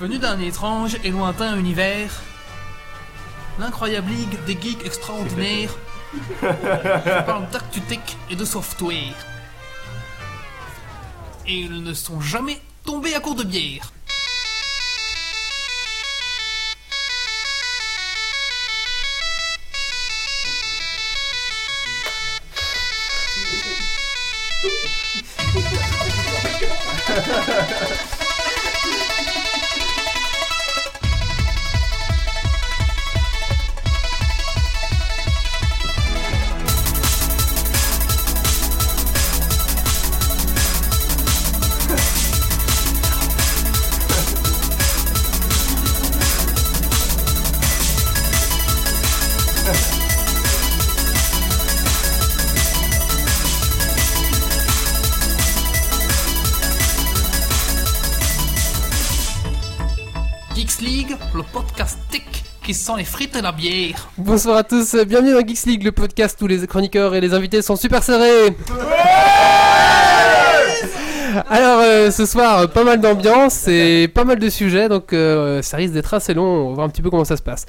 Venu d'un étrange et lointain univers, l'incroyable ligue des geeks extraordinaires Je parle d'actu-tech et de software. Et ils ne sont jamais tombés à court de bière. Geeks League, le podcast tech qui sent les frites et la bière. Bonsoir à tous, euh, bienvenue dans Geeks League, le podcast où les chroniqueurs et les invités sont super serrés. Alors euh, ce soir, euh, pas mal d'ambiance et pas mal de sujets, donc euh, ça risque d'être assez long, on va voir un petit peu comment ça se passe.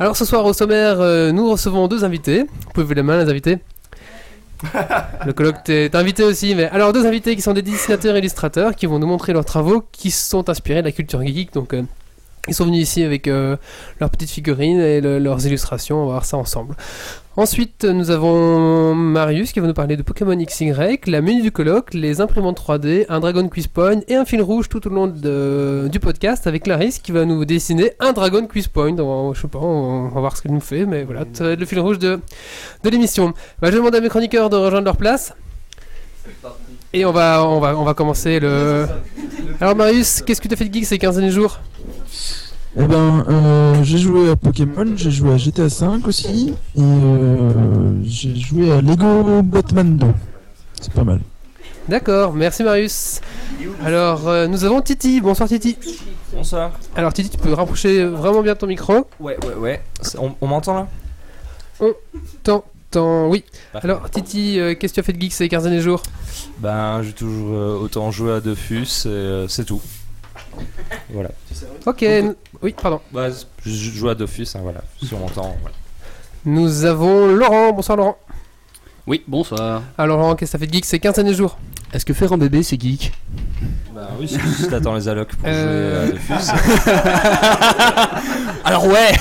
Alors ce soir au sommaire, euh, nous recevons deux invités. Vous pouvez lever les mains les invités le colloque est invité aussi, mais alors deux invités qui sont des dessinateurs et illustrateurs qui vont nous montrer leurs travaux qui sont inspirés de la culture geek. Donc euh, ils sont venus ici avec euh, leurs petites figurines et le- leurs illustrations. On va voir ça ensemble. Ensuite, nous avons Marius qui va nous parler de Pokémon XY, la menu du colloque, les imprimantes 3D, un Dragon Quiz Point et un fil rouge tout au long de- du podcast avec Clarisse qui va nous dessiner un Dragon Quiz Point. On, je sais pas, on, on va voir ce qu'elle nous fait, mais voilà, ça va être le fil rouge de, de l'émission. Bah, je demande à mes chroniqueurs de rejoindre leur place. Et on va, on va, on va commencer le. Alors Marius, qu'est-ce que tu as fait de geek ces 15 derniers jours Eh ben, euh, j'ai joué à Pokémon, j'ai joué à GTA V aussi, et euh, j'ai joué à Lego Batman 2. C'est pas mal. D'accord, merci Marius. Alors euh, nous avons Titi. Bonsoir Titi. Bonsoir. Alors Titi, tu peux rapprocher vraiment bien ton micro. Ouais, ouais, ouais. C'est- On, on m'entend là Tant, tant, oui. Parfait. Alors Titi, euh, qu'est-ce que tu as fait de geek ces 15 derniers jours Ben, j'ai toujours euh, autant joué à Dofus, et, euh, c'est tout. Voilà. Ok. n- Oui, pardon. Bah, c'est- je je joue à Dofus, hein, voilà. Si on m'entend, voilà. Nous avons Laurent. Bonsoir Laurent. Oui, bonsoir. Alors Laurent, qu'est-ce que tu as fait de geek ces 15 derniers jours Est-ce que faire un bébé, c'est geek Bah oui, si si t'attends les allocs pour Euh. jouer à Dofus. Alors ouais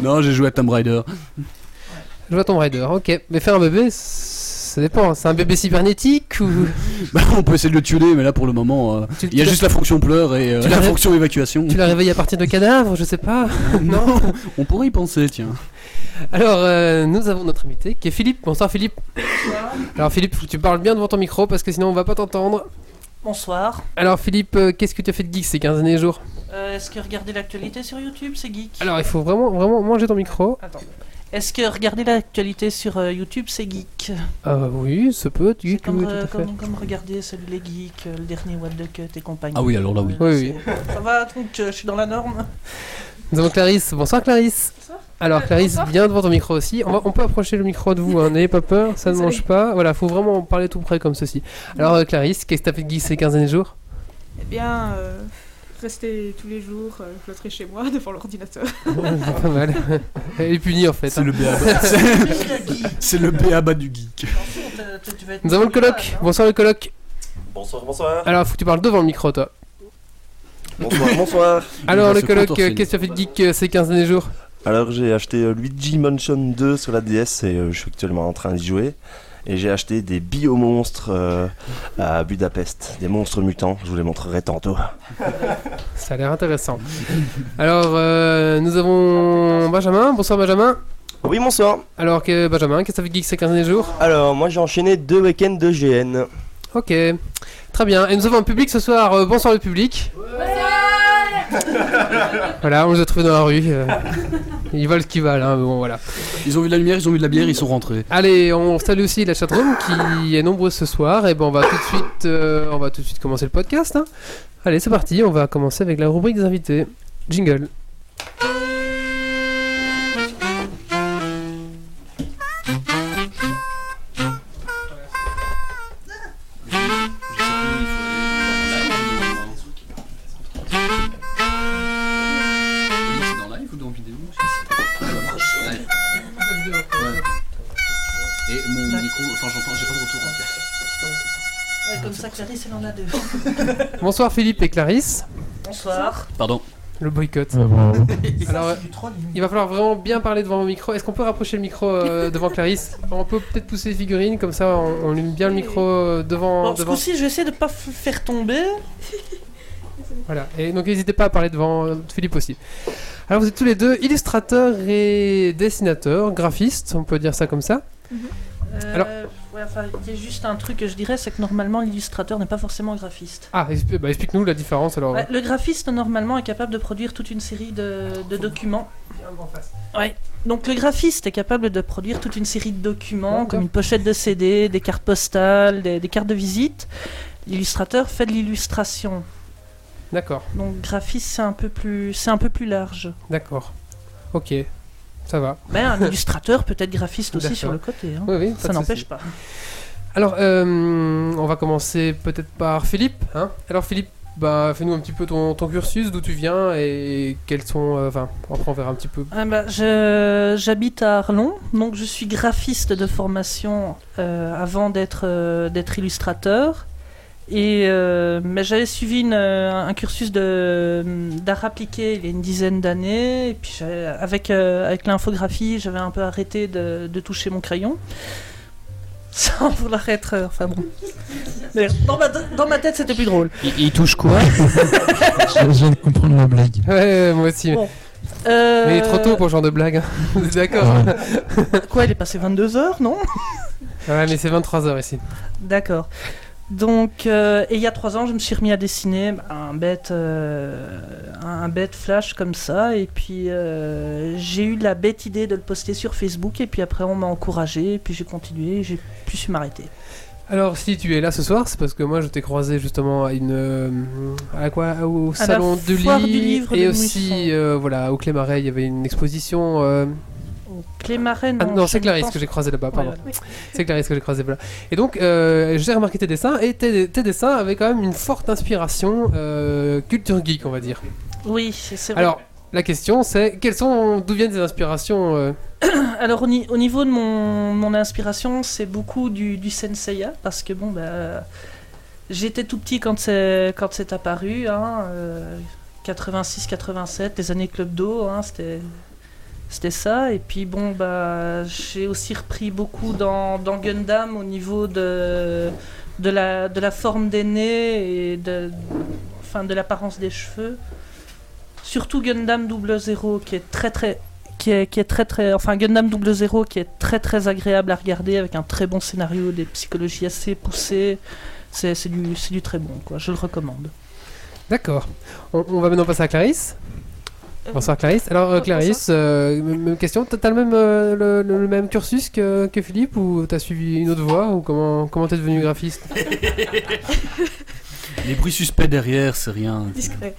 Non, j'ai joué à Tomb Raider. Je vois Tomb Raider. Ok. Mais faire un bébé, c- ça dépend. hein. C'est un bébé cybernétique ou Bah, on peut essayer de le tuner, mais là pour le moment, euh, Tu- il y a tu- juste la fonction pleurs et euh, tu l'as la ré- fonction évacuation. Tu l'as réveillé à partir de cadavres, je sais pas. non. On pourrait y penser, tiens. Alors, euh, nous avons notre invité qui est Philippe. Bonsoir Philippe. Alors Philippe, faut que tu parles bien devant ton micro parce que sinon on va pas t'entendre. Bonsoir. Alors Philippe, euh, qu'est-ce que tu as fait de geek ces 15 derniers jours Euh, Est-ce que regarder l'actualité sur YouTube, c'est geek Alors il faut vraiment, vraiment manger ton micro. Ah Est-ce que regarder l'actualité sur euh, YouTube, c'est geek Euh, oui, ça peut être geek, comme, oui, tout euh, à fait. comme, comme regarder celui les geeks, euh, le dernier What the Cut et compagnie. Ah oui, alors là, oui. Euh, Oui, c'est- Ça va, donc euh, je suis dans la norme. Nous avons Clarisse. Bonsoir Clarisse. Alors Clarisse, bien devant ton micro aussi. On, va- on peut approcher le micro de vous, hein, n'ayez pas peur, ça ne mange pas. Voilà, faut vraiment en parler tout près comme ceci. Alors euh, Clarisse, qu'est-ce que tu as fait de geek ces 15 derniers jours Eh bien, euh, rester tous les jours, euh, flotter chez moi devant l'ordinateur. Pas mal. Elle est punie en fait. C'est hein. le BABA. C'est le BABA du geek. Nous avons le coloc. Bonsoir le coloc. Bonsoir, bonsoir. Alors, faut que tu parles devant le micro, toi. Bonsoir, bonsoir. Alors, va le se colloque, euh, contorsionner. qu'est-ce que tu as fait de geek euh, ces 15 derniers jours Alors j'ai acheté euh, Luigi Mansion 2 sur la DS et euh, je suis actuellement en train d'y jouer. Et j'ai acheté des biomonstres euh, à Budapest, des monstres mutants, je vous les montrerai tantôt. Ça a l'air intéressant. Alors, euh, nous avons Benjamin. Bonsoir, Benjamin. Oui, bonsoir. Alors, que Benjamin, qu'est-ce que tu as fait de geek ces 15 derniers jours Alors, moi j'ai enchaîné deux week-ends de GN. Ok. Très bien. Et nous avons un public ce soir. Euh, bonsoir, le public. voilà, on les a trouvés dans la rue. euh. Ils valent ce qu'ils valent, hein, mais bon voilà. Ils ont vu de la lumière, ils ont vu de la bière, ils sont rentrés. Allez, on salue aussi la chatroom qui est nombreuse ce soir. Et ben on va tout de suite, euh, on va tout de suite commencer le podcast. hein. Allez, c'est parti. On va commencer avec la rubrique des invités. Jingle. Ouais, comme ça, Clarisse, elle en a deux. Bonsoir Philippe et Clarisse. Bonsoir. Pardon. Le boycott. Ah, bravo. Alors, euh, il va falloir vraiment bien parler devant mon micro. Est-ce qu'on peut rapprocher le micro euh, devant Clarisse On peut peut-être pousser les figurines, comme ça on, on allume bien le micro euh, devant. Bon, ce devant. coup-ci, je vais essayer de pas f- faire tomber. Voilà. Et donc n'hésitez pas à parler devant euh, Philippe aussi. Alors vous êtes tous les deux illustrateurs et dessinateurs, graphistes, on peut dire ça comme ça. Euh, Mhm. Alors- ouais, enfin, il y a juste un truc que je dirais, c'est que normalement, l'illustrateur n'est pas forcément graphiste. Ah, expli- bah, explique-nous la différence alors. euh. Ouais, Bah, le graphiste, normalement, est capable de produire toute une série de, de documents. Ouais. Donc, le graphiste est capable de produire toute une série de documents, D'accord. comme une pochette de CD, des cartes postales, des, des cartes de visite. L'illustrateur fait de l'illustration. D'accord, Donc, graphiste, c'est un peu plus, c'est un peu plus large. d'accord. Ok, ça va. Mais un illustrateur peut être graphiste aussi D'accord. sur le côté. hein. Oui, oui, pas Ça de n'empêche souci. pas. Alors, euh, on va commencer peut-être par Philippe. hein. alors Philippe, bah, fais-nous un petit peu ton, ton cursus, d'où tu viens et quels sont... euh, Enfin, après on verra un petit peu. Ah bah, je- J'habite à Arlon, donc je suis graphiste de formation euh, avant d'être euh, d'être illustrateur. Et, euh, mais j'avais suivi une, euh, un cursus de- d'art appliqué il y a une dizaine d'années. Et puis j'avais- avec, euh, avec l'infographie, j'avais un peu arrêté de, de toucher mon crayon. Sans vouloir être. euh, Enfin bon. Mais Dans ma, dans ma tête, c'était plus drôle. Il, il touche quoi Je je viens de comprendre la blague. Ouais, moi aussi. Bon. Euh, Mais trop tôt pour ce genre de blague. hein. Vous êtes d'accord Ouais. Quoi, il est passé 22h, non Ouais, mais c'est 23h ici. D'accord. Donc, euh, et il y a trois ans, je me suis remis à dessiner bah, un bête, euh, un bête flash comme ça, et puis euh, j'ai eu la bête idée de le poster sur Facebook, et puis après on m'a encouragé, et puis j'ai continué, et j'ai pu su m'arrêter. Alors, si tu es là ce soir, c'est parce que moi je t'ai croisé justement à une. euh, à quoi Au la salon du foire livre. du livre et de aussi, Mousson. euh, voilà, au Clémaret, il y avait une exposition. euh, Clémaret, non, Ah, non, c'est je Clarisse pense- que j'ai croisé là-bas, Ouais, pardon. ouais. C'est Clarisse que j'ai croisé là-bas. Et donc, euh, j'ai remarqué tes dessins, et tes, tes dessins avaient quand même une forte inspiration euh, culture geek, on va dire. Oui, c'est c'est vrai. Alors, la question c'est quelles sont, d'où viennent ces inspirations euh, Alors au, ni- au niveau de mon, mon inspiration, c'est beaucoup du, du Senseiya, parce que bon, bah, j'étais tout petit quand c'est, quand c'est apparu, hein, 86-87, les années Club Do, hein, c'était, c'était ça. Et puis bon, bah, j'ai aussi repris beaucoup dans, dans Gundam au niveau de, de, la, de la forme des nez et de, enfin, de l'apparence des cheveux. Surtout Gundam 00 qui est très très qui est, qui est très très enfin Gundam 00 qui est très très agréable à regarder avec un très bon scénario des psychologies assez poussées c'est c'est du c'est du très bon quoi je le recommande D'accord. On, on va maintenant passer à Clarisse. Bonsoir Clarisse. Alors euh, Clarisse, euh, m- même question, t'as t'as le même euh, le, le- le même cursus que, que Philippe ou t'as suivi une autre voie ou comment comment t'es devenu graphiste Les bruits suspects derrière, c'est rien. Discret.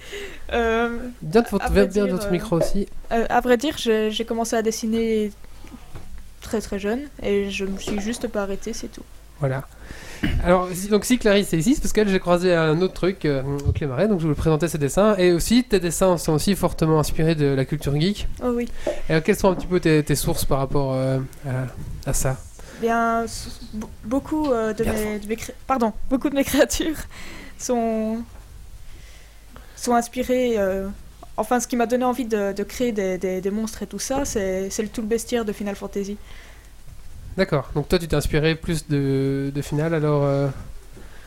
Euh, Bien de votre, À bien vrai de dire, votre euh, micro aussi. euh, à vrai dire, je- j'ai commencé à dessiner très très jeune et je me suis juste pas arrêtée, c'est tout. Voilà. Alors si- donc si Clarisse est ici, c'est parce qu'elle j'ai croisé un autre truc euh, au Clémaret, donc je vous présentais ses dessins et aussi tes dessins sont aussi fortement inspirés de la culture geek. Oh oui. Et alors, quelles sont un petit peu tes, tes sources par rapport euh, à, à ça Bien, s- be- beaucoup euh, de, mes, de mes cré- pardon, beaucoup de mes créatures sont sont inspirées. euh, enfin, ce qui m'a donné envie de, de créer des, des- des monstres et tout ça, c'est c'est le tout le bestiaire de Final Fantasy. D'accord. Donc toi, tu t'es inspiré plus de, de Final, alors. euh,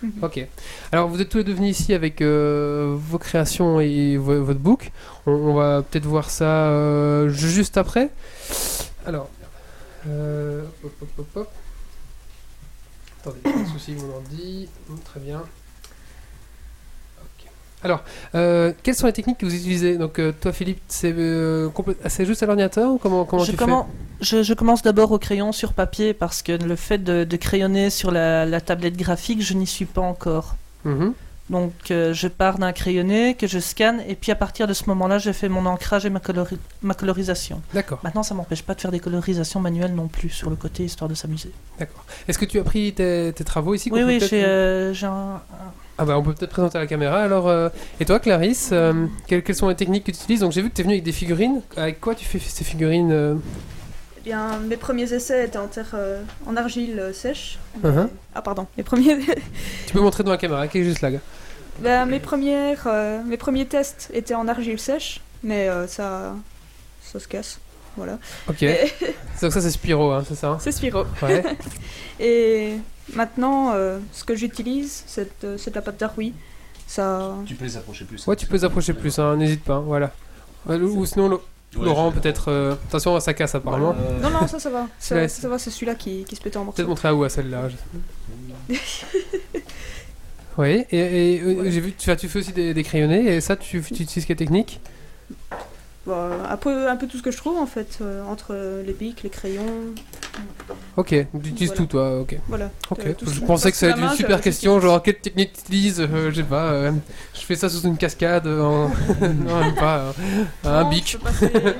Mhm. Ok. Alors vous êtes tous les deux venus ici avec euh, vos créations et vo- votre book. On, on va peut-être voir ça euh, ju- juste après. Alors. euh, hop, hop, hop, hop. Attendez, pas de souci, mon ordi. Hum, Très bien. Ok. Alors, euh, quelles sont les techniques que vous utilisez Donc, euh, toi, Philippe, c'est euh, complè- c'est juste à l'ordinateur ou comment, comment je, tu fais commen- je, je commence d'abord au crayon sur papier parce que le fait de, de crayonner sur la, la tablette graphique je n'y suis pas encore Mhm. donc euh, je pars d'un crayonné que je scanne et puis à partir de ce moment là je fais mon ancrage et ma, colori- ma colorisation D'accord. maintenant ça m'empêche pas de faire des colorisations manuelles non plus sur le côté histoire de s'amuser D'accord. Est-ce que tu as pris tes, tes travaux ici qu'on oui peut oui peut-être- j'ai euh, j'ai un- un, Ah bah on peut peut-être présenter à la caméra. Alors, euh, et toi, Clarisse, euh, quelles, quelles sont les techniques que tu utilises Donc j'ai vu que tu es venu avec des figurines. Avec quoi tu fais ces figurines euh Eh bien, mes premiers essais étaient en terre, euh, en argile euh, sèche. Mhm. Ah, pardon, mes premiers, Tu peux montrer dans la caméra, qui est juste là. gars. ben, mes premières, euh, mes premiers tests étaient en argile sèche, mais euh, ça, ça se casse, voilà. Ok. Et- Donc ça c'est Spiro, hein, c'est ça hein C'est Spiro. Ouais. Et maintenant, euh, ce que j'utilise, c'est euh, c'est de la pâte d'Arwi. Ça, Tu peux les approcher plus. Ouais, tu peux les approcher plus, hein, n'hésite pas, voilà. Ouais, Ou ou sinon, Lo- Ouais, Laurent, peut-être. euh, Attention, ça casse apparemment. Non, non, ça, ça va. Ouais, Ça, c'est- ça va, c'est celui-là qui, qui se pète en morceaux. Peut-être montrer à où à celle-là. je sais pas. oui, et, et, euh, j'ai vu que tu, as- tu fais aussi des, des crayonnés, et ça, tu, tu utilises quelle technique Bah, un, peu, un peu tout ce que je trouve, en fait, euh, entre euh, les bics, les crayons. Ok, tu utilises Voilà. tout, toi, ok. Voilà. Ok, Euh, tout ce je qui pensais passe que ça allait sous être la une main, super je- question, genre quelle technique tu utilises euh, Je sais pas, euh, je fais ça sous une cascade, euh, en... non, même pas, euh, un Non, bic. je peux passer-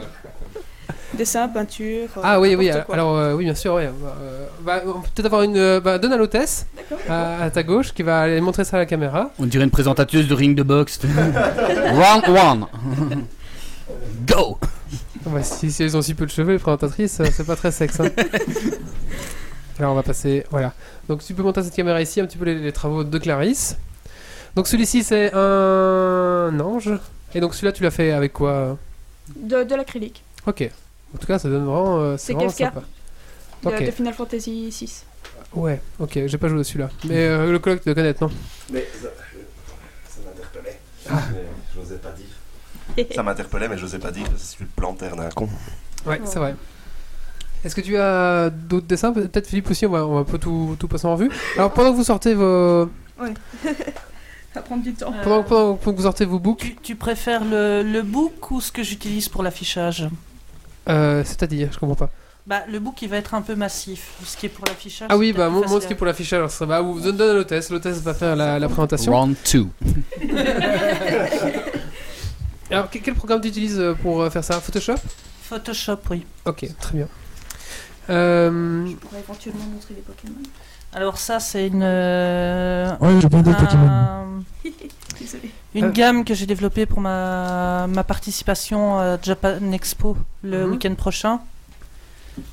Dessin, peinture. euh, Ah oui, oui, n'importe quoi. alors euh, oui, bien sûr, ouais. Bah, euh, bah, on peut peut-être avoir une. euh, bah, donne à l'hôtesse, à, à ta gauche, qui va aller montrer ça à la caméra. On dirait une présentatrice de ring de boxe. Round one. Go. Ah bah, si, si elles ont si peu de cheveux, les présentatrices, euh, c'est pas très sexe. hein. Alors on va passer, voilà. Donc tu peux monter cette caméra ici un petit peu les, les travaux de Clarisse. Donc celui-ci c'est un ange. Et donc celui-là tu l'as fait avec quoi euh De, de l'acrylique. Ok. En tout cas ça donne vraiment, euh, C'est vraiment Kafka. sympa. De, Ok. de Final Fantasy VI. Ouais, ok, j'ai pas joué à celui-là. Mais euh, le colloque tu dois connaître, non Mais ça, ça m'interpellait. Mais Je n'osais pas dire. ça m'interpellait, mais je n'osais pas dire parce que c'est hein. le plantaire d'un con. Ouais, c'est vrai. Est-ce que tu as d'autres dessins Pe- Peut-être Philippe aussi, on va, on va un peu tout, tout passer en revue. Alors pendant que vous sortez Euh. vos... Ouais. Ça prend du temps. Pendant, pendant- pendant que vous sortez vos books, Tu, tu préfères le, le book ou ce que j'utilise pour l'affichage euh, c'est-à-dire, je comprends pas. Bah, le book, il va être un peu massif. Ce qui est pour l'affichage. Ah oui, c'est bah peut-être moi, plus moi, ce qui facile est pour l'affichage, alors ça va. Vous donne, donne à l'hôtesse, l'hôtesse va faire la, la présentation. Round two. Alors, que- quel programme tu utilises euh, pour euh, faire ça Photoshop à- Photoshop, oui. Ok, très bien. Euh, On va éventuellement montrer les Pokémon. Alors ça, c'est une... euh, Ouais, j'ai pas dit un- Pokémon. Désolé. Une Euh. gamme que j'ai développée pour ma, ma participation à Japan Expo le Mhm. week-end prochain.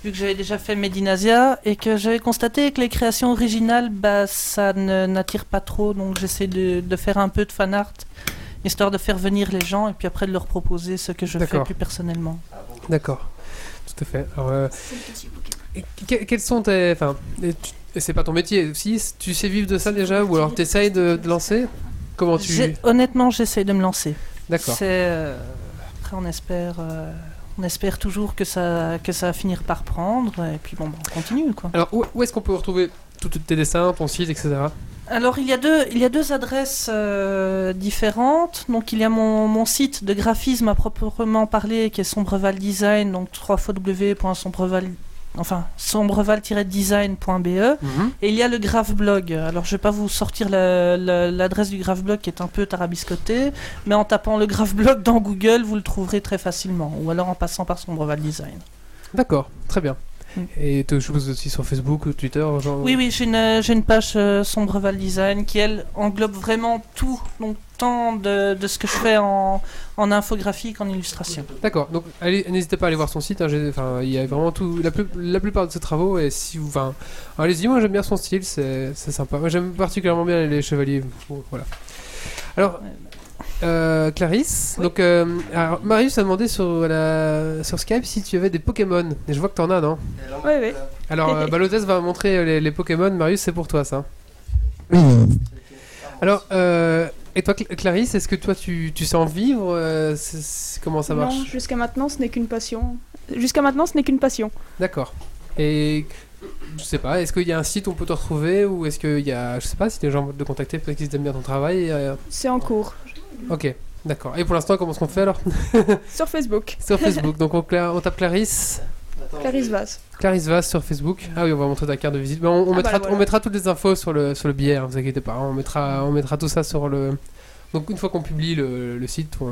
Vu que j'avais déjà fait Medinasia et que j'avais constaté que les créations originales, bah, ça ne- n'attire pas trop, donc j'essaie de, de faire un peu de fan art, histoire de faire venir les gens et puis après de leur proposer ce que je fais D'accord. plus personnellement. D'accord, tout à fait. Alors, euh, que- quels sont tes. Enfin, et tu- et c'est pas ton métier, si tu sais vivre de ça déjà ou alors t'essayes de, de lancer Comment tu. J'ai- Honnêtement, j'essaie de me lancer. D'accord. C'est, euh, après, on espère, euh, on espère toujours que ça, que ça va finir par prendre et puis bon, bah, on continue quoi. Alors, où, où est-ce qu'on peut retrouver tous tes dessins, ton site, etc. Alors il y a deux, il y a deux adresses euh, différentes. Donc il y a mon, mon site de graphisme à proprement parler qui est Sombreval Design, donc www.sombreval enfin sombreval-design.be Mhm. E. et il y a le Graphblog. Alors je vais pas vous sortir la- la- l'adresse du Graphblog qui est un peu tarabiscotée, mais en tapant le Graphblog dans Google, vous le trouverez très facilement ou alors en passant par Sombreval Design. D'accord, très bien. Mm. Et te- je suppose aussi sur Facebook ou Twitter genre... Oui, oui, j'ai une, j'ai une page euh, Sombreval Design qui, elle, englobe vraiment tout, donc tant de, de ce que je fais en, en infographie qu'en illustration. D'accord, donc allez, n'hésitez pas à aller voir son site. hein, j'ai- enfin, il y a vraiment tout, la, plus- la plupart de ses travaux. Et si vous, enfin, allez-y, moi j'aime bien son style, c'est c'est sympa. Moi j'aime particulièrement bien les chevaliers. bon, Voilà. Alors, euh, Clarisse, donc euh, alors, Marius a demandé sur, la, sur Skype si tu avais des Pokémon. Et je vois que t'en as, non Ouais, ouais. Alors, euh, bah, l'hôtesse va montrer les, les Pokémon. Marius, c'est pour toi ça. Oui. Alors, euh, et toi, Cl- Clarisse, est-ce que toi tu, tu sais en vivre euh, c'est- c'est- Comment ça marche Non, jusqu'à maintenant, ce n'est qu'une passion. Jusqu'à maintenant, ce n'est qu'une passion. D'accord. Et je sais pas, est-ce qu'il y a un site où on peut te retrouver ou est-ce qu'il y a, je sais pas, si les gens veulent te contacter, peut-être qu'ils aiment bien ton travail. euh, C'est en cours. Ok, d'accord. Et pour l'instant, comment est-ce qu'on fait alors Sur Facebook. Sur Facebook, donc on, cla- on tape Clarisse. Clarisse Vaz. Clarisse Vaz sur Facebook. Ah oui, on va montrer ta carte de visite. Mais on, on Ah bah mettra, là, voilà. on mettra toutes les infos sur le, sur le billet, hein, vous inquiétez pas. hein, on, mettra, on mettra tout ça sur le. Donc une fois qu'on publie le, le site, on,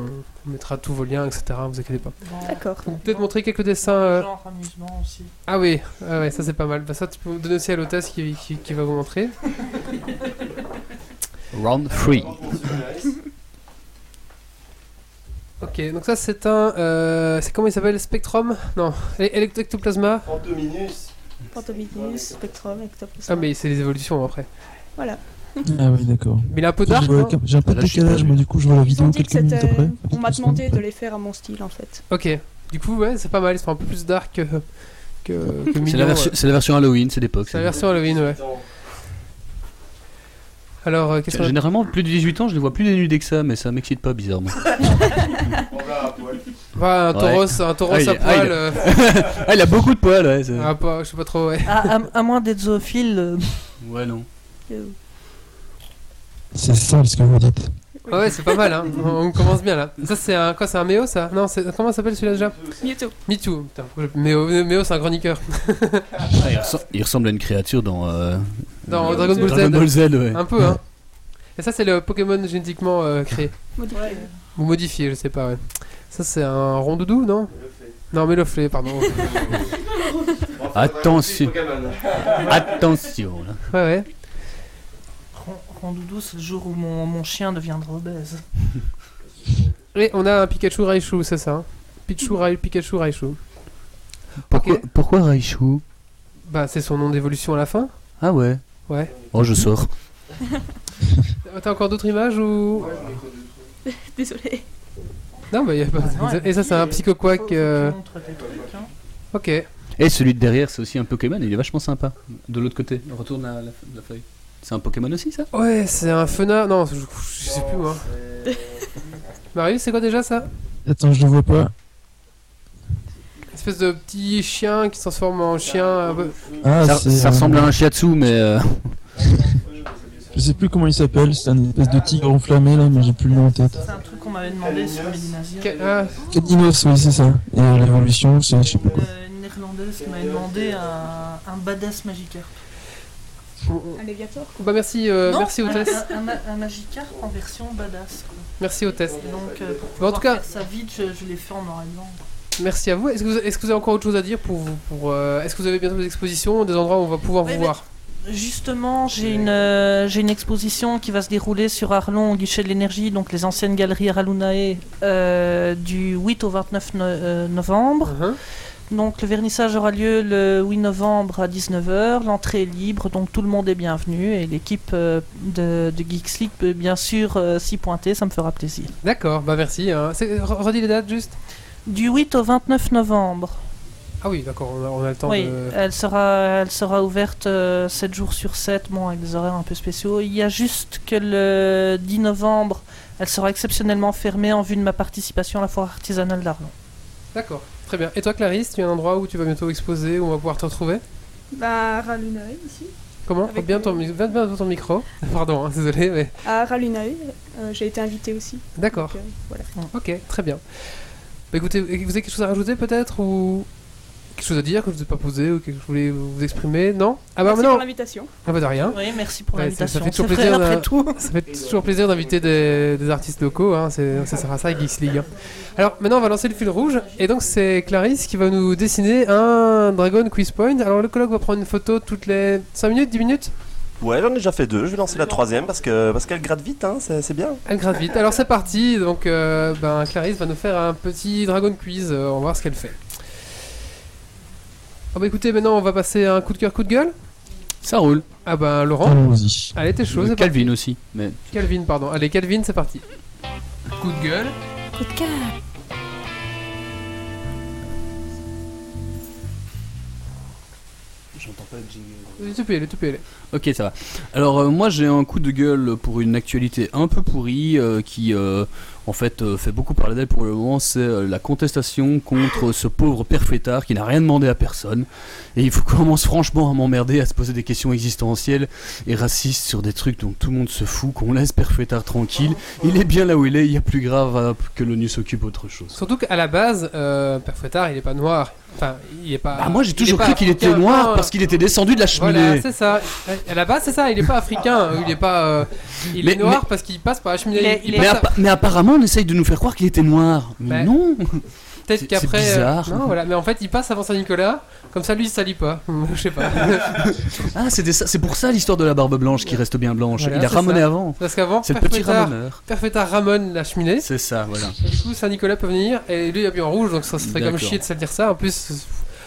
on mettra tous vos liens, etc. Vous inquiétez pas. D'accord. Donc peut-être montrer quelques dessins. euh, Genre amusement aussi. Ah oui, ah ouais, ça c'est pas mal. Bah, ça, tu peux donner aussi à l'hôtesse qui, qui, qui va vous montrer. Round three. Ok, donc ça c'est un. euh, c'est comment il s'appelle Spectrum Non, é- Electoplasma Pantominus. Pantominus, Spectrum, Ectoplasma. Ah, mais c'est les évolutions après. Voilà. Ah oui, d'accord. Mais il est un peu J'ai- dark, hein J'ai un Ah, peu de décalage, mais du coup, je vois la Ils vidéo ont dit que quelques minutes c'était. euh, après. On m'a demandé de les faire à mon style en fait. Ok, du coup, ouais, c'est pas mal, c'est un peu plus dark que. que, que C'est Mignon, la, version- ouais. c'est la version Halloween, c'est l'époque. C'est la version Halloween, ouais. Alors, euh, qu'est-ce qu'on Généralement, plus de 18 ans, je les vois plus dénudés que ça, mais ça m'excite pas bizarrement. Ouais, un taureau, un taureau Ah, il- à ah, poil. il- euh. Ah, il a beaucoup de poils, ouais. c'est- Ah, pas- je sais pas trop, ouais. À, à- à moins d'être zoophile. euh, Ouais, non. euh, C'est sale ce que vous dites. Ah ouais, c'est pas mal, hein. On on commence bien là. Ça, c'est un quoi C'est un méo ça Non, c'est- comment s'appelle celui-là déjà Mewtwo. Me Too. Putain, pourquoi je- méo, méo c'est un chroniqueur. Ah, il, ressemble, il ressemble à une créature dans. euh, Dans euh, Dragon Ball Z. ouais. Un peu, hein. Et ça, c'est le Pokémon génétiquement euh, créé. Ouais. Ou modifié, je sais pas, ouais. Ça, c'est un rondoudou, non Non, mais le flé, pardon. Attention. Attention, là. ouais, ouais. Ron- Rondoudou, c'est le jour où mon, mon chien deviendra obèse. Et on a un Pikachu Raichu, c'est ça. hein. Pichu, Rai- Pikachu Raichu. Pourquoi, Ok. pourquoi Raichu Bah, c'est son nom d'évolution à la fin. Ah ouais Ouais. Oh, je sors. Euh, T'as encore d'autres images ou Désolé. Non, bah, y a pas. Et ça, c'est un psycho Ah, Faut- faut quack. que euh, tu montres tes trucs, hein. Ok. Et celui de derrière, c'est aussi un Pokémon, il est vachement sympa. De l'autre côté, retourne à la, la feuille. C'est un Pokémon aussi, ça Ouais, c'est un fenard. Non, je, je sais plus moi. Marius, c'est quoi déjà ça Attends, je le vois pas. Une espèce de petit chien qui se transforme en chien. un peu- Ah, Ça, c'est, ça euh, ressemble à un Shiatsu, mais. euh, Je sais plus comment il s'appelle, c'est un espèce de tigre enflammé là, mais j'ai plus le nom en tête. C'est un truc qu'on m'avait demandé sur Medinazir. Que- ah, Cadinos, oui, c'est ça. Et euh, l'évolution, c'est je sais pas quoi. Euh, Une néerlandaise qui m'avait demandé un, un badass Magikarp. Un Léviator bah merci, euh, Non, merci un- hôtesse. Un, un- un Magikarp en version badass. quoi. Merci hôtesse. Et donc, euh, pour Bon, en pouvoir tout cas- faire ça vite, je, je l'ai fait en noir et blanc. Merci à vous. Est-ce que, vous- est-ce que vous avez encore autre chose à dire pour, vous- pour euh, Est-ce que vous avez bientôt des expositions, des endroits où on va pouvoir Oui, vous mais- voir Justement, j'ai une, euh, j'ai une exposition qui va se dérouler sur Arlon au guichet de l'énergie, donc les anciennes galeries Ralunae, euh, du 8 au 29 no- euh, novembre. Mhm. Donc le vernissage aura lieu le 8 novembre à 19h, l'entrée est libre, donc tout le monde est bienvenu et l'équipe euh, de, de Geeks League peut bien sûr euh, s'y pointer, ça me fera plaisir. D'accord, bah merci. hein. C'est- re- Redis les dates juste. Du 8 au 29 novembre, Ah oui, d'accord, on a, on a le temps oui, de. elle, sera, elle sera ouverte euh, 7 jours sur 7, bon, avec des horaires un peu spéciaux. Il y a juste que le 10 novembre, elle sera exceptionnellement fermée en vue de ma participation à la foire artisanale d'Arlon. D'accord, très bien. Et toi, Clarisse, tu as un endroit où tu vas bientôt exposer, où on va pouvoir te retrouver Bah, Ralunae ici. Comment Avec bien le- ton, mi- viens bien dans ton micro. Pardon, hein, désolé, mais. À Ralunae, euh, j'ai été invitée aussi. D'accord, Donc, euh, voilà. ok, très bien. Bah écoutez, vous avez quelque chose à rajouter peut-être Ou quelque chose à dire que je vous ai pas posé ou que je voulais vous exprimer Non Ah bah Merci non pour l'invitation. Ah bah de rien. Oui, merci pour Ouais, ça- ça l'invitation. fait toujours C'est vrai, plaisir, là. après tout. Ça fait toujours plaisir d'inviter des, des artistes locaux, hein, c'est- ça sert à ça, Geeks League. hein. Alors maintenant, on va lancer le fil rouge, et donc c'est Clarisse qui va nous dessiner un Dragon Quiz Point. Alors le colloque va prendre une photo toutes les 5 minutes, 10 minutes Ouais, j'en ai déjà fait deux. Je vais lancer la troisième parce que parce qu'elle gratte vite, hein, c'est c'est bien. Elle gratte vite. Alors c'est parti, donc euh, ben, Clarisse va nous faire un petit Dragon Quiz, euh, on va voir ce qu'elle fait. Ah bah écoutez, maintenant on va passer à un coup de cœur, coup de gueule. Ça roule. Euh, Ah bah Laurent, Allons-y. allez t'es chaud, c'est parti. Calvin aussi. Mais... Calvin, pardon. Allez Calvin, c'est parti. Coup de gueule. Le tupé, le tupé, Ok, ça va. Alors, euh, moi, j'ai un coup de gueule pour une actualité un peu pourrie euh, qui, euh, en fait, euh, fait beaucoup parler d'elle pour le moment. C'est euh, la contestation contre ce pauvre père fêtard qui n'a rien demandé à personne. Et il faut qu'on commence franchement à m'emmerder, à se poser des questions existentielles et racistes sur des trucs dont tout le monde se fout, qu'on laisse père fêtard tranquille. Il est bien là où il est, il y a plus grave euh, que l'ONU s'occupe autre chose. Surtout qu'à la base, euh, Père Fouettard, il est pas noir. Enfin, il est pas. Bah, moi, j'ai il toujours est pas cru qu'il était africain. noir Non, parce qu'il était descendu de la cheminée. euh, Voilà, c'est ça. À la base, c'est ça. Il est pas africain. Il est pas. euh, il est Mais- noir mais- parce qu'il passe par la cheminée. Mais- il Bah. mais passe Mais, à- appa- mais apparemment, on essaye de nous faire croire qu'il était noir. Mais Ouais. non Peut-être C'est- qu'après. C'est euh, bizarre. non, voilà. Mais en fait, il passe avant Saint-Nicolas, comme ça lui il salit pas. Je sais pas. Ah, c'était ça- c'est pour ça l'histoire de la barbe blanche qui reste bien blanche. Voilà, Il a c'est ramené ça. avant. Parce qu'avant, C'est le petit Perfetta- ramoneur. Perfetta ramène la cheminée. C'est ça, voilà. Du coup, Saint-Nicolas peut venir et lui il est habillé en rouge, donc ça serait comme D'accord. chier de salir ça. En plus,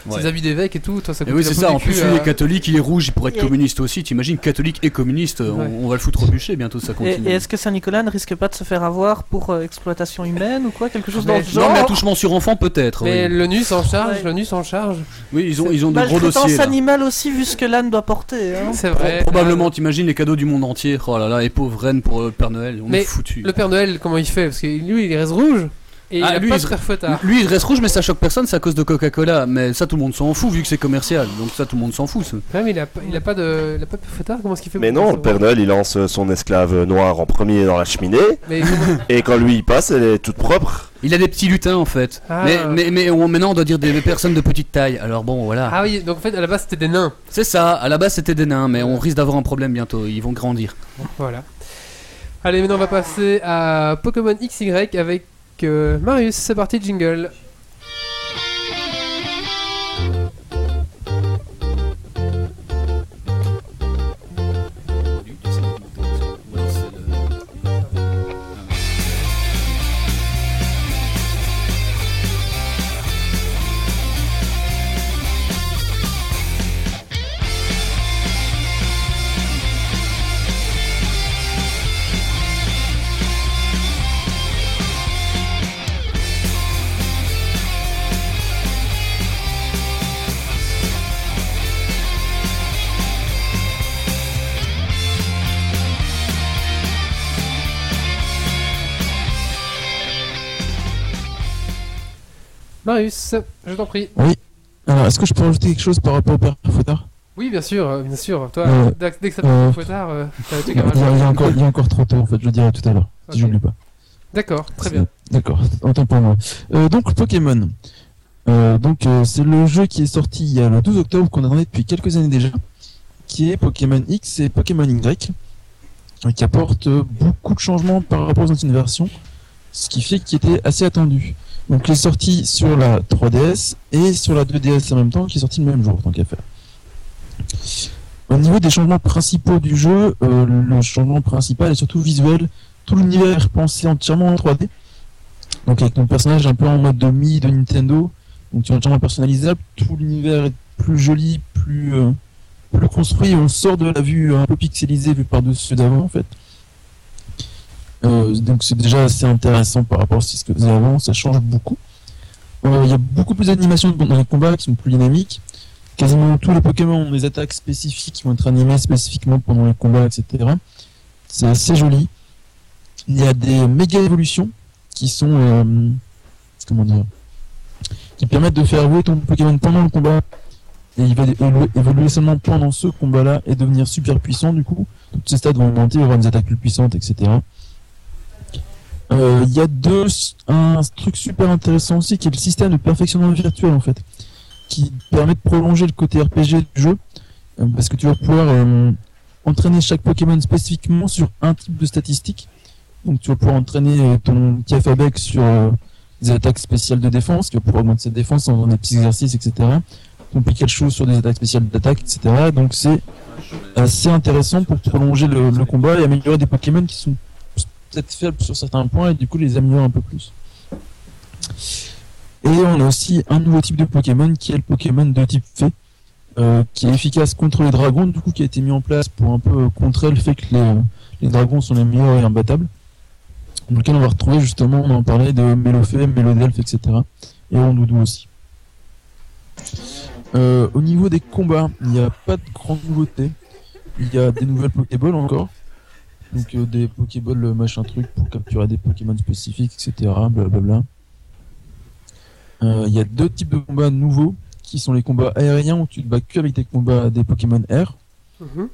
ses Ouais. habits d'évêque et tout, toi ça Et coûte Eh oui, la c'est peau ça. du En cul, plus, euh, il est catholique, il est rouge, il pourrait être Et- communiste aussi. T'imagines, catholique et communiste, on- Ouais. on, va le foutre au bûcher bientôt, ça Et, continue. et est-ce que Saint-Nicolas ne risque pas de se faire avoir pour euh, exploitation humaine ou quoi Quelque chose Mais- dans ce genre Ah ben, Non, mais attouchement sur enfant, peut-être. Mais oui. l'ONU s'en charge, Ouais. l'ONU s'en charge. Oui, ils ont, ils ont de gros dossiers. Maltraitance là. animale aussi, vu ce que l'âne doit porter. hein. C'est Pro- vrai. Probablement, t'imagines les cadeaux du monde entier. Oh là là, et pauvre reine pour euh, le Père Noël, on Mais est foutu. Le Père Noël, comment il fait Parce que lui, il reste rouge et Ah, il a lui, pas il de se- perfetta. Lui, il reste rouge, mais ça choque personne, c'est à cause de Coca-Cola. Mais ça, tout le monde s'en fout, vu que c'est commercial. Donc ça, tout le monde s'en fout. ça. Ouais, mais il a, pas- il a pas de, il a pas de perfetta. Comment est-ce qu'il fait Mais pour non, ça le Père Noël il lance euh, son esclave noir en premier dans la cheminée, Mais comment- et quand lui il passe, elle est toute propre. Il a des petits lutins, en fait. Ah. Mais, mais, mais on- maintenant, on doit dire des personnes de petite taille. Alors bon, voilà. Ah oui, donc en fait, à la base, c'était des nains. C'est ça, à la base c'était des nains, mais on risque d'avoir un problème bientôt, ils vont grandir. Voilà. Allez, maintenant on va passer à Pokémon XY avec euh, Marius. C'est parti, jingle. Marius, je t'en prie. Alors, est-ce que je peux rajouter quelque chose par rapport au père Fouettard Oui, bien sûr, euh, bien sûr. Toi, Euh, dès dès que ça euh, passe au tard, t'as un il truc y, à a, il y a rajouter. encore, il y a encore trop tôt, en fait, je le dirai tout à l'heure, Ok. si j'oublie pas. D'accord, très bien. D'accord, autant pour moi. Euh, donc, Pokémon. Euh, donc, euh, c'est le jeu qui est sorti il y a le 12 octobre, qu'on attendait depuis quelques années déjà, qui est Pokémon X et Pokémon Y, euh, qui apporte euh, beaucoup de changements par rapport aux anciennes versions, ce qui fait qu'il était assez attendu. Donc, il est sorti sur la 3DS et sur la 2DS en même temps, qui est sorti le même jour, tant qu'à faire. Au niveau des changements principaux du jeu, euh, le changement principal est surtout visuel. Tout l'univers est pensé entièrement en 3D. Donc avec ton personnage un peu en mode de mi de Nintendo, donc tu es entièrement personnalisable, tout l'univers est plus joli, plus, euh, plus construit, on sort de la vue un peu pixelisée vue par-dessus d'avant en fait. Euh, donc c'est déjà assez intéressant par rapport à ce que faisait avant, ça change beaucoup. Euh, Il y a beaucoup plus d'animations dans les combats qui sont plus dynamiques. Quasiment tous les Pokémon ont des attaques spécifiques qui vont être animées spécifiquement pendant les combats, etc. C'est assez joli. Il y a des méga évolutions qui sont euh, comment dire qui permettent de faire évoluer ton Pokémon pendant le combat et il va évoluer- évoluer seulement pendant ce combat là et devenir super puissant du coup toutes ces stats vont augmenter il va y avoir des attaques plus puissantes etc Euh, il y a deux un truc super intéressant aussi qui est le système de perfectionnement virtuel en fait qui permet de prolonger le côté RPG du jeu euh, parce que tu vas pouvoir euh, entraîner chaque Pokémon spécifiquement sur un type de statistique donc tu vas pouvoir entraîner euh, ton Kafabec sur euh, des attaques spéciales de défense, tu vas pouvoir augmenter cette défense en faisant des petits exercices, etc. Ton Pikachu sur des attaques spéciales d'attaque, etc. Donc c'est assez intéressant pour prolonger le, le combat et améliorer des Pokémon qui sont peut-être faibles sur certains points et du coup les améliorer un peu plus. Et on a aussi un nouveau type de Pokémon qui est le Pokémon de type fée, euh, qui est efficace contre les dragons, du coup qui a été mis en place pour un peu euh, contrer le fait que les, les dragons sont les meilleurs et imbattables dans lequel on va retrouver justement, on en parlait de Mélofée, Mélodelphe, etc. Et Rondoudou aussi. Euh, au niveau des combats, il n'y a pas de grande nouveauté. Il y a des nouvelles Pokéballs encore. Donc euh, des Pokéballs euh, machin truc pour capturer des Pokémon spécifiques, etc. Blablabla. Euh, il y a deux types de combats nouveaux qui sont les combats aériens où tu te bats que avec des combats des Pokémon air Mhm.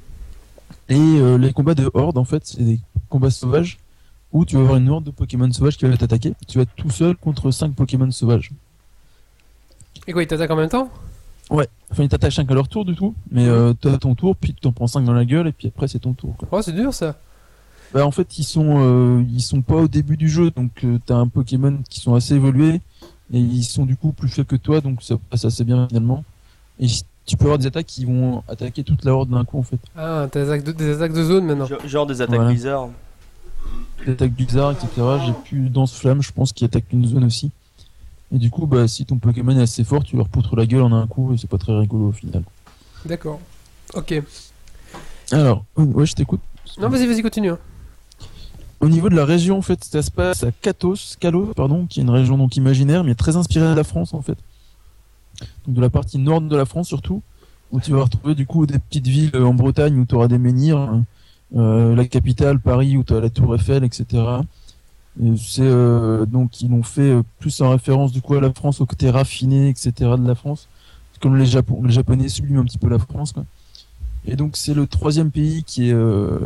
et euh, les combats de horde, en fait, c'est des combats sauvages où tu vas avoir une horde de Pokémon sauvages qui va t'attaquer. Tu vas être tout seul contre 5 Pokémon sauvages. Et quoi, il t'attaque en même temps Enfin, ils t'attaquent chacun à leur tour du tout, mais euh, t'as ton tour, puis tu t'en prends 5 dans la gueule, et puis après c'est ton tour. quoi. Oh, c'est dur ça. Bah, en fait, ils sont, euh, ils sont pas au début du jeu, donc tu t'as un Pokémon qui sont assez évolués et ils sont du coup plus faibles que toi, donc ça passe assez bien finalement. Et si- tu peux avoir des attaques qui vont attaquer toute la horde d'un coup en fait. Ah, t'as des attaques de, des attaques de zone maintenant. Genre des attaques Voilà. bizarres. Des attaques bizarres, etc. J'ai plus Danse Flamme, je pense, qui attaque une zone aussi. Et du coup, bah, si ton Pokémon est assez fort, tu leur poutres la gueule en un coup et c'est pas très rigolo au final. D'accord. Ok. Alors, ouais, je t'écoute. Non, vas-y, vas-y, continue. hein. Au niveau de la région, en fait, ça se passe à Catos, Calo, pardon, qui est une région donc imaginaire, mais très inspirée de la France, en fait. Donc de la partie nord de la France surtout, où tu vas retrouver du coup des petites villes euh, en Bretagne où tu auras des menhirs, euh, la capitale Paris où tu as la Tour Eiffel, etc. Et c'est euh, donc ils l'ont fait euh, plus en référence du coup à la France au côté raffiné, etc. de la France, C'est comme les, Japo- les Japonais subliment un petit peu la France. Quoi. Et donc c'est le troisième pays qui est euh,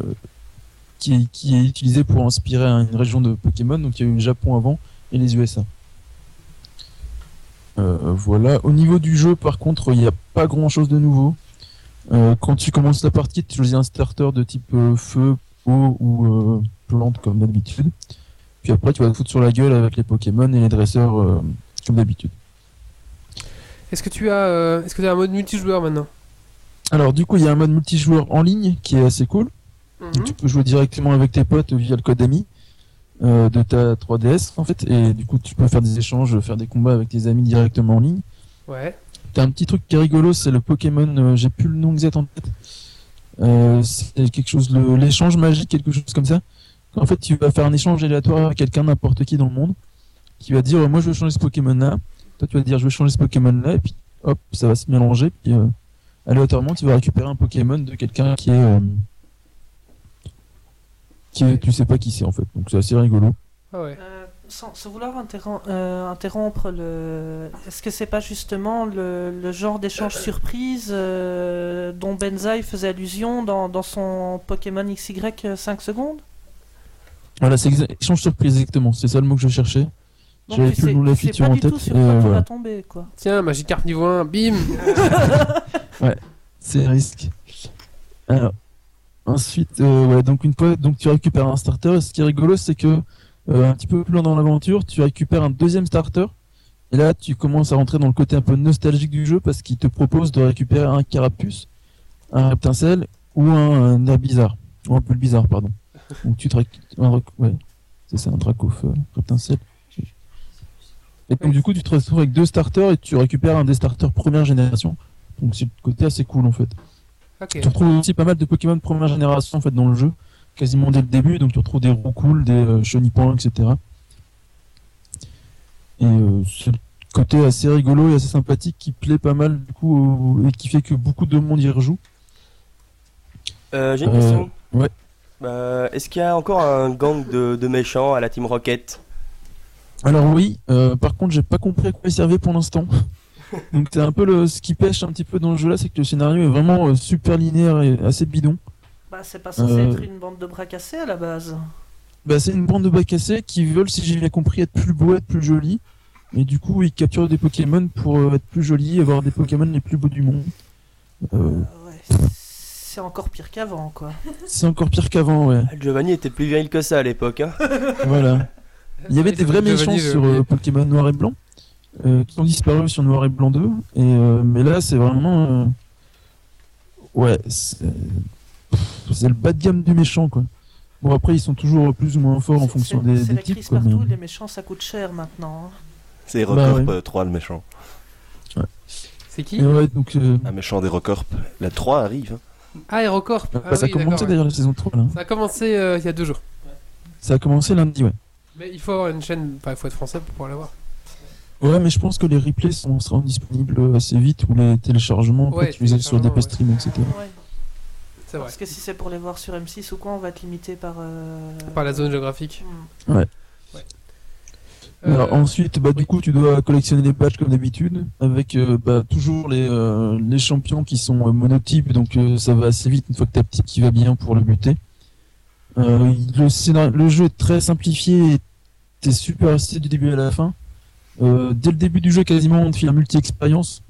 qui est, qui est utilisé pour inspirer une région de Pokémon. Donc il y a eu le Japon avant et les USA. Euh, voilà. Au niveau du jeu, par contre, il n'y a pas grand chose de nouveau. Euh, quand tu commences la partie, tu choisis un starter de type euh, feu, eau ou euh, plante comme d'habitude. Puis après, tu vas te foutre sur la gueule avec les Pokémon et les dresseurs euh, comme d'habitude. Est-ce que tu as, euh, est-ce que tu as un mode multijoueur maintenant Alors du coup, il y a un mode multijoueur en ligne qui est assez cool. Donc, tu peux jouer directement avec tes potes via le code ami euh, de ta 3DS en fait, et du coup, tu peux faire des échanges, faire des combats avec tes amis directement en ligne. Ouais. T'as un petit truc qui est rigolo, c'est le Pokémon, euh, j'ai plus le nom exact en tête. Euh, c'est quelque chose, le- l'échange magique, quelque chose comme ça. En fait, tu vas faire un échange aléatoire avec quelqu'un, n'importe qui dans le monde, qui va dire, euh, moi je veux changer ce Pokémon là. Toi, tu vas dire, je veux changer ce Pokémon là, et puis hop, ça va se mélanger, puis euh, aléatoirement, tu vas récupérer un Pokémon de quelqu'un qui est, euh, qui est- tu sais pas qui c'est en fait. Donc c'est assez rigolo. Ah Euh, sans, sans vouloir interrom- euh, interrompre, le... est-ce que c'est pas justement le, le genre d'échange surprise euh, dont Benzaï faisait allusion dans, dans son Pokémon XY euh, 5 secondes Voilà, c'est exa- échange surprise exactement. C'est ça le mot que je cherchais. Donc, J'avais tu plus le sais- nom de la tu sais feature pas en du tout tête. sur et, euh, quoi tu vas voilà. tomber, quoi. Tiens, Magikarp niveau 1, bim Ouais, c'est risque. Alors, ensuite, euh, ouais, donc une fois, donc tu récupères un starter. Et ce qui est rigolo, c'est que euh, un petit peu plus loin dans l'aventure, tu récupères un deuxième starter. Et là, tu commences à rentrer dans le côté un peu nostalgique du jeu parce qu'il te propose de récupérer un carapuce, un reptincelle ou un, un air bizarre, ou un pull bizarre, pardon. Donc tu te réc- un rec- ouais, c'est ça, un dracophone, reptincelle. Et donc du coup, tu te retrouves avec deux starters et tu récupères un des starters première génération. Donc c'est le côté assez cool en fait. Ok. Tu retrouves aussi pas mal de Pokémon première génération en fait dans le jeu, quasiment dès le début. Donc tu retrouves des Roucool, des euh, Chenipan, etc. Et euh, c'est le côté assez rigolo et assez sympathique qui plaît pas mal du coup au- et qui fait que beaucoup de monde y rejoue. Euh, J'ai une Euh, question. ouais. Euh, Est-ce qu'il y a encore un gang de, de méchants à la Team Rocket Alors oui, euh, par contre j'ai pas compris à quoi il servait pour l'instant. Donc c'est un peu le, ce qui pêche un petit peu dans le jeu là, c'est que le scénario est vraiment euh, super linéaire et assez bidon. Bah, c'est pas censé Euh. être une bande de bras cassés à la base. Bah, c'est une bande de bas cassés qui veulent, si j'ai bien compris, être plus beaux, être plus jolis. Et du coup, ils capturent des Pokémon pour euh, être plus jolis et avoir des Pokémon les plus beaux du monde. Euh, Ah C'est encore pire qu'avant, quoi. c'est encore pire qu'avant, ouais. Ah, Giovanni était plus viril que ça à l'époque. Hein. voilà. Il Ah, y avait des vrais Giovanni, méchants je- sur euh, Pokémon Noir et Blanc euh, qui ont disparu sur Noir et Blanc 2. Et, euh, mais là, c'est vraiment. euh, Ouais, c'est pff, c'est le bas de gamme du méchant, quoi. Bon, après, ils sont toujours plus ou moins forts en C'est fonction des, c'est des la types, crise quoi. mais- partout, les méchants ça coûte cher maintenant. hein. C'est Bah Recorp ouais. euh, 3 le méchant. C'est qui Et ouais, donc, euh, Un méchant des Recorp. La 3 arrive. hein. Ah, Aérocorp ah, ça oui, a commencé d'accord, d'ailleurs la saison 3 là. ouais. Ça a commencé euh, il y a deux jours. Ça a commencé lundi, ouais. Mais il faut avoir une chaîne, enfin, il faut être français pour pouvoir l'avoir. Ouais, mais je pense que les replays sont, seront disponibles euh, assez vite ou les téléchargements, Ouais, quoi, tu les as sur téléchargements, DP Stream, etc. Ouais. C'est vrai. Parce que si c'est pour les voir sur M6 ou quoi, on va être limité par. euh, Par la zone géographique. Ouais. Ouais. Alors, ensuite, bah, du coup, tu dois collectionner les badges comme d'habitude, avec euh, bah, toujours les, euh, les champions qui sont euh, monotypes, donc euh, ça va assez vite une fois que t'as petit qui va bien pour le buter. Euh, le, scénar- le jeu est très simplifié et t'es super assisté du début à la fin. Euh, dès le début du jeu, quasiment, on te file un multi-expérience,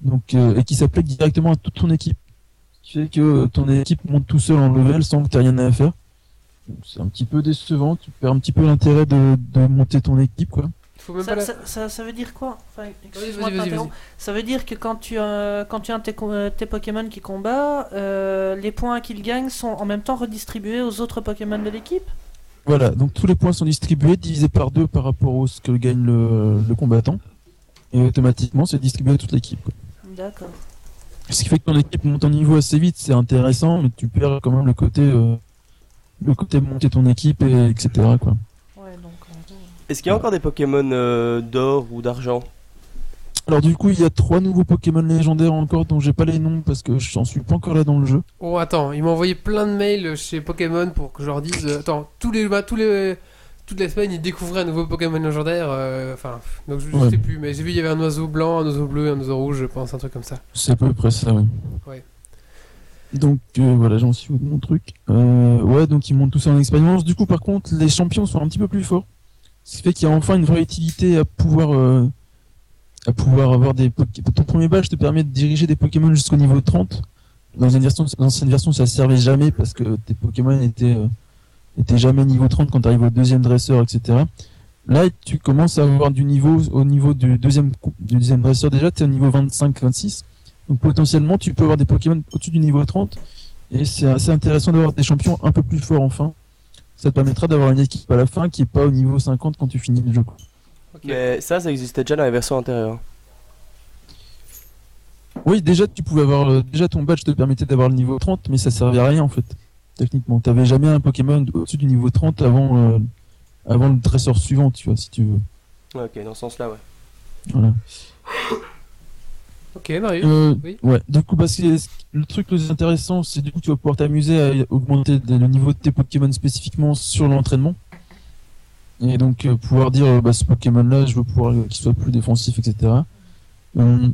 donc, euh, et qui s'applique directement à toute ton équipe. Ce qui fait que euh, ton équipe monte tout seul en level sans que t'aies rien à faire. c'est un petit peu décevant. Tu perds un petit peu l'intérêt de, de monter ton équipe, quoi. Ça, ça- ça- ça veut dire quoi Enfin, excuse-moi de vas-y, t'interrompre. Ça veut dire que quand tu, euh, quand tu as tes, co- euh, tes Pokémon qui combattent, euh, les points qu'ils gagnent sont en même temps redistribués aux autres Pokémon de l'équipe Voilà, donc tous les points sont distribués, divisés par deux par rapport au ce que gagne le, le combattant. Et automatiquement, c'est distribué à toute l'équipe. quoi. D'accord. Ce qui fait que ton équipe monte en niveau assez vite, c'est intéressant, mais tu perds quand même le côté, euh, le côté monter ton équipe, et, etc. Quoi. Est-ce qu'il y a encore des Pokémon euh, d'or ou d'argent Alors du coup, il y a trois nouveaux Pokémon légendaires encore, dont j'ai pas les noms parce que j'en suis pas encore là dans le jeu. Oh, attends, ils m'ont envoyé plein de mails chez Pokémon pour que je leur dise. euh, attends, tous les, bah, tous les, toutes les semaines, ils découvraient un nouveau Pokémon légendaire. euh, Enfin, pff, donc je, je Ouais. sais plus, mais j'ai vu, il y avait un oiseau blanc, un oiseau bleu, un oiseau rouge, je pense, un truc comme ça. C'est à peu près ça, oui. Ouais. Donc euh, voilà, j'en suis au bon truc. Euh, ouais, donc ils montent tout ça en expérience. Du coup, par contre, les champions sont un petit peu plus forts. Ce qui fait qu'il y a enfin une vraie utilité à pouvoir, euh, à pouvoir avoir des Poké- Ton premier badge te permet de diriger des Pokémon jusqu'au niveau 30. Dans une version, dans l'ancienne version, ça servait jamais parce que tes Pokémon étaient, euh, étaient jamais niveau 30 quand tu arrives au deuxième dresseur, etc. Là, tu commences à avoir du niveau au niveau du deuxième, cou- du deuxième dresseur déjà, tu es au niveau 25-26. Donc potentiellement, tu peux avoir des Pokémon au-dessus du niveau 30. Et c'est assez intéressant d'avoir des champions un peu plus forts enfin. Ça te permettra d'avoir une équipe à la fin qui est pas au niveau 50 quand tu finis le jeu. quoi. Mais ça, ça existait déjà dans les versions antérieures. Oui, déjà, tu pouvais avoir. euh, déjà, ton badge te permettait d'avoir le niveau 30, mais ça servait à rien en fait. Techniquement, t'avais jamais un Pokémon au-dessus du niveau 30 avant, euh, avant le dresseur suivant, tu vois, si tu veux. Ouais, ok, dans ce sens-là, ouais. Voilà. Ok, Marius Euh, Oui. Ouais, du coup, parce que le truc le plus intéressant, c'est du coup, tu vas pouvoir t'amuser à augmenter le niveau de tes Pokémon spécifiquement sur l'entraînement. Et donc, euh, pouvoir dire, euh, bah, ce Pokémon-là, je veux pouvoir euh, qu'il soit plus défensif, etc. Euh,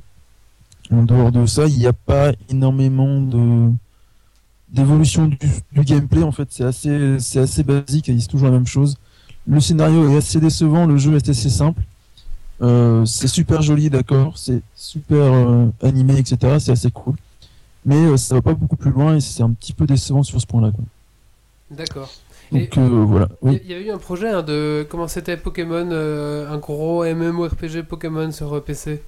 en dehors de ça, il n'y a pas énormément de d'évolution du, du gameplay en fait c'est assez c'est assez basique et c'est toujours la même chose le scénario est assez décevant le jeu est assez simple euh, c'est super joli, d'accord, c'est super euh, animé, etc. C'est assez cool. Mais euh, ça va pas beaucoup plus loin et c'est un petit peu décevant sur ce point-là. quoi. D'accord. Donc euh, voilà. Il Oui. y- il y avait eu un projet hein, de. Comment c'était Pokémon euh, Un gros MMORPG Pokémon sur euh, PC.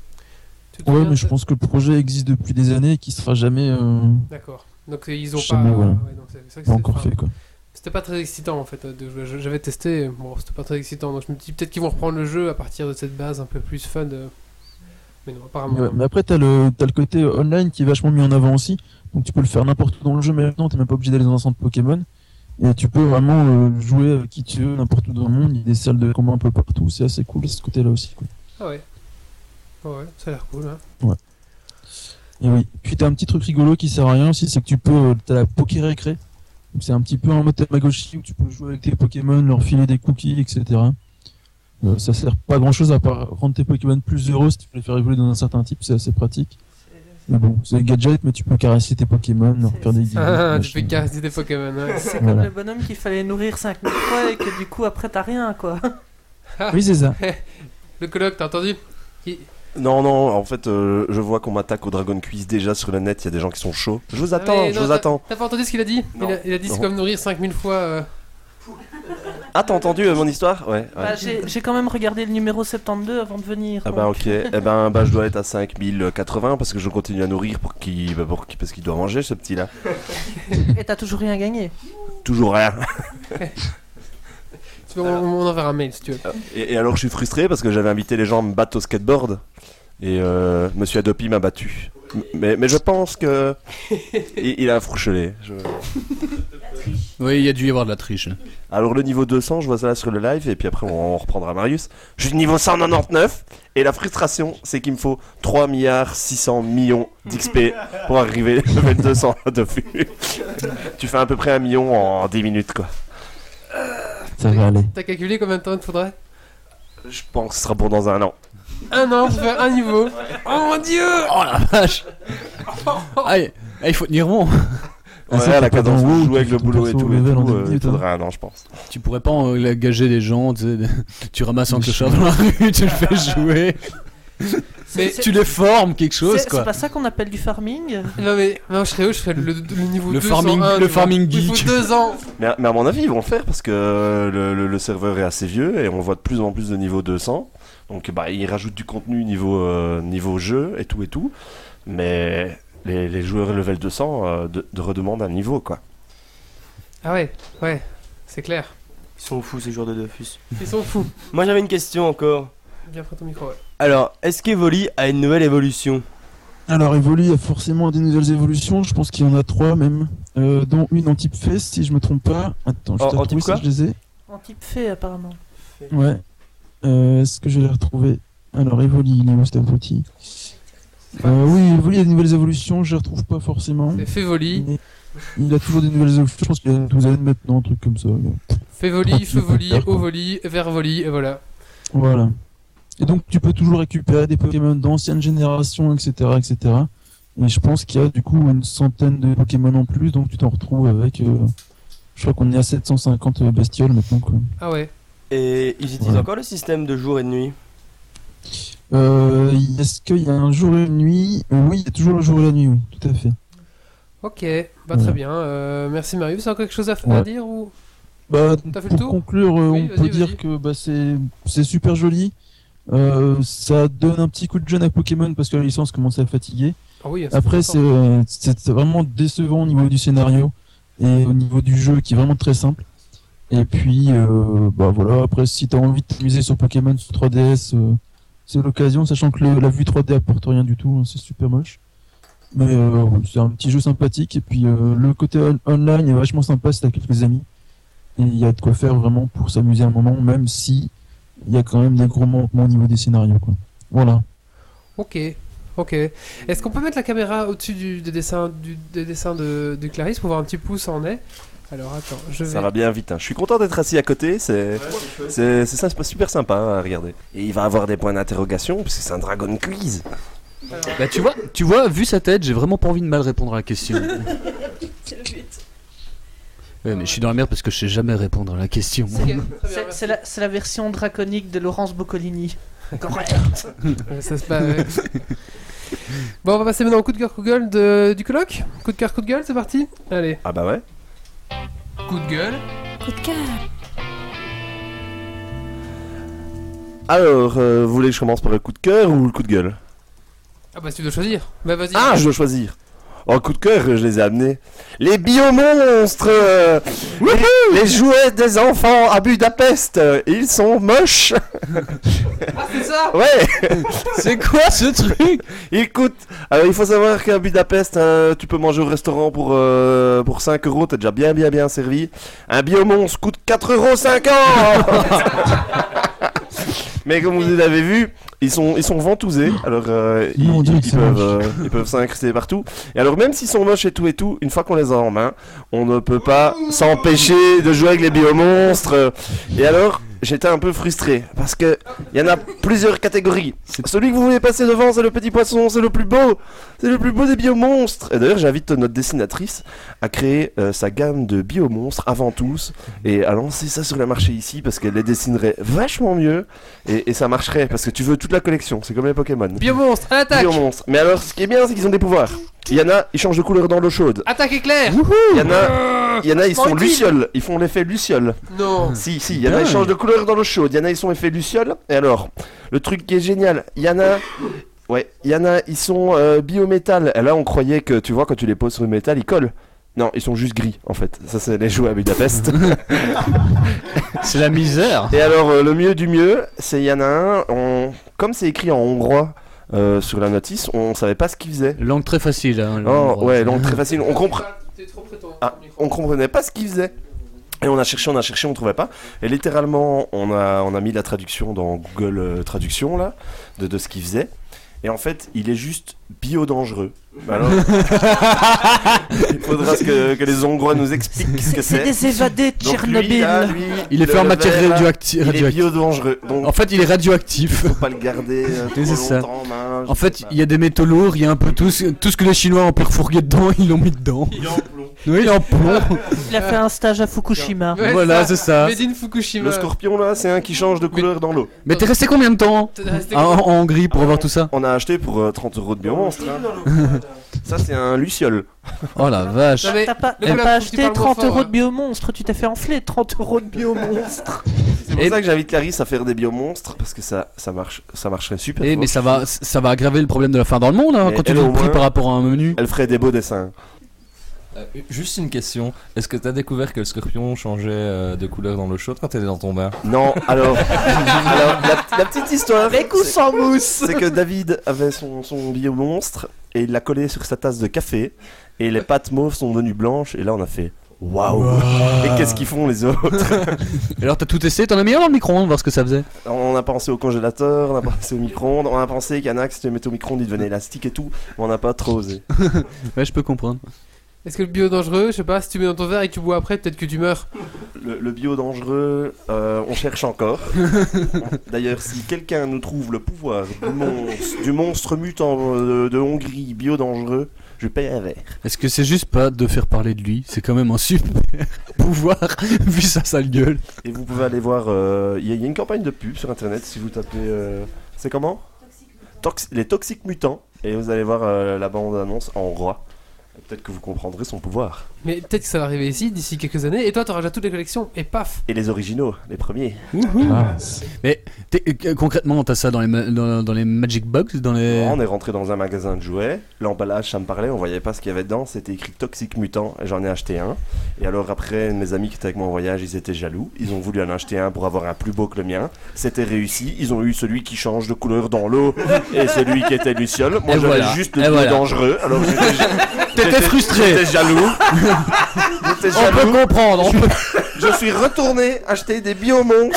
Tu te Ouais, mais souviens de je ça pense que le projet existe depuis des années et qui sera jamais, euh, D'accord. Donc euh, ils ont Jamais, pas. voilà. donc c'est- c'est vrai que hein. pas c'est- encore enfin, fait. Quoi. C'était pas très excitant en fait. euh, de jouer. Je- J'avais testé, bon, c'était pas très excitant. Donc je me dis peut-être qu'ils vont reprendre le jeu à partir de cette base un peu plus fun. euh, Mais non, apparemment. Mais, ouais, non. mais après, t'as le, t'as le côté online qui est vachement mis en avant aussi. Donc tu peux le faire n'importe où dans le jeu maintenant, t'es même pas obligé d'aller dans un centre Pokémon. Et tu peux vraiment euh, jouer avec qui tu veux, n'importe où dans le monde. Il y a des salles de combat un peu partout, c'est assez cool ce côté-là aussi. quoi. Ah ouais. Ah ouais, ça a l'air cool. Hein. Et oui. Puis t'as un petit truc rigolo qui sert à rien aussi, c'est que tu peux, euh, t'as la Poké Récré. Donc c'est un petit peu en mode Tamagotchi où tu peux jouer avec tes Pokémon, leur filer des cookies, etc. Euh, ça sert pas grand chose à part rendre tes Pokémon plus heureux si tu veux les faire évoluer dans un certain type, c'est assez pratique. Mais bon, c'est des gadgets, mais tu peux caresser tes Pokémon, leur faire des Ah, gimmicks, tu fais machin. caresser des Pokémon. hein. C'est comme Voilà. le bonhomme qu'il fallait nourrir 5000 fois et que du coup après t'as rien quoi. Oui, c'est ça. le colloque, t'as entendu Non, non, en fait, euh, je vois qu'on m'attaque au Dragon Quiz déjà sur le net, il y a des gens qui sont chauds. Je vous attends, Ah mais je non, vous t'as- attends. T'as pas entendu ce qu'il a dit il a, il a dit c'est Non. comme nourrir 5000 fois. euh, Ah, t'as entendu euh, mon histoire Ouais. ouais. Bah, j'ai j'ai quand même regardé le numéro 72 avant de venir. Ah bah donc. ok, eh ben bah, je dois être à 5080 parce que je continue à nourrir pour qu'il, bah, pour qu'il- parce qu'il doit manger ce petit là. Et t'as toujours rien gagné. Toujours rien. tu vois, on, on enverra un mail si tu veux. Ah. Et, et alors je suis frustré parce que j'avais invité les gens à me battre au skateboard et euh, Monsieur Adopi m'a battu. M- Mais, mais je pense que il, il a frouchelé. Je- Oui, il y a dû y avoir de la triche. hein. Alors le niveau 200, je vois ça là sur le live et puis après on, on reprendra Marius. Je suis niveau 199 et la frustration c'est qu'il me faut 3 milliards 600 millions d'XP pour arriver level 200 de plus. tu fais à peu près un million en 10 minutes quoi. Ça va aller. T'as calculé combien de temps il te faudrait Je pense que ce sera bon dans un an. Un an pour faire un niveau. Oh mon dieu Oh la vache Aïe, aïe, il faut tenir bon Ouais, Ah, ça, t'as la pas cadence dans où WoW, je joue avec tu le fais boulot ton et perso tout, et level en tout, dix euh, il minutes, hein. faudra un an, je pense. Tu pourrais pas engager gager des gens, tu sais, tu ramasses un clochard dans la rue, tu le fais jouer. Mais tu les formes quelque chose C'est- quoi. C'est pas ça qu'on appelle du farming Non mais non, je serais où je ferais le, le niveau Le 201, farming- tu le vois. farming Il faut geek. deux ans. Mais à, mais à mon avis, ils vont le faire parce que euh, le, le- le serveur est assez vieux et on voit de plus en plus de niveau 200. Donc bah, ils rajoutent du contenu niveau, euh, niveau jeu et tout et tout. Mais les, les joueurs level 200 euh, de, de redemandent un niveau quoi. Ah ouais, ouais, c'est clair. Ils sont fous ces joueurs de Dofus. Ils sont fous. Moi j'avais une question encore. Bien près ton micro. Ouais. Alors, est-ce qu'Evoli a une nouvelle évolution Alors, Evoli a forcément des nouvelles évolutions. Je pense qu'il y en a trois même, euh, dont une en type face, si je me trompe pas. Attends, je En- t'ai en retrouvé type ça, quoi je les ai. En type fée, apparemment. Ouais. Euh, Est-ce que je vais les retrouver Alors, Evoli, il est où cet abruti Euh, Oui, Evoli a des nouvelles évolutions. Je les retrouve pas forcément. C'est Févoli, Mais Il a toujours des nouvelles évolutions. Je pense qu'il y a une douzaine maintenant, un truc comme ça. Ah, Févoli, Pratiquement Fevoli, clair, quoi. Ovoli, Vervoli, et voilà. Voilà. Et donc tu peux toujours récupérer des Pokémon d'ancienne génération, etc., etc. Et je pense qu'il y a du coup une centaine de Pokémon en plus, donc tu t'en retrouves avec. euh, je crois qu'on est à 750 euh, bestioles maintenant. Quoi. Ah ouais. Et ils utilisent Ouais. encore le système de jour et de nuit Euh, Est-ce qu'il y a un jour et une nuit Euh, Oui, il y a toujours le jour et la nuit, oui, tout à fait. Ok, bah très Ouais. bien. Euh, merci Marius, encore quelque chose à, à Ouais. dire ou Bah, T'as fait le pour tour conclure, euh, Oui, on vas-y, peut vas-y. dire que bah, c'est c'est super joli. Euh, ça donne un petit coup de jeune à Pokémon parce que la licence commence à fatiguer. Ah oui, ça fait Après, longtemps. c'est euh, c'est- c'est vraiment décevant au niveau du scénario et au niveau du jeu qui est vraiment très simple. Et puis, euh, bah voilà, après, si t'as envie de t'amuser sur Pokémon sur 3DS, euh, c'est l'occasion, sachant que le- la vue 3D apporte rien du tout, hein, c'est super moche. Mais euh, c'est un petit jeu sympathique, et puis euh, le côté on- online est vachement sympa si t'as quelques amis. Et il y a de quoi faire vraiment pour s'amuser un moment, même si il y a quand même des gros manquements au niveau des scénarios. Quoi. Voilà. Ok, ok. Est-ce qu'on peut mettre la caméra au-dessus du, des dessins, du, des dessins de, de Clarisse pour voir un petit peu où ça en est Alors attends, je vais. Ça va bien vite. hein. Je suis content d'être assis à côté. C'est c'est c'est ça, c'est pas super sympa hein, à regarder. Et il va avoir des points d'interrogation parce que c'est un Dragon Quiz. Bah tu vois, tu vois, vu sa tête, j'ai vraiment pas envie de mal répondre à la question. Ouais, mais je suis dans la merde parce que je sais jamais répondre à la question. Ok, très bien, C'est merci. c'est la, c'est la version draconique de Laurence Boccolini. Correct. Ouais, ça se passe, ouais. Bon, on va passer maintenant au coup de cœur, coup de gueule de- du colloque. Coup de cœur, coup de gueule, c'est parti Allez. Ah bah ouais. Coup de gueule. Coup de cœur. Alors, euh, vous voulez que je commence par le coup de cœur ou le coup de gueule Ah bah si tu dois choisir. Bah vas-y. Ah, je dois choisir. En coup de cœur, je les ai amenés. Les biomonstres euh, les, les jouets des enfants à Budapest euh, Ils sont moches Ah, c'est ça Ouais C'est quoi ce truc Ils coûtent Alors, il faut savoir qu'à Budapest, euh, tu peux manger au restaurant pour, euh, pour 5 euros, t'es déjà bien, bien, bien servi. Un biomonstre coûte 4,50 euros Mais comme vous l'avez vu, ils sont, ils sont ventousés, alors euh, ils, Mon Dieu, ils que c'est peuvent, moche. euh, ils peuvent s'incruster partout. Et alors même s'ils sont moches et tout et tout, une fois qu'on les a en main, on ne peut pas s'empêcher de jouer avec les biomonstres. Et alors, j'étais un peu frustré, parce que il y en a plusieurs catégories. Celui que vous voulez passer devant, c'est le petit poisson, c'est le plus beau, c'est le plus beau des biomonstres. Et d'ailleurs, j'invite notre dessinatrice à créer euh, sa gamme de biomonstres avant tous et à lancer ça sur le marché ici parce qu'elle les dessinerait vachement mieux et, et ça marcherait parce que tu veux toute la collection. C'est comme les Pokémon. Biomonstre, à l'attaque Biomonstres. Mais alors, ce qui est bien, c'est qu'ils ont des pouvoirs. Il y en a, ils changent de couleur dans l'eau chaude. Attaque éclair Euh, Il y en a, il y en a, ils sont Tranquille. lucioles. Ils font l'effet luciole. Non Si, si, il y en a, ils Dingue. changent de couleur dans l'eau chaude. Il y en a, ils sont effet luciole. Et alors, le truc qui est génial, il y en a. Ouais, il y en a, ils sont euh, biométal. Et là, on croyait que, tu vois, quand tu les poses sur le métal, ils collent. Non, ils sont juste gris, en fait. Ça, c'est les jouets à Budapest. C'est la misère. Et alors, euh, le mieux du mieux, c'est il y en a un, on... comme c'est écrit en hongrois euh, sur la notice, on savait pas ce qu'il faisait. Langue très facile. Hein, Oh, l'endroit. ouais, donc très facile. On, comprend T'es trop près ton Ah, micro. on comprenait pas ce qu'il faisait. Et on a cherché, on a cherché, on trouvait pas. Et littéralement, on a, on a mis la traduction dans Google euh, Traduction, là, de, de ce qu'il faisait. Et en fait, il est juste bio-dangereux. Bah alors, il faudra ce que, que les Hongrois nous expliquent ce que C'est c'est. des évadés de Donc, lui, là, Tchernobyl. lui, Il est le- fait en le matière verre, là, radioactive. Il est bio-dangereux. Donc, En fait, il est radioactif. faut pas le garder euh, trop C'est ça. longtemps. main, je En fait, sais pas. il y a des métaux lourds, il y a un peu tout, ce- tout ce que les Chinois ont perfourgué dedans, ils l'ont mis dedans. Il est en plomb. Oui, en plomb. Il a fait un stage à Fukushima. Ouais, Voilà, c'est ça. Made in Fukushima. Le scorpion là, c'est un qui change de couleur dans l'eau. Euh, Mais t'es resté combien de temps T'es resté en, en Hongrie pour avoir tout ça On a acheté pour euh, 30 euros de biomonstre. hein. Ça, c'est un Luciole. Oh la vache. Non, mais T'as pas, le t'as gars, pas faut acheté que tu parles moins 30 fort, euros ouais. de biomonstre, tu t'es fait enfler 30 euros de biomonstre. C'est pour Et- ça que j'invite Clarisse à faire des biomonstres parce que ça, ça, marche, ça marcherait super. Eh, fort. mais ça va, ça va aggraver le problème de la faim dans le monde hein, Mais quand tu elle, le au prix moins- par rapport à un menu. Elle ferait des beaux dessins. Euh, Juste une question. Est-ce que t'as découvert que le scorpion changeait euh, de couleur dans l'eau chaude quand t'étais dans ton bain Non, alors, Ah, alors la, la petite histoire, Les coups sans mousse c'est que David avait son, son biomonstre et il l'a collé sur sa tasse de café et les pattes mauves sont devenues blanches et là on a fait waouh. Et qu'est-ce qu'ils font les autres Et Alors t'as tout testé, t'en as mis un dans le micro-ondes voir ce que ça faisait. On a pensé au congélateur, on a pensé au micro-ondes, on a pensé qu'Anax, si tu le mettais au micro-ondes, il devenait élastique et tout, mais on n'a pas trop osé. Ouais, je peux comprendre. Est-ce que le bio est dangereux Je sais pas, si tu mets dans ton verre et que tu bois après, peut-être que tu meurs. Le, le bio dangereux, euh, on cherche encore. D'ailleurs, si quelqu'un nous trouve le pouvoir du monstre, du monstre mutant euh, de, de Hongrie bio dangereux, je paye un verre. Est-ce que c'est juste pas de faire parler de lui C'est quand même un super pouvoir vu sa sale gueule. Et vous pouvez aller voir, euh, il y, a- il y a une campagne de pub sur internet si vous tapez. euh, C'est comment Tox- Les toxiques mutants. Et vous allez voir euh, la bande-annonce en roi. Peut-être que vous comprendrez son pouvoir. Mais peut-être que ça va arriver ici d'ici quelques années et toi t'auras déjà toutes les collections et paf Et les originaux, les premiers. Ah. T'es- euh, concrètement, t'as ça dans les, ma- dans, dans les Magic Box, dans les. On est rentré dans un magasin de jouets, l'emballage ça me parlait, on voyait pas ce qu'il y avait dedans, c'était écrit Toxic Mutant, et j'en ai acheté un. Et alors après, mes amis qui étaient avec moi en voyage, ils étaient jaloux, ils ont voulu en acheter un pour avoir un plus beau que le mien, c'était réussi, ils ont eu celui qui change de couleur dans l'eau, et celui qui était Luciole, moi Et j'avais voilà, juste le et plus voilà. dangereux, alors j'étais ja- T'étais j'étais- frustré. j'étais jaloux, j'étais On peut jaloux, comprendre. on peut- je suis retourné acheter des biomons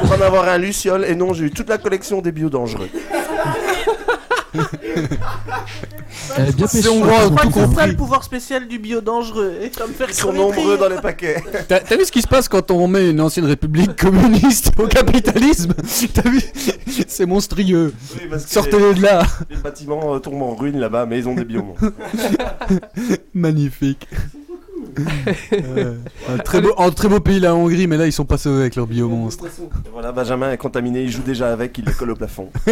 pour en avoir un Luciole, et non j'ai eu toute la collection des bio dangereux. Elle est bien C'est pêchée. hongrois, Euh, Je crois tout que c'est ça compris. le pouvoir spécial du bio dangereux. Et comme faire Ils sont crever nombreux de dans rire. les paquets. T'as t'as vu ce qui se passe quand on met une ancienne république communiste au capitalisme T'as vu C'est monstrueux. Oui, parce que Sortez-les de là. les, les bâtiments euh, tombent en ruine là-bas, mais ils ont des biomes. Magnifique. Euh, un, très beau, un très beau pays la Hongrie, mais là ils sont pas sauvés avec leur bio monstre. voilà, Benjamin est contaminé, il joue déjà avec, il le colle au plafond.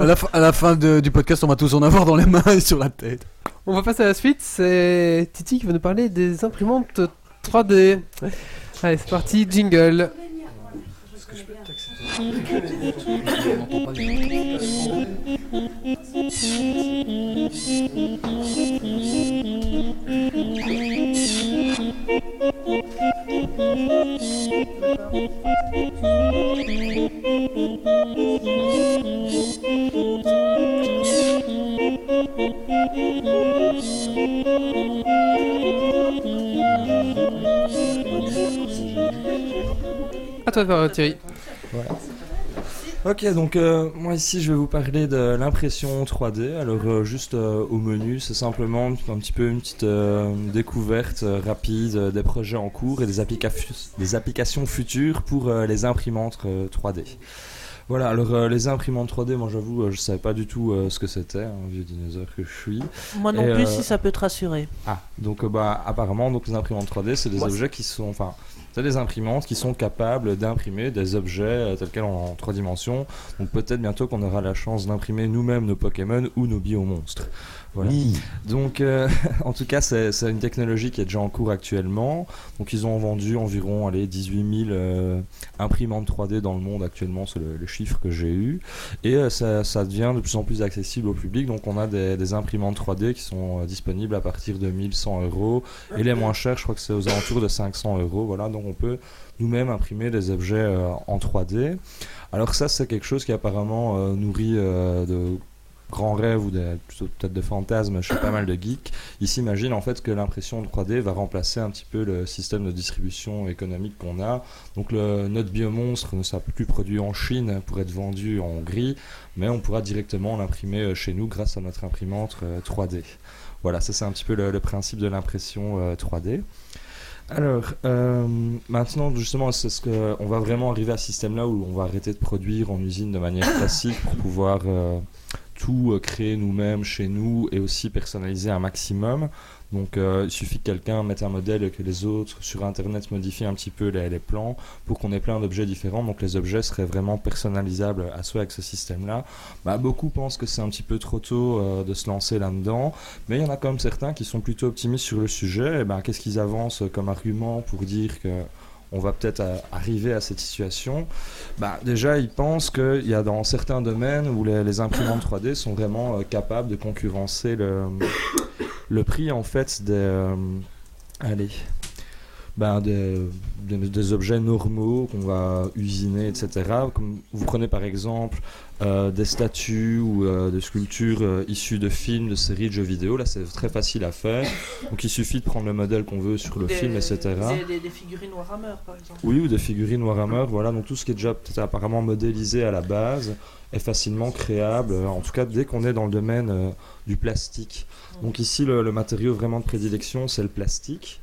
À la, fin- à la fin de- du podcast, on va tous en avoir dans les mains et sur la tête. On va passer à la suite, c'est Titi qui va nous parler des imprimantes 3D. Allez c'est parti, jingle. À toi de faire, Thierry. Ok, donc euh, moi ici je vais vous parler de l'impression 3D. Alors euh, juste euh, au menu, c'est simplement un petit peu une petite euh, découverte euh, rapide euh, des projets en cours et des, applica- des applications futures pour euh, les imprimantes euh, 3D. Voilà, alors euh, les imprimantes 3D, moi j'avoue, euh, je savais pas du tout euh, ce que c'était, un vieux dinosaure que je suis. Moi non Et, plus, euh, si ça peut te rassurer. Ah, donc euh, bah, apparemment, donc, les imprimantes 3D, c'est des objets qui sont. Enfin, c'est des imprimantes qui sont capables d'imprimer des objets euh, tels quels en, en trois dimensions. Donc peut-être bientôt qu'on aura la chance d'imprimer nous-mêmes nos Pokémon ou nos biomonstres. Voilà. Oui. Donc, euh, en tout cas, c'est c'est une technologie qui est déjà en cours actuellement. Donc, ils ont vendu environ allez, 18 000 euh, imprimantes 3D dans le monde actuellement, c'est le, le chiffre que j'ai eu. Et euh, ça, ça devient de plus en plus accessible au public. Donc, on a des, des imprimantes 3D qui sont euh, disponibles à partir de 1100 euros. Et les moins chères, je crois que c'est aux alentours de 500 euros. Voilà, donc on peut nous-mêmes imprimer des objets euh, en 3D. Alors, ça, c'est quelque chose qui apparemment euh, nourrit euh, de grands rêves ou des- plutôt peut-être de fantasmes chez pas mal de geeks, ils s'imaginent en fait que l'impression 3D va remplacer un petit peu le système de distribution économique qu'on a. Donc le, notre biomonstre ne sera plus produit en Chine pour être vendu en Hongrie, mais on pourra directement l'imprimer euh, chez nous grâce à notre imprimante euh, 3D. Voilà, ça c'est un petit peu le, le principe de l'impression euh, 3D. Alors, euh, maintenant, justement, c'est ce que on va vraiment arriver à ce système-là où on va arrêter de produire en usine de manière classique pour pouvoir euh, tout euh, créer nous-mêmes chez nous et aussi personnaliser un maximum. Donc euh, il suffit que quelqu'un mette un modèle et que les autres sur Internet modifient un petit peu les, les plans pour qu'on ait plein d'objets différents. Donc les objets seraient vraiment personnalisables à soi avec ce système-là. Bah, beaucoup pensent que c'est un petit peu trop tôt euh, de se lancer là-dedans, mais il y en a quand même certains qui sont plutôt optimistes sur le sujet. Et ben, Qu'est-ce qu'ils avancent comme argument pour dire que on va peut-être euh, arriver à cette situation. Bah, déjà, ils pensent qu'il y a dans certains domaines où les, les imprimantes 3D sont vraiment euh, capables de concurrencer le, le prix en fait des. euh, allez. Ben, des, des- des objets normaux qu'on va usiner, etc. Comme vous prenez par exemple euh, des statues ou euh, des sculptures euh, issues de films, de séries, de jeux vidéo, là c'est très facile à faire. Donc il suffit de prendre le modèle qu'on veut sur le Des- film, etc. Des, des- des figurines Warhammer, par exemple. Oui, ou des figurines Warhammer, voilà, donc tout ce qui est déjà peut-être apparemment modélisé à la base est facilement créable, euh, en tout cas dès qu'on est dans le domaine euh, du plastique. Donc ici, le, le matériau vraiment de prédilection, c'est le plastique,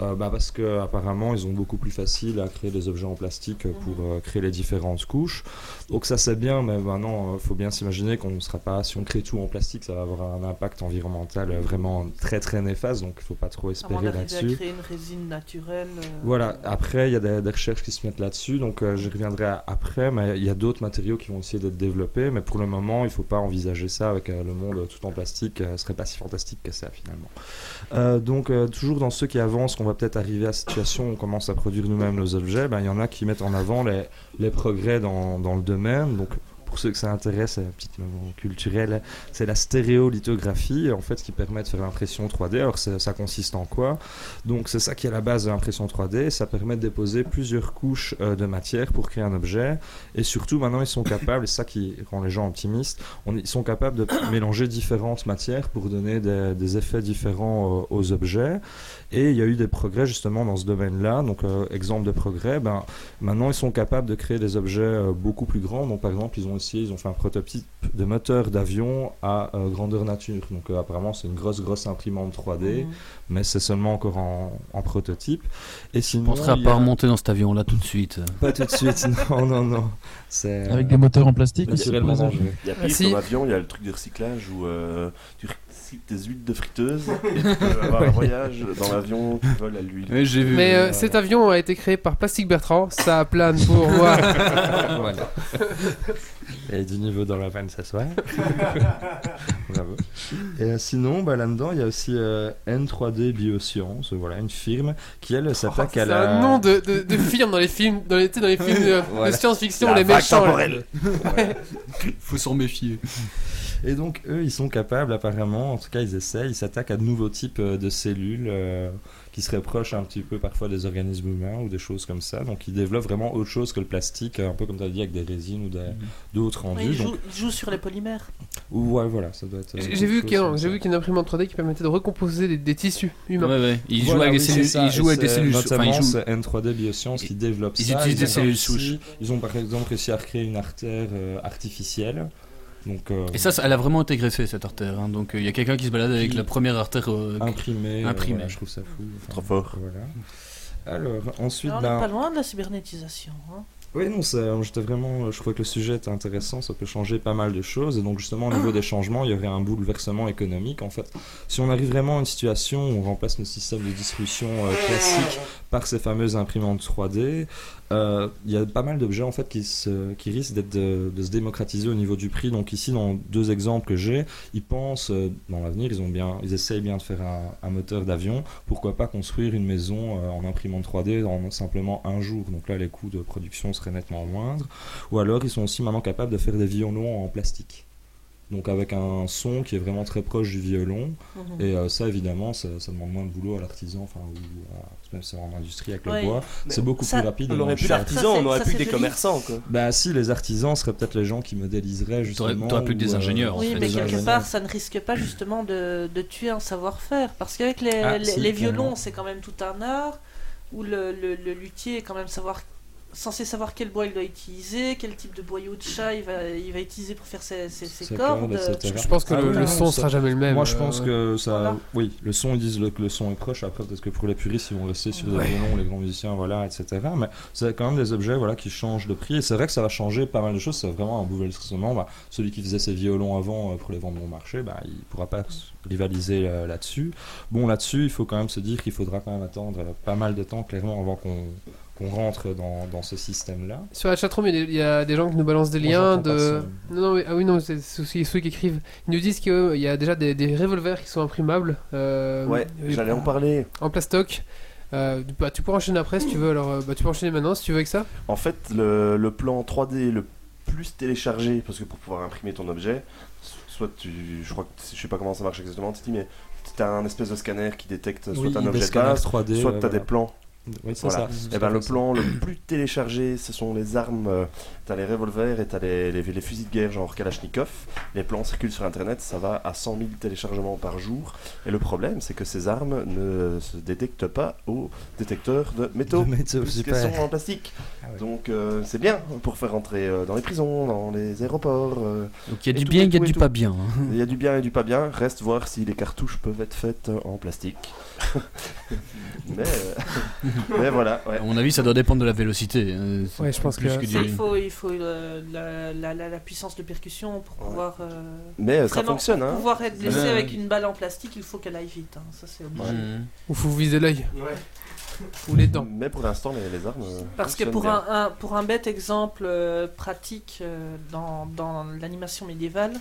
euh, bah, parce que apparemment ils ont beaucoup plus facile à créer des objets en plastique euh, pour euh, créer les différentes couches. Donc ça c'est bien, mais maintenant, il faut bien s'imaginer qu'on ne sera pas, si on crée tout en plastique, ça va avoir un impact environnemental euh, vraiment très très néfaste, donc il ne faut pas trop Avant espérer d'arriver à là-dessus. créer une résine naturelle. euh, Voilà, après, il y a des, des recherches qui se mettent là-dessus, donc euh, j'y reviendrai à- après, mais il y a d'autres matériaux qui vont essayer d'être développés, mais pour le moment, il faut pas envisager ça avec euh, le monde euh, tout en plastique, euh, ce serait pas si fantastique que ça finalement. Euh, donc, euh, toujours dans ceux qui avancent, qu'on va peut-être arriver à la situation où on commence à produire nous-mêmes nos objets, ben, il y en a qui mettent en avant les, les progrès dans, dans le domaine, donc pour ceux que ça intéresse, euh, petite moment culturelle, c'est la stéréolithographie, en fait, qui permet de faire l'impression 3D. Alors, ça, ça consiste en quoi Donc, c'est ça qui est la base de l'impression 3D. Ça permet de déposer plusieurs couches euh, de matière pour créer un objet. Et surtout, maintenant, ils sont capables, et c'est ça qui rend les gens optimistes, on- ils sont capables de mélanger différentes matières pour donner des, des effets différents euh, aux objets. Et il y a eu des progrès, justement, dans ce domaine-là. Donc, euh, exemple de progrès, ben, maintenant, ils sont capables de créer des objets euh, beaucoup plus grands. Donc, par exemple, ils ont essayé, ils ont fait un prototype de moteur d'avion à euh, grandeur nature. Donc, euh, apparemment, c'est une grosse, grosse imprimante 3D, Mhm. mais c'est seulement encore en, en prototype. Et Je sinon, penserais à il y pas a- remonter dans cet avion là tout de suite. pas tout de suite, non, non, non. C'est, Avec des moteurs en plastique aussi, Naturellement pour les dangereux. Il y a Ah, pire Merci. comme avion, il y a le truc de recyclage où euh, tu recycles tes huiles de friteuse et tu peux avoir un voyage dans l'avion qui vole à l'huile. Mais euh, cet avion a été créé par Plastic Bertrand, ça plane pour moi. voilà. Et du niveau dans la vanne, ça se voit. Bravo. Et euh, sinon, bah, là-dedans, il y a aussi euh, N3D Biosciences, voilà, une firme qui, elle, s'attaque à Oh, C'est la... un nom de, de, de film dans les films, dans les, tu sais, dans les films de, de Voilà. science-fiction, La les vague méchants. là. temporelle. Ouais. Faut s'en méfier. Et donc, eux, ils sont capables, apparemment, en tout cas, ils essayent, ils s'attaquent à de nouveaux types euh, de cellules euh, qui seraient proches un petit peu parfois des organismes humains ou des choses comme ça. Donc, ils développent vraiment autre chose que le plastique, euh, un peu comme tu as dit, avec des résines ou des- Mm-hmm. d'autres ouais, rendus. il, donc- joue, il joue sur les polymères. ou, ouais, voilà, ça doit être. euh, J'ai quelque j'ai vu chose qu'il y a- comme j'ai vu qu'il y a une imprimante 3D qui permettait de recomposer des, des tissus humains. Ouais, ouais. Ils Voilà, jouent avec des oui, cellules. c'est ça. Ils jouent avec Et des c'est cellules. Notamment, ils jouent- c'est N3D Biosciences qui développe ils ça. utilisent des ont cellules réussi- souches. Ils ont par exemple réussi à créer une artère euh, artificielle. Donc, euh, Et ça, ça- elle a vraiment été greffée cette artère. hein. Donc euh, il y a quelqu'un qui se balade avec Qui- la première artère euh, imprimé. euh, imprimée. voilà, je trouve ça fou. Enfin, Trop fort. Voilà. Alors, ensuite, Alors, on ben, n'est pas loin de la cybernétisation. hein. Oui, non, c'est- euh, j'étais vraiment, je trouvais que le sujet était intéressant, ça peut changer pas mal de choses. Et donc, justement, au niveau des changements, il y aurait un bouleversement économique. En fait, si on arrive vraiment à une situation où on remplace nos systèmes de distribution euh, classiques par ces fameuses imprimantes 3D, euh, il y a pas mal d'objets, en fait, qui, se, qui risquent d'être de, de se démocratiser au niveau du prix. Donc, ici, dans deux exemples que j'ai, ils pensent, euh, dans l'avenir, ils ont bien, ils essayent bien de faire un, un moteur d'avion. Pourquoi pas construire une maison euh, en imprimante 3D en simplement un jour Donc là, les coûts de production seraient nettement moindres. Ou alors, ils sont aussi maintenant capables de faire des violons en plastique. Donc avec un son qui est vraiment très proche du violon. Mhm. Et euh, ça, évidemment, ça, ça demande moins de boulot à l'artisan, enfin, ou à- même si c'est en industrie avec le Ouais. bois. Mais C'est beaucoup ça, plus rapide. on et aurait moins plus cher. d'artisans, Ça, c'est- on aurait ça, plus c'est des joli. commerçants, quoi. Bah si, les artisans seraient peut-être les gens qui modéliseraient justement. t'aurais plus que des ou, euh, ingénieurs, Oui, des mais quelque ingénieurs. part, ça ne risque pas justement de, de tuer un savoir-faire. Parce qu'avec les, Ah, les, si, les clairement. violons, c'est quand même tout un art où le, le- le luthier est quand même savoir censé savoir quel bois il doit utiliser, quel type de boyau de chat il va, il va utiliser pour faire ses, ses- ses Ses cordes. cordes, etc. Je pense que le- Ah oui, le non, son ça- sera jamais le même, Moi, je euh, pense ouais. que ça. Voilà. Oui, le son, ils disent le- que le son est proche. Après, peut-être que pour les puristes, ils vont rester sur des Ouais. violons, les grands musiciens, voilà, etc. Mais c'est quand même des objets voilà, qui changent de prix. Et c'est vrai que ça va changer pas mal de choses. C'est vraiment un bouleversement. Bah, celui qui faisait ses violons avant euh, pour les vendre bon marché, bah, il pourra pas s- rivaliser euh, là-dessus. Bon, là-dessus, il faut quand même se dire qu'il faudra quand même attendre euh, pas mal de temps, clairement, avant qu'on qu'on rentre dans, dans ce système-là. Sur la chatroom, il y a des- il y a des gens qui nous balancent des Moi, liens j'entends de. personne. Non, non, mais- ah oui, non, c'est c'est aussi ceux qui écrivent. Ils nous disent qu'il y a déjà des, des revolvers qui sont imprimables. euh, Ouais, et- j'allais en parler. En plastoc. Euh, bah, tu peux enchaîner après si tu veux. Alors, euh, bah, tu peux enchaîner maintenant si tu veux avec ça. En fait, le, le plan 3D le plus téléchargé, parce que pour pouvoir imprimer ton objet, so- soit tu. Je crois que je sais pas comment ça marche exactement, Titi, mais t'as un espèce de scanner qui détecte soit Oui, un des objet de scanners base, 3D, soit ouais, t'as voilà. des plans. Oui, c'est ça, c'est Et tout à ben, le fait ça. plan le plus téléchargé, ce sont les armes. euh, T'as les revolvers et t'as les, les, les fusils de guerre, genre Kalachnikov. Les plans circulent sur internet, ça va à 100 000 téléchargements par jour. Et le problème, c'est que ces armes ne se détectent pas au détecteur de métaux. De métaux, puisqu'elles super. sont en plastique. Donc euh, c'est bien pour faire rentrer euh, dans les prisons, dans les aéroports. euh, Donc, il y a et du tout, bien, et il y a tout, et du tout. pas bien, hein. Il y a du bien et du pas bien. Reste voir si les cartouches peuvent être faites euh, en plastique. mais, euh, mais voilà. ouais. À mon avis, ça doit dépendre de la vélocité. hein. C'est Ouais, je pense plus que- du- Ça, Il faut, il faut euh, la, la- la- la puissance de percussion pour pouvoir. euh, Mais, euh, ça vraiment, fonctionne, pour hein. pouvoir être blessé Ouais. avec une balle en plastique, il faut qu'elle aille vite. hein. Ça, c'est obligé. Mmh. Ou faut viser l'œil. Ou les dents. Mais pour l'instant, les, les armes. euh, Parce que fonctionnent pour bien. un, un- pour un bête exemple euh, pratique euh, dans, dans l'animation médiévale,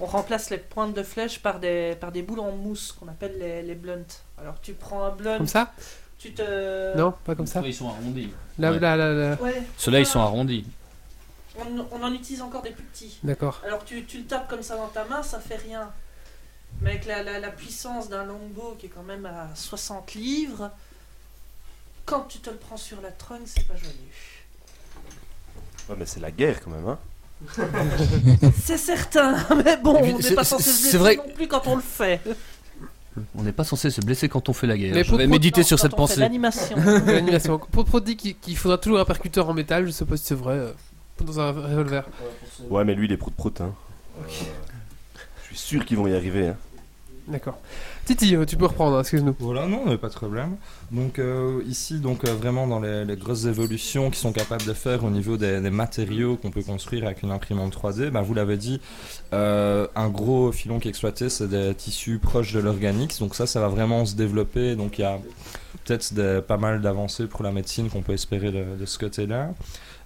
on remplace les pointes de flèche par des, par des boules en mousse qu'on appelle les, les blunts. Alors tu prends un blunt. Comme ça Tu te. Non, pas comme ça. Ils sont arrondis. Là, Ouais. là, là, là. Ouais. Ceux-là, ils sont arrondis. On, on en utilise encore des plus petits. D'accord. Alors tu, tu le tapes comme ça dans ta main, ça fait rien. Mais avec la, la- la puissance d'un longbow qui est quand même à 60 livres, quand tu te le prends sur la trunk, c'est pas joli. Ouais, mais c'est la guerre quand même, hein. C'est certain, mais bon, Et puis, on n'est c'est- pas censé c'est- se blesser c'est vrai- non plus quand on le fait. On n'est pas censé se blesser quand on fait la guerre. Mais Je vais méditer sur cette pensée. l'animation. L'animation. Pour Prod dit qu'il qu'il faudra toujours un percuteur en métal, je sais pas si c'est vrai, euh, dans un revolver. Ouais, mais lui, il est prout-prout, hein. Euh, Je suis sûr qu'ils vont y arriver, hein. D'accord. Titi, euh, tu peux reprendre, hein, excuse-nous. Voilà, non, mais pas de problème. Donc euh, ici, donc euh, vraiment dans les, les grosses évolutions qu'ils sont capables de faire au niveau des, des matériaux qu'on peut construire avec une imprimante 3D, ben, vous l'avez dit, euh, un gros filon qui est exploité, c'est des tissus proches de l'organique. Donc ça, ça va vraiment se développer. Donc il y a peut-être des- pas mal d'avancées pour la médecine qu'on peut espérer de, de ce côté-là.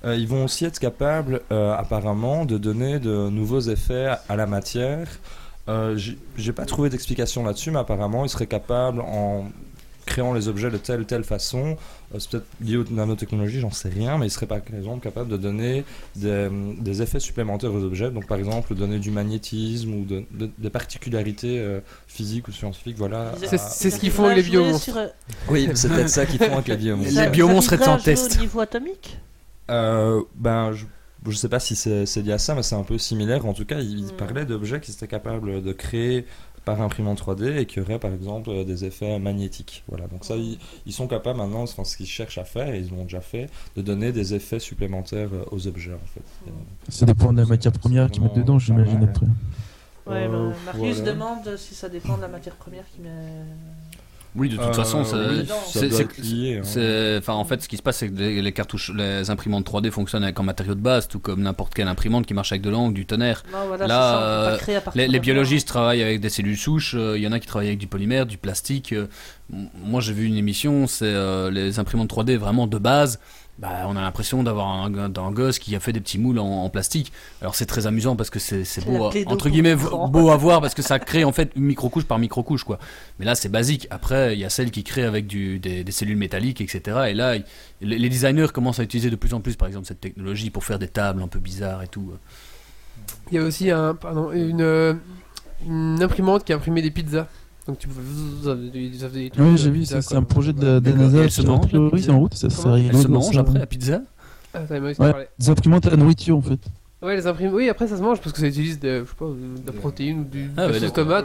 Euh, ils vont aussi être capables, euh, apparemment, de donner de nouveaux effets à la matière. Euh, j'ai- J'ai pas trouvé d'explication là-dessus, mais apparemment, ils seraient capables, en créant les objets de telle telle façon, euh, c'est peut-être lié aux nanotechnologies, j'en sais rien, mais ils seraient par exemple capables de donner des, des effets supplémentaires aux objets, donc par exemple donner du magnétisme ou de- de- des particularités euh, physiques ou scientifiques, voilà. Ils- C'est- à- c'est ce ils qu'ils arrivent font à les jouer biomonstres. sur, euh, Oui, c'est peut-être ça qu'ils font avec les biomonstres. ça- Les ça biomonstres vivrait étaient en à jouer test. au niveau atomique Euh, ben, je, je sais pas si c'est c'est lié à ça, mais c'est un peu similaire. En tout cas, il, il parlait d'objets qui étaient capables de créer par imprimante 3D et qui auraient par exemple euh, des effets magnétiques. Voilà, donc ça, ils, ils sont capables maintenant, enfin, ce qu'ils cherchent à faire, et ils l'ont déjà fait, de donner des effets supplémentaires euh, aux objets en fait. C'est des points de la matière première qu'ils mettent dedans, j'imagine après. Ouais, Euh, bah, Marius voilà. demande si ça dépend de la matière première qui met. Oui, de toute Euh, façon, ça- oui, ça c'est- doit c'est- être lié, hein. c'est- enfin, en fait, ce qui se passe, c'est que les, les cartouches, les imprimantes 3D fonctionnent avec un matériau de base, tout comme n'importe quelle imprimante qui marche avec de l'encre, du tonnerre. Non, voilà, c'est Là, ça, on peut pas euh, créer à partir les, les de biologistes travaillent avec des cellules souches. euh, Il y en a qui travaillent avec du polymère, du plastique. euh, m- moi, j'ai vu une émission, c'est euh, les imprimantes 3D vraiment de base. Bah, on a l'impression d'avoir un, d'un gosse qui a fait des petits moules en, en plastique. Alors c'est très amusant parce que c'est, c'est C'est beau, la à- clé d'eau entre pour guillemets, le v- grand. beau à voir parce que ça crée en fait micro-couche par micro-couche quoi. Mais là c'est basique. Après il y a celles qui créent avec du, des, des cellules métalliques etc. Et là il- les, les designers commencent à utiliser de plus en plus par exemple cette technologie pour faire des tables un peu bizarres et tout. Il y avait aussi un, pardon, une, euh, une imprimante qui imprimait des pizzas. Donc tu pouvais. Oui, j'ai vu, ça, c'est un projet de la, de la NASA. Elle se qui, a mange, la priori, pizza c'est en route, ça serait Comment Elle rigolo se de voir mange ça. après la pizza Ah, t'avais même Ouais, parlé. des imprimantes à la nourriture en fait. Ouais, les imprimantes. Oui, après ça se mange parce que ça utilise de, je sais pas, de la protéine ou du de Ah, la ouais, sauce d'accord. tomate.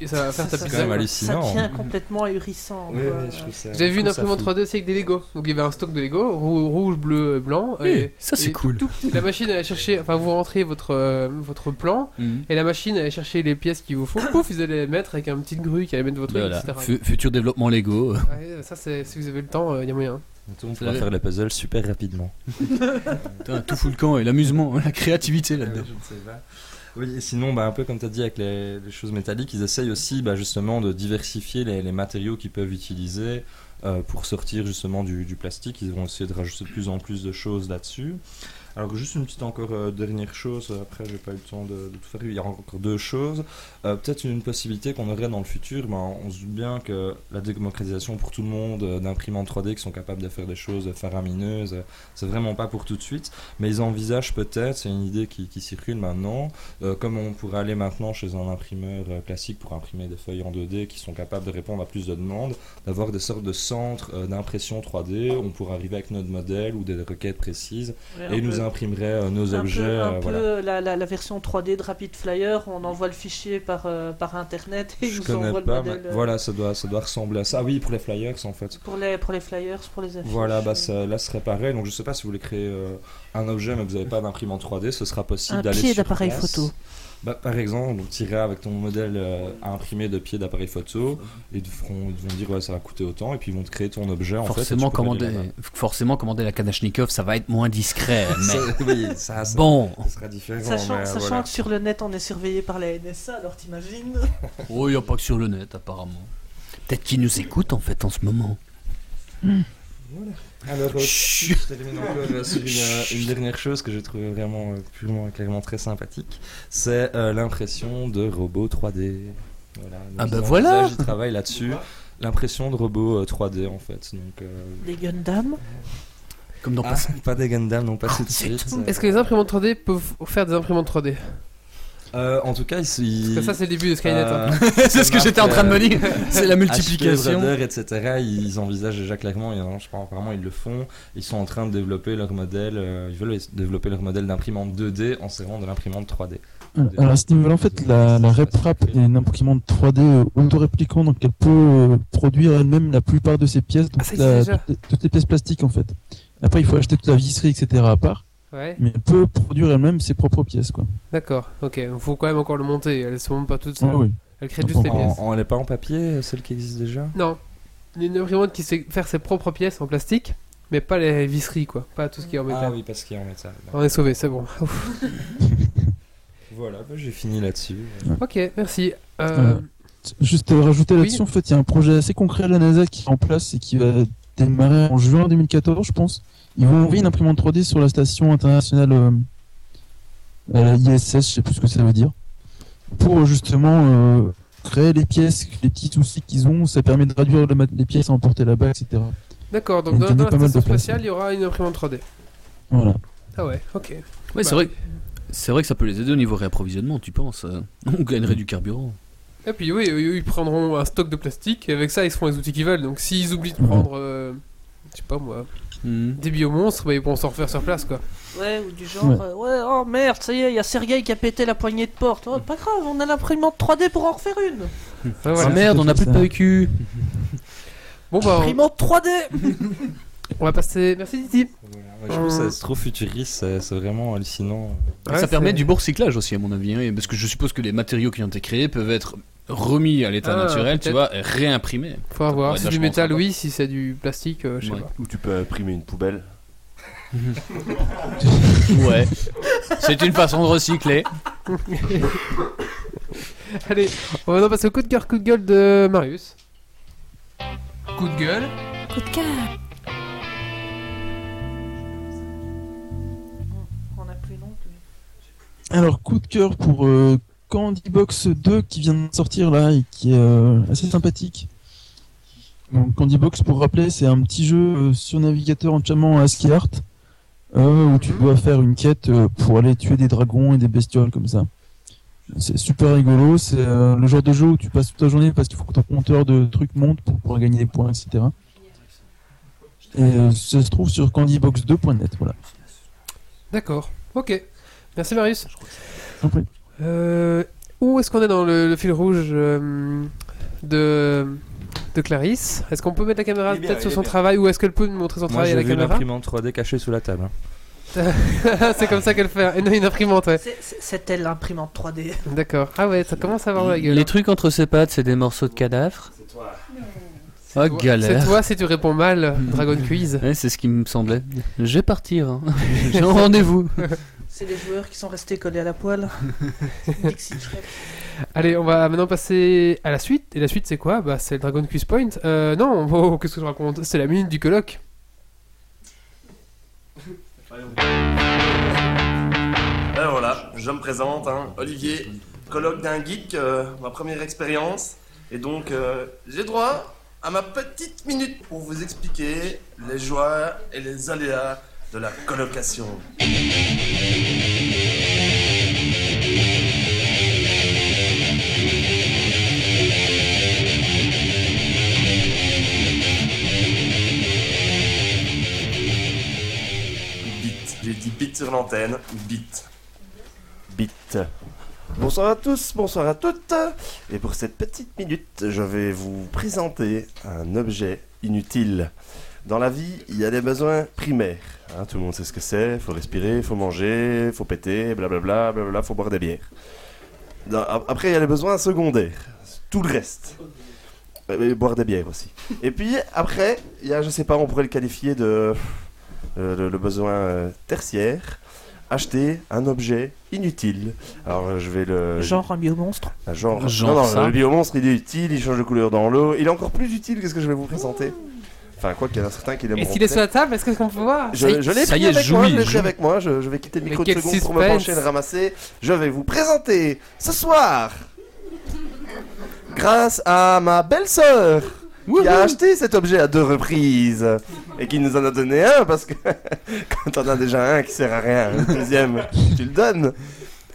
et ça va faire Ça- ta ça- pizza. ça- Ça devient complètement ahurissant. Ouais, quoi. euh, ouais, je trouve ça- J'ai vu une imprimante 3D aussi avec des Lego. Donc il y avait un stock de Lego, rou- rouge, bleu, euh, blanc. Oui, ça, c'est et cool. tout petit. la machine allait chercher, enfin vous rentrez votre, euh, votre plan Mhm. et la machine allait chercher les pièces qu'il vous faut. Pouf, ils allaient les mettre avec un petit grue qui allait mettre votre truc, Voilà. etc. Fu- Futur développement Lego. Ouais, ça, c'est- si vous avez le temps, euh, il y a moyen. Tout le monde On va faire les puzzles super rapidement. Putain, tout fout le camp et l'amusement, la créativité là-dedans. Oui, et sinon, bah, un peu comme tu as dit avec les, les choses métalliques, ils essayent aussi bah, justement de diversifier les, les matériaux qu'ils peuvent utiliser euh, pour sortir justement du, du plastique. Ils vont essayer de rajouter de plus en plus de choses là-dessus. Alors juste une petite encore euh, dernière chose, après j'ai pas eu le temps de, de tout faire, il y a encore deux choses. Euh, Peut-être une possibilité qu'on aurait dans le futur, ben, on se doute bien que la démocratisation pour tout le monde euh, d'imprimantes 3D qui sont capables de faire des choses faramineuses, euh, c'est vraiment pas pour tout de suite, mais ils envisagent peut-être, c'est une idée qui, qui circule maintenant, euh, comme on pourrait aller maintenant chez un imprimeur euh, classique pour imprimer des feuilles en 2D qui sont capables de répondre à plus de demandes, d'avoir des sortes de centres euh, d'impression 3D, on pourrait arriver avec notre modèle ou des requêtes précises Ouais, et un ils nous peu- imprimeraient euh, nos un objets. Peu, un euh, peu voilà. la, la- la version 3D de Rapid Flyer, on envoie le fichier par, euh, par internet et ils Je nous connais envoient pas, le mais modèle. euh, voilà, ça doit, ça doit ressembler à ça. Ah oui, pour les flyers en fait. Pour les, pour les flyers, pour les affiches. Voilà, bah, ça- là ce serait pareil. Donc je sais pas si vous voulez créer euh, un objet mais vous n'avez pas d'imprimante 3D, ce sera possible Un d'aller pied sur d'appareil place. photo. Bah, par exemple, donc, tu iras avec ton modèle euh, à imprimer de pied d'appareil photo, et ils, te feront- ils vont dire ouais, ça va coûter autant, et puis ils vont te créer ton objet en fait, et tu Forcément, peux commander, coller la main. forcément, commander la Kalachnikov, ça va être moins discret. Ça, Mais... oui, ça, ça- bon. ça sera différent. Sachant, mais sachant voilà. que sur le net on est surveillé par la NSA, alors t'imagines Oh, il a pas que sur le net, apparemment. Peut-être qu'ils nous écoutent en fait en ce moment. Ah, bah, Alors, euh, je termine encore euh, sur une, euh, une dernière chose que j'ai trouvé vraiment euh, purement et clairement très sympathique, c'est euh, l'impression de robots 3D. Voilà, donc Ah bah ils voilà. envisagent, Ils travaillent là-dessus, l'impression de robots euh, 3D en fait. Donc, euh, Des Gundam Comme dans Ah, ah, pas des Gundam, non pas tout de suite. euh, Est-ce que les imprimantes 3D peuvent faire des imprimantes 3D Euh, en tout cas, Euh, ici. Parce que ça, c'est le début de Skynet, hein. C'est ce que j'étais en train de me dire. euh, C'est la multiplication. Brother, etc. Ils envisagent déjà clairement, et, euh, je pense vraiment, ils le font. Ils sont en train de développer leur modèle. euh, ils veulent développer leur modèle d'imprimante 2D en servant de l'imprimante 3D. Ah, Alors à ce niveau-là, en fait, la, la RepRap est une imprimante 3D euh, auto-réplicante, donc elle peut euh, produire elle-même la plupart de ses pièces, donc Ah, ça la- existe déjà. toutes, les, toutes les pièces plastiques en fait. Après, il faut acheter toute la visserie, etc. à part, Ouais. mais elle peut produire elle-même ses propres pièces, quoi. D'accord, ok. Il faut quand même encore le monter. Elle se monte pas toute seule. Ah oui. Elle crée juste les En- pièces. en- Elle n'est pas en papier, euh, celle qui existe déjà Non, une imprimante qui sait faire ses propres pièces en plastique, mais pas les visseries, quoi. Pas tout ce qui est en métal. Ah oui, parce qu'il y a en métal. On est sauvé, c'est bon. Voilà, bah, j'ai fini là-dessus. ok, merci. Euh, Juste euh, rajouter là-dessus, Oui. en fait, il y a un projet assez concret à la NASA qui est en place et qui va démarrer en juin 2014, je pense. Ils vont envoyer une imprimante 3D sur la station internationale euh, à la ISS, je sais plus ce que ça veut dire, pour euh, justement euh, créer les pièces, les petits soucis qu'ils ont, ça permet de réduire le mat- les pièces à emporter là-bas, etc. D'accord, donc Il dans, y en a dans la pas mal de station places. spatiale, il y aura une imprimante 3D. Voilà. Ah ouais, ok. Ouais, c'est Bah, vrai. C'est vrai que ça peut les aider au niveau réapprovisionnement, tu penses euh. On gagnerait du carburant. Et puis oui, eux, ils prendront un stock de plastique et avec ça, ils se font les outils qu'ils veulent. Donc s'ils oublient de prendre, euh, je sais pas moi, Hmm. des biomonstres, bah, ils pourront s'en refaire sur place, quoi. Ouais, ou du genre, euh, ouais, oh merde, ça y est, il y a Sergueï qui a pété la poignée de porte. Oh, pas grave, on a l'imprimante 3D pour en refaire une Ah, Ah, merde, on n'a plus de PQ. Oh, Bon bah, on, Imprimante 3D on va passer. Merci Euh, Didi. Ouais, Ah, je trouve ça c'est trop futuriste, c'est- c'est vraiment hallucinant. ça permet du bon recyclage aussi, à mon avis, hein, parce que je suppose que les matériaux qui ont été créés peuvent être remis à l'état Ah, naturel, tu peut-être. vois, et réimprimés. Faut Ça voir. pourrait Si être c'est du vachement métal, oui. Si c'est du plastique, euh, je sais Ouais. pas. Ou tu peux imprimer une poubelle. sympa. Ouais, c'est une façon de recycler. Allez, on va maintenant passer au coup de cœur, coup de gueule de Marius. Coup de gueule. Coup de cœur. On a plus long. Alors, coup de cœur pour euh, Candy Box 2 qui vient de sortir là et qui est euh, assez sympathique. Donc, Candy Box, pour rappeler, c'est un petit jeu euh, sur navigateur entièrement ASCII Art euh, où tu dois faire une quête euh, pour aller tuer des dragons et des bestioles comme ça. C'est super rigolo, c'est euh, le genre de jeu où tu passes toute la journée parce qu'il faut que ton compteur de trucs monte pour pouvoir gagner des points, etc. Et euh, ça se trouve sur candybox2.net, voilà. D'accord. Ok. Merci Marius. Je t'en prie. Euh, où est-ce qu'on est dans le, le fil rouge euh, de, de Clarisse Est-ce qu'on peut mettre la caméra Il est bien, peut-être sur il est son bien. travail ou est-ce qu'elle peut nous montrer son Moi, travail à j'ai la vu caméra l'imprimante 3D cachée sous la table. C'est comme ça qu'elle fait. Une, une imprimante, ouais. C'était l'imprimante 3D. D'accord. Ah ouais, ça commence à avoir la gueule. Les trucs entre ses pattes, c'est des morceaux de cadavres. Ah, toi- galère. c'est toi si tu réponds mal, Dragon Quiz. Ouais, c'est ce qui me semblait. Je vais partir. hein. J'ai un rendez-vous. C'est des joueurs qui sont restés collés à la poêle. Dixit Shrek. Allez, on va maintenant passer à la suite. Et la suite, c'est quoi Bah, c'est le Dragon Quiz Point. Euh, non, oh, qu'est-ce que je raconte C'est la minute du colloque. Ben voilà, je me présente, hein, Olivier, colloque d'un geek, euh, ma première expérience. Et donc, euh, j'ai droit à ma petite minute pour vous expliquer les joies et les aléas de la colocation. Bit, j'ai dit bit sur l'antenne, bit. Bit. Bonsoir à tous, bonsoir à toutes. Et pour cette petite minute, je vais vous présenter un objet inutile. Dans la vie, il y a des besoins primaires. hein, tout le monde sait ce que c'est. Faut respirer, faut manger, faut péter, blablabla, blablabla, faut boire des bières. Dans- a- après, il y a les besoins secondaires. Tout le reste. Euh, Et boire des bières aussi. Et puis après, il y a, je sais pas, on pourrait le qualifier de euh, le, le besoin euh, tertiaire. Acheter un objet inutile. Alors euh, je vais le. Genre un biomonstre. Un Genre, Genre non, non, ça. le biomonstre il est utile, il change de couleur dans l'eau, il est encore plus utile que ce que je vais vous présenter. Enfin, quoi qu'il y en a certains qui l'aimeront. Est-ce qu'il est sur la table Est-ce qu'on peut voir Je, je l'ai pris avec moi, je l'ai pris avec moi, je, je vais quitter le Mais micro de quel seconde pour me pencher et suspense. le ramasser. Je vais vous présenter ce soir, grâce à ma belle-sœur, qui a acheté cet objet à deux reprises et qui nous en a donné un parce que quand on a déjà un qui sert à rien, le deuxième, tu le donnes.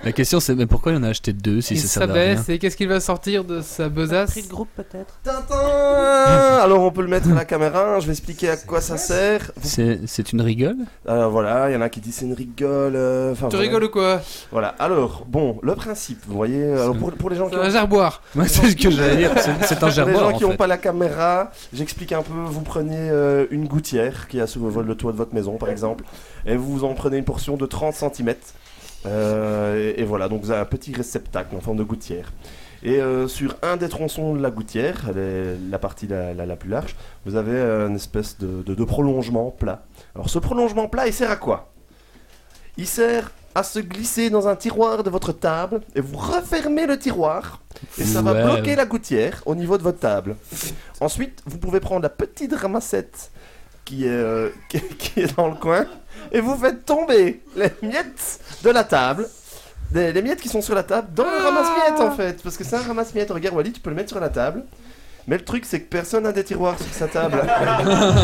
La question, c'est mais pourquoi il en a acheté deux si Il ça servait à rien s'abaisse et qu'est-ce qu'il va sortir de sa besace de groupe peut-être. Tintin Alors on peut le mettre à la caméra, hein, je vais expliquer à quoi ça sert. C'est c'est une rigole Alors voilà, il y en a qui disent c'est une rigole. euh, enfin, Tu voilà. rigoles ou quoi Voilà, alors bon, le principe, vous voyez, euh, alors, pour, pour les gens qui. un ont- gerboire. Ouais, c'est ce que j'allais dire, c'est- c'est un gerboire, Pour les gens en qui n'ont fait. pas la caméra, j'explique un peu, vous prenez euh, une gouttière qui a survole le toit de votre maison par exemple, et vous en prenez une portion de 30 cm. et, et voilà, donc vous avez un petit réceptacle en forme de gouttière. Et euh, sur un des tronçons de la gouttière, les- la partie la, la- la plus large, vous avez euh, une espèce de- de- de prolongement plat. Alors ce prolongement plat, il sert à quoi il sert à se glisser dans un tiroir de votre table et vous refermez le tiroir et ça va Ouais. bloquer la gouttière au niveau de votre table. Ensuite, vous pouvez prendre la petite ramassette qui est, euh, qui, qui est dans le coin et vous faites tomber les miettes de la table. Les, les miettes qui sont sur la table dans le ramasse-miettes en fait. Parce que c'est un ramasse-miettes. Regarde Wally, tu peux le mettre sur la table. Mais le truc, c'est que personne n'a des tiroirs sur sa table. Ah,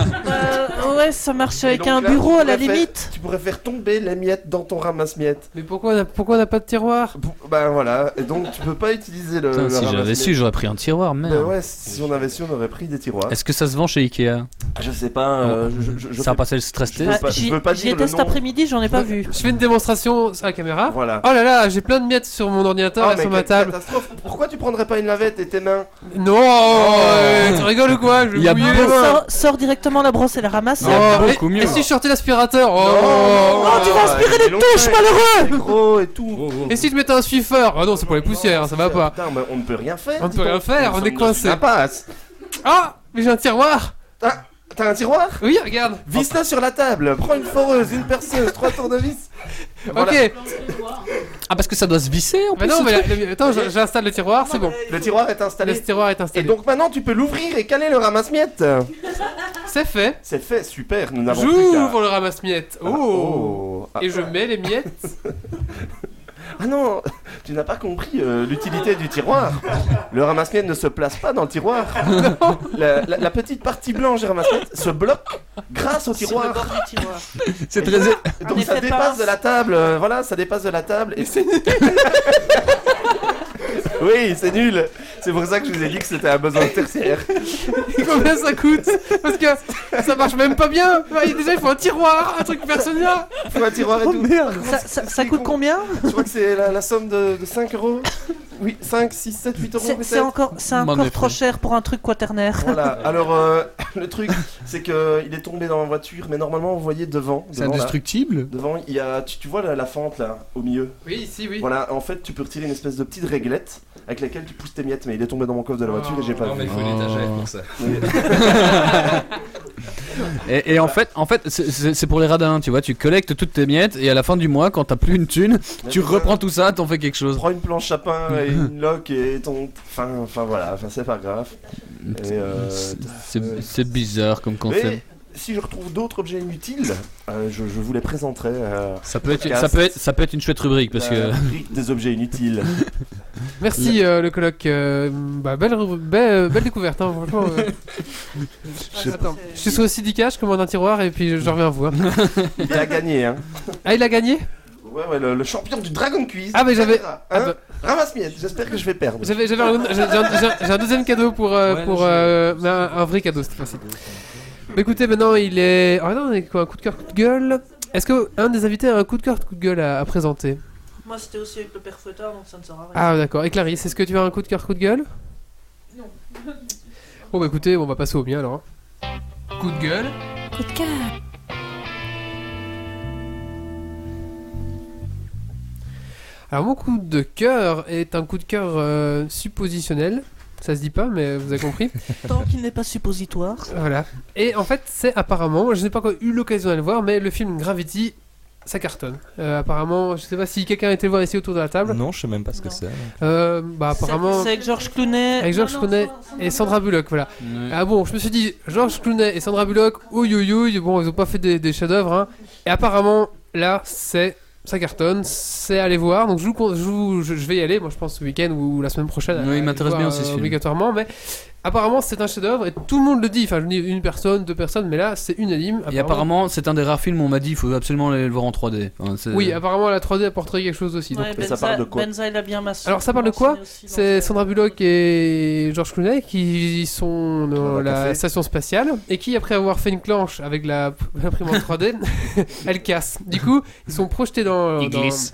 ouais, ça marche Et avec donc un là, bureau tu à la pourrais faire- limite. tu pourrais faire tomber les miettes dans ton ramasse-miettes. Mais pourquoi on a, pourquoi on n'a pas de tiroir Ben voilà, et donc tu peux pas utiliser le. Putain, le Si j'avais ramasse-miettes. su, j'aurais pris un tiroir, merde. Ben ouais, si on avait su, on aurait pris des tiroirs. Est-ce que ça se vend chez Ikea Je sais pas. euh, je- je- je ça a fais- passé le stress je veux test. pas- je veux pas J'y dire le étais cet nom. Ah, après-midi, j'en ai pas vu. Je fais une démonstration à la caméra. Voilà. Oh là là, j'ai plein de miettes sur mon ordinateur Ah, et mais sur ma quelle table. catastrophe. Pourquoi tu prendrais pas une lavette et tes mains Non, Oh, Ah. euh, tu rigoles ou quoi Je vais mouiller les mains. Sors, sors Ah, directement la brosse et la ramasse. Oh, et- Et si je sortais l'aspirateur Oh, tu vas aspirer les touches, malheureux et Et si je mettais un suiveur Ah non, c'est pour les poussières, hein, ça va pas. Putain, mais on ne peut rien faire. On ne dis peut rien donc. faire, Nous on est sommes coincé. dans une impasse. Ah Mais j'ai un tiroir T'as un tiroir Oui, regarde. Visse-la sur la table, prends une foreuse, une perceuse, trois tournevis. Voilà. Ok. Ah, parce que ça doit se visser en Mais plus. non, ce mais truc. la- la- attends, je- j'installe le tiroir, c'est bon. Le tiroir est installé. Le tiroir est Et installé. donc maintenant, tu peux l'ouvrir et caler le ramasse-miettes. C'est fait. C'est fait, super, nous n'avons plus qu'à... J'ouvre le ramasse-miettes. Oh. Et je mets les miettes. Ah non, tu n'as pas compris euh, l'utilité du tiroir. Le ramasse-miettes ne se place pas dans le tiroir. La, la- la petite partie blanche du ramasse-miettes se bloque Oh. grâce au tiroir. C'est Un très. Donc ça effet dépasse pince. de la table. euh, voilà, ça dépasse de la table. Et c'est. oui, c'est nul. C'est pour ça que je vous ai dit que c'était un besoin tertiaire. Combien ça coûte Parce que ça marche même pas bien. Ouais, Déjà, il faut un tiroir, un truc que personne n'a. Il faut un tiroir et tout. Ça, ça- ça coûte combien Je crois que c'est la, la somme de, de 5 euros. Oui, 5, 6, 7, 8 euros. C'est- C'est peut-être. encore, c'est encore trop cher pour un truc quaternaire. Voilà, alors euh, le truc, c'est que euh, il est tombé dans la voiture, mais normalement, vous voyez devant. C'est devant, là, indestructible devant, il y a, tu, tu vois la, la fente là, au milieu Oui, ici, oui. Voilà, en fait, tu peux retirer une espèce de petite réglette avec laquelle tu pousses tes miettes, mais il est tombé dans mon coffre de la voiture et j'ai pas non, vu. mais il faut une Oh. étagère pour ça. Et, et en fait, en fait c'est- c'est c'est pour les radins, tu vois. Tu collectes toutes tes miettes et à la fin du mois, quand t'as plus une thune, tu reprends tout ça, t'en fais quelque chose. Prends une planche à pain et une loque et ton. Enfin, enfin voilà, enfin, c'est pas grave. Et, euh, C'est c'est bizarre comme mais concept. si je retrouve d'autres objets inutiles, euh, je, je vous les présenterai. euh, Ça peut, être, podcast. ça, peut être, ça peut être une chouette rubrique parce La que. rubrique des objets inutiles. Merci euh, le colloque. euh, bah, belle, re- belle, belle découverte, hein, franchement. euh. Attends, je suis sous aussi 10 cash, commande un tiroir et puis je, je reviens vous. hein. Il a gagné, hein. Ah, il a gagné Ouais, ouais, le, le champion du Dragon Quiz. Ah, mais j'avais- Hein ah, bah. Ramasse miette, j'espère que je vais perdre. J'avais, j'avais un, j'ai- j'ai un- j'ai un- j'ai un deuxième cadeau pour, euh, Ouais, pour là, euh, un, un vrai cadeau cette fois-ci. Bah, écoutez, maintenant il est. Ah non, on est quoi Un coup de cœur, coup de gueule Est-ce que un des invités a un coup de cœur, coup de gueule à, à présenter Moi, c'était aussi avec le père Fouettard, donc ça ne sert à rien. Ah, d'accord. Et Clarisse, est-ce que tu as un coup de cœur, coup de gueule Non. Bon, bah écoutez, on va passer au mien alors. Coup de gueule. Coup de cœur. Alors mon coup de cœur est un coup de cœur euh, suppositionnel. Ça se dit pas, mais vous avez compris. Tant qu'il n'est pas suppositoire. Voilà. Et en fait, c'est apparemment, je n'ai pas encore eu l'occasion de le voir, mais le film Gravity, ça cartonne. Euh, apparemment, je sais pas si quelqu'un a été le voir ici autour de la table. Non, je sais même pas ce que c'est. Euh, bah apparemment. C'est avec George Clooney. Avec George Non, non, Clooney et Sandra Bullock, voilà. Ah bon, je me suis dit, George Clooney et Sandra Bullock, ouïe ouïe ouïe, bon, ils ont pas fait des, des chefs-d'œuvre, hein. Et apparemment, là, c'est. Ça cartonne, c'est aller voir. Donc je, vous con- je, vous- je- je vais y aller, moi je pense ce week-end ou la semaine prochaine. Oui, il à- à m'intéresse voir, bien aussi, ce euh, film. Obligatoirement, mais apparemment c'est un chef-d'œuvre et tout le monde le dit. Enfin, je dis une personne, deux personnes, mais là c'est unanime. Et apparemment, c'est un des rares films où on m'a dit il faut absolument aller le voir en 3D. Enfin, c'est- Oui, ah, apparemment la 3D a porté quelque chose aussi. Ouais, Ben donc- Benza- Benza, il a bien massé. alors ça parle de quoi C'est Sandra Bullock et George Clooney qui sont dans Dans la la café. station spatiale et qui après avoir fait une planche avec la imprimante 3D, elle casse. Du coup, ils sont projetés dans Ils dans- glissent.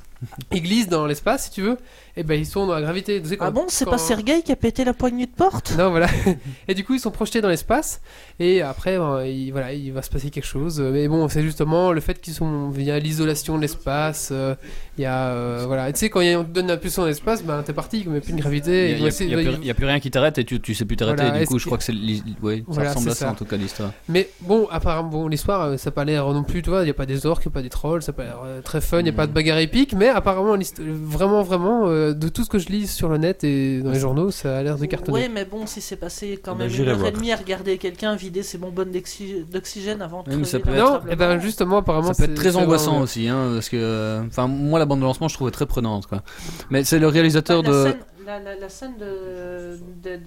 ils glissent dans l'espace si tu veux. Et ben ils sont dans la gravité. Ah bon, c'est pas Sergueï qui a pété la poignée de porte Non voilà. Et du coup ils sont projetés dans l'espace et après ben, il, voilà il va se passer quelque chose. Mais bon c'est justement le fait qu'ils sont il y a l'isolation de l'espace. euh, Il y a euh, voilà. Et tu sais quand il y a- on te donne l'impulsion dans l'espace ben t'es parti comme il n'y a plus de Il gravité. n'y et a, ils vont essayer- il y a ils- plus- il y a plus rien qui t'arrête et tu, tu sais plus t'arrêter. Voilà, et du coup, est-ce je crois que c'est l'hi- ouais, Voilà, ça ressemble c'est à ça, ça. en tout cas l'histoire. Mais bon, apparemment, bon, l'histoire, euh, ça n'a pas l'air non plus, tu vois, il n'y a pas des orques, il n'y a pas des trolls, ça n'a pas l'air euh, très fun, il n'y Mhm. a pas de bagarre épique, mais apparemment, l'hist- euh, vraiment, vraiment, euh, de tout ce que je lis sur le net et dans les journaux, ça a l'air de cartonner. Ouais, mais bon, si c'est passé quand Ben, même une j'irai heure et voir. demie à regarder quelqu'un vider ses bonbonnes d'oxy- d'oxygène avant de. Oui, mais ça crever peut non, dans et le ben justement, apparemment, Ça peut être c'est- très c'est angoissant vraiment- aussi, hein, parce que, euh, enfin, moi la bande de lancement je trouvais très prenante, quoi. Mais c'est le réalisateur La de. scène, la, la- la scène de, de,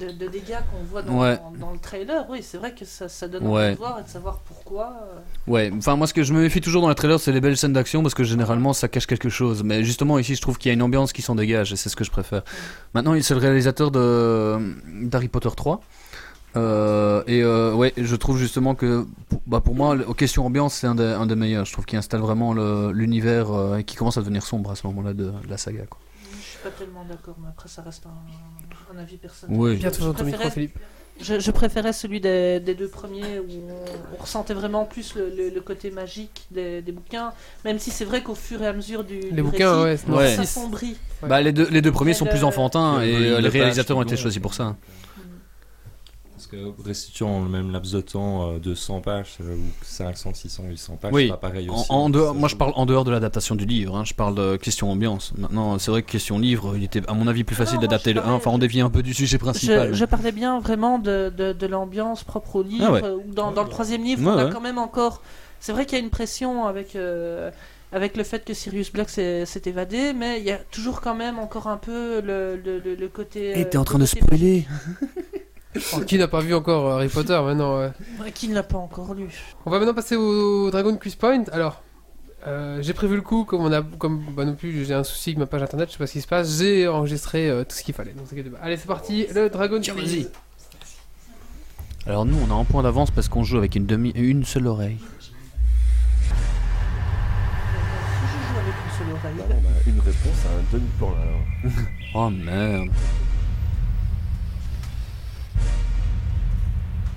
de- de dégâts qu'on voit dans, Ouais. dans le trailer, oui, c'est vrai que ça, ça donne Ouais. envie de voir et de savoir pourquoi. euh. Ouais, enfin moi ce que je me méfie toujours dans les trailers c'est les belles scènes d'action parce que généralement ça cache quelque chose. Mais justement ici je trouve qu'il y a une ambiance qui s'en dégage et c'est ce que je préfère. Maintenant c'est le réalisateur de d'Harry Potter 3. Euh, et euh, ouais, je trouve justement que pour, bah, pour moi, le- aux questions ambiance, c'est un, des- un des meilleurs. Je trouve qu'il installe vraiment le- l'univers euh, qui commence à devenir sombre à ce moment-là de, de la saga. Quoi. Je suis pas tellement d'accord, mais après ça reste un, un avis personnel. Oui. Bien, toujours dans ton micro, préférais- Philippe. Je, je préférais celui des, des deux premiers où on, on ressentait vraiment plus le, le- le côté magique des, des bouquins, même si c'est vrai qu'au fur et à mesure du, du bouquins, récit, ouais, ça ouais. s'assombrit. Bah, les, deux, les deux premiers Mais sont le- plus enfantins Le et volume euh, de les pages réalisateurs ont qui été vont- choisis pour ça. Parce que restituant en le même laps de temps euh, 200 pages euh, ou 500, 600, 800 pages, Oui, c'est pas pareil en- aussi. en dehors- moi je parle en dehors de l'adaptation du livre, hein, je parle de question ambiance. Maintenant, c'est vrai que question livre, il était à mon avis plus facile d'adapter le 1, enfin on dévie un peu du sujet Je, principal. je parlais bien vraiment de, de- de l'ambiance propre au livre. Ah ouais. euh, ou dans, dans le troisième livre, Ouais, on a ouais. quand même encore. C'est vrai qu'il y a une pression avec, euh, avec le fait que Sirius Black s'est s'est évadé, mais il y a toujours quand même encore un peu le, le- le- le côté. Et euh, t'es en le train de côté- spoiler Oh, qui n'a pas vu encore Harry Potter maintenant ouais. Ouais, bah, Qui ne l'a pas encore lu On va maintenant passer au Dragon Quiz Point. Alors, euh, j'ai prévu le coup, comme on a, comme bah, non plus, j'ai un souci avec ma page internet, je sais pas ce qui se passe, j'ai enregistré euh, tout ce qu'il fallait. Donc, t'inquiète pas. Allez, c'est parti, le Dragon Quiz. Alors nous on a un point d'avance parce qu'on joue avec une, demi, une seule oreille. Je joue avec une seule oreille. une réponse à un demi-plan là. Oh merde.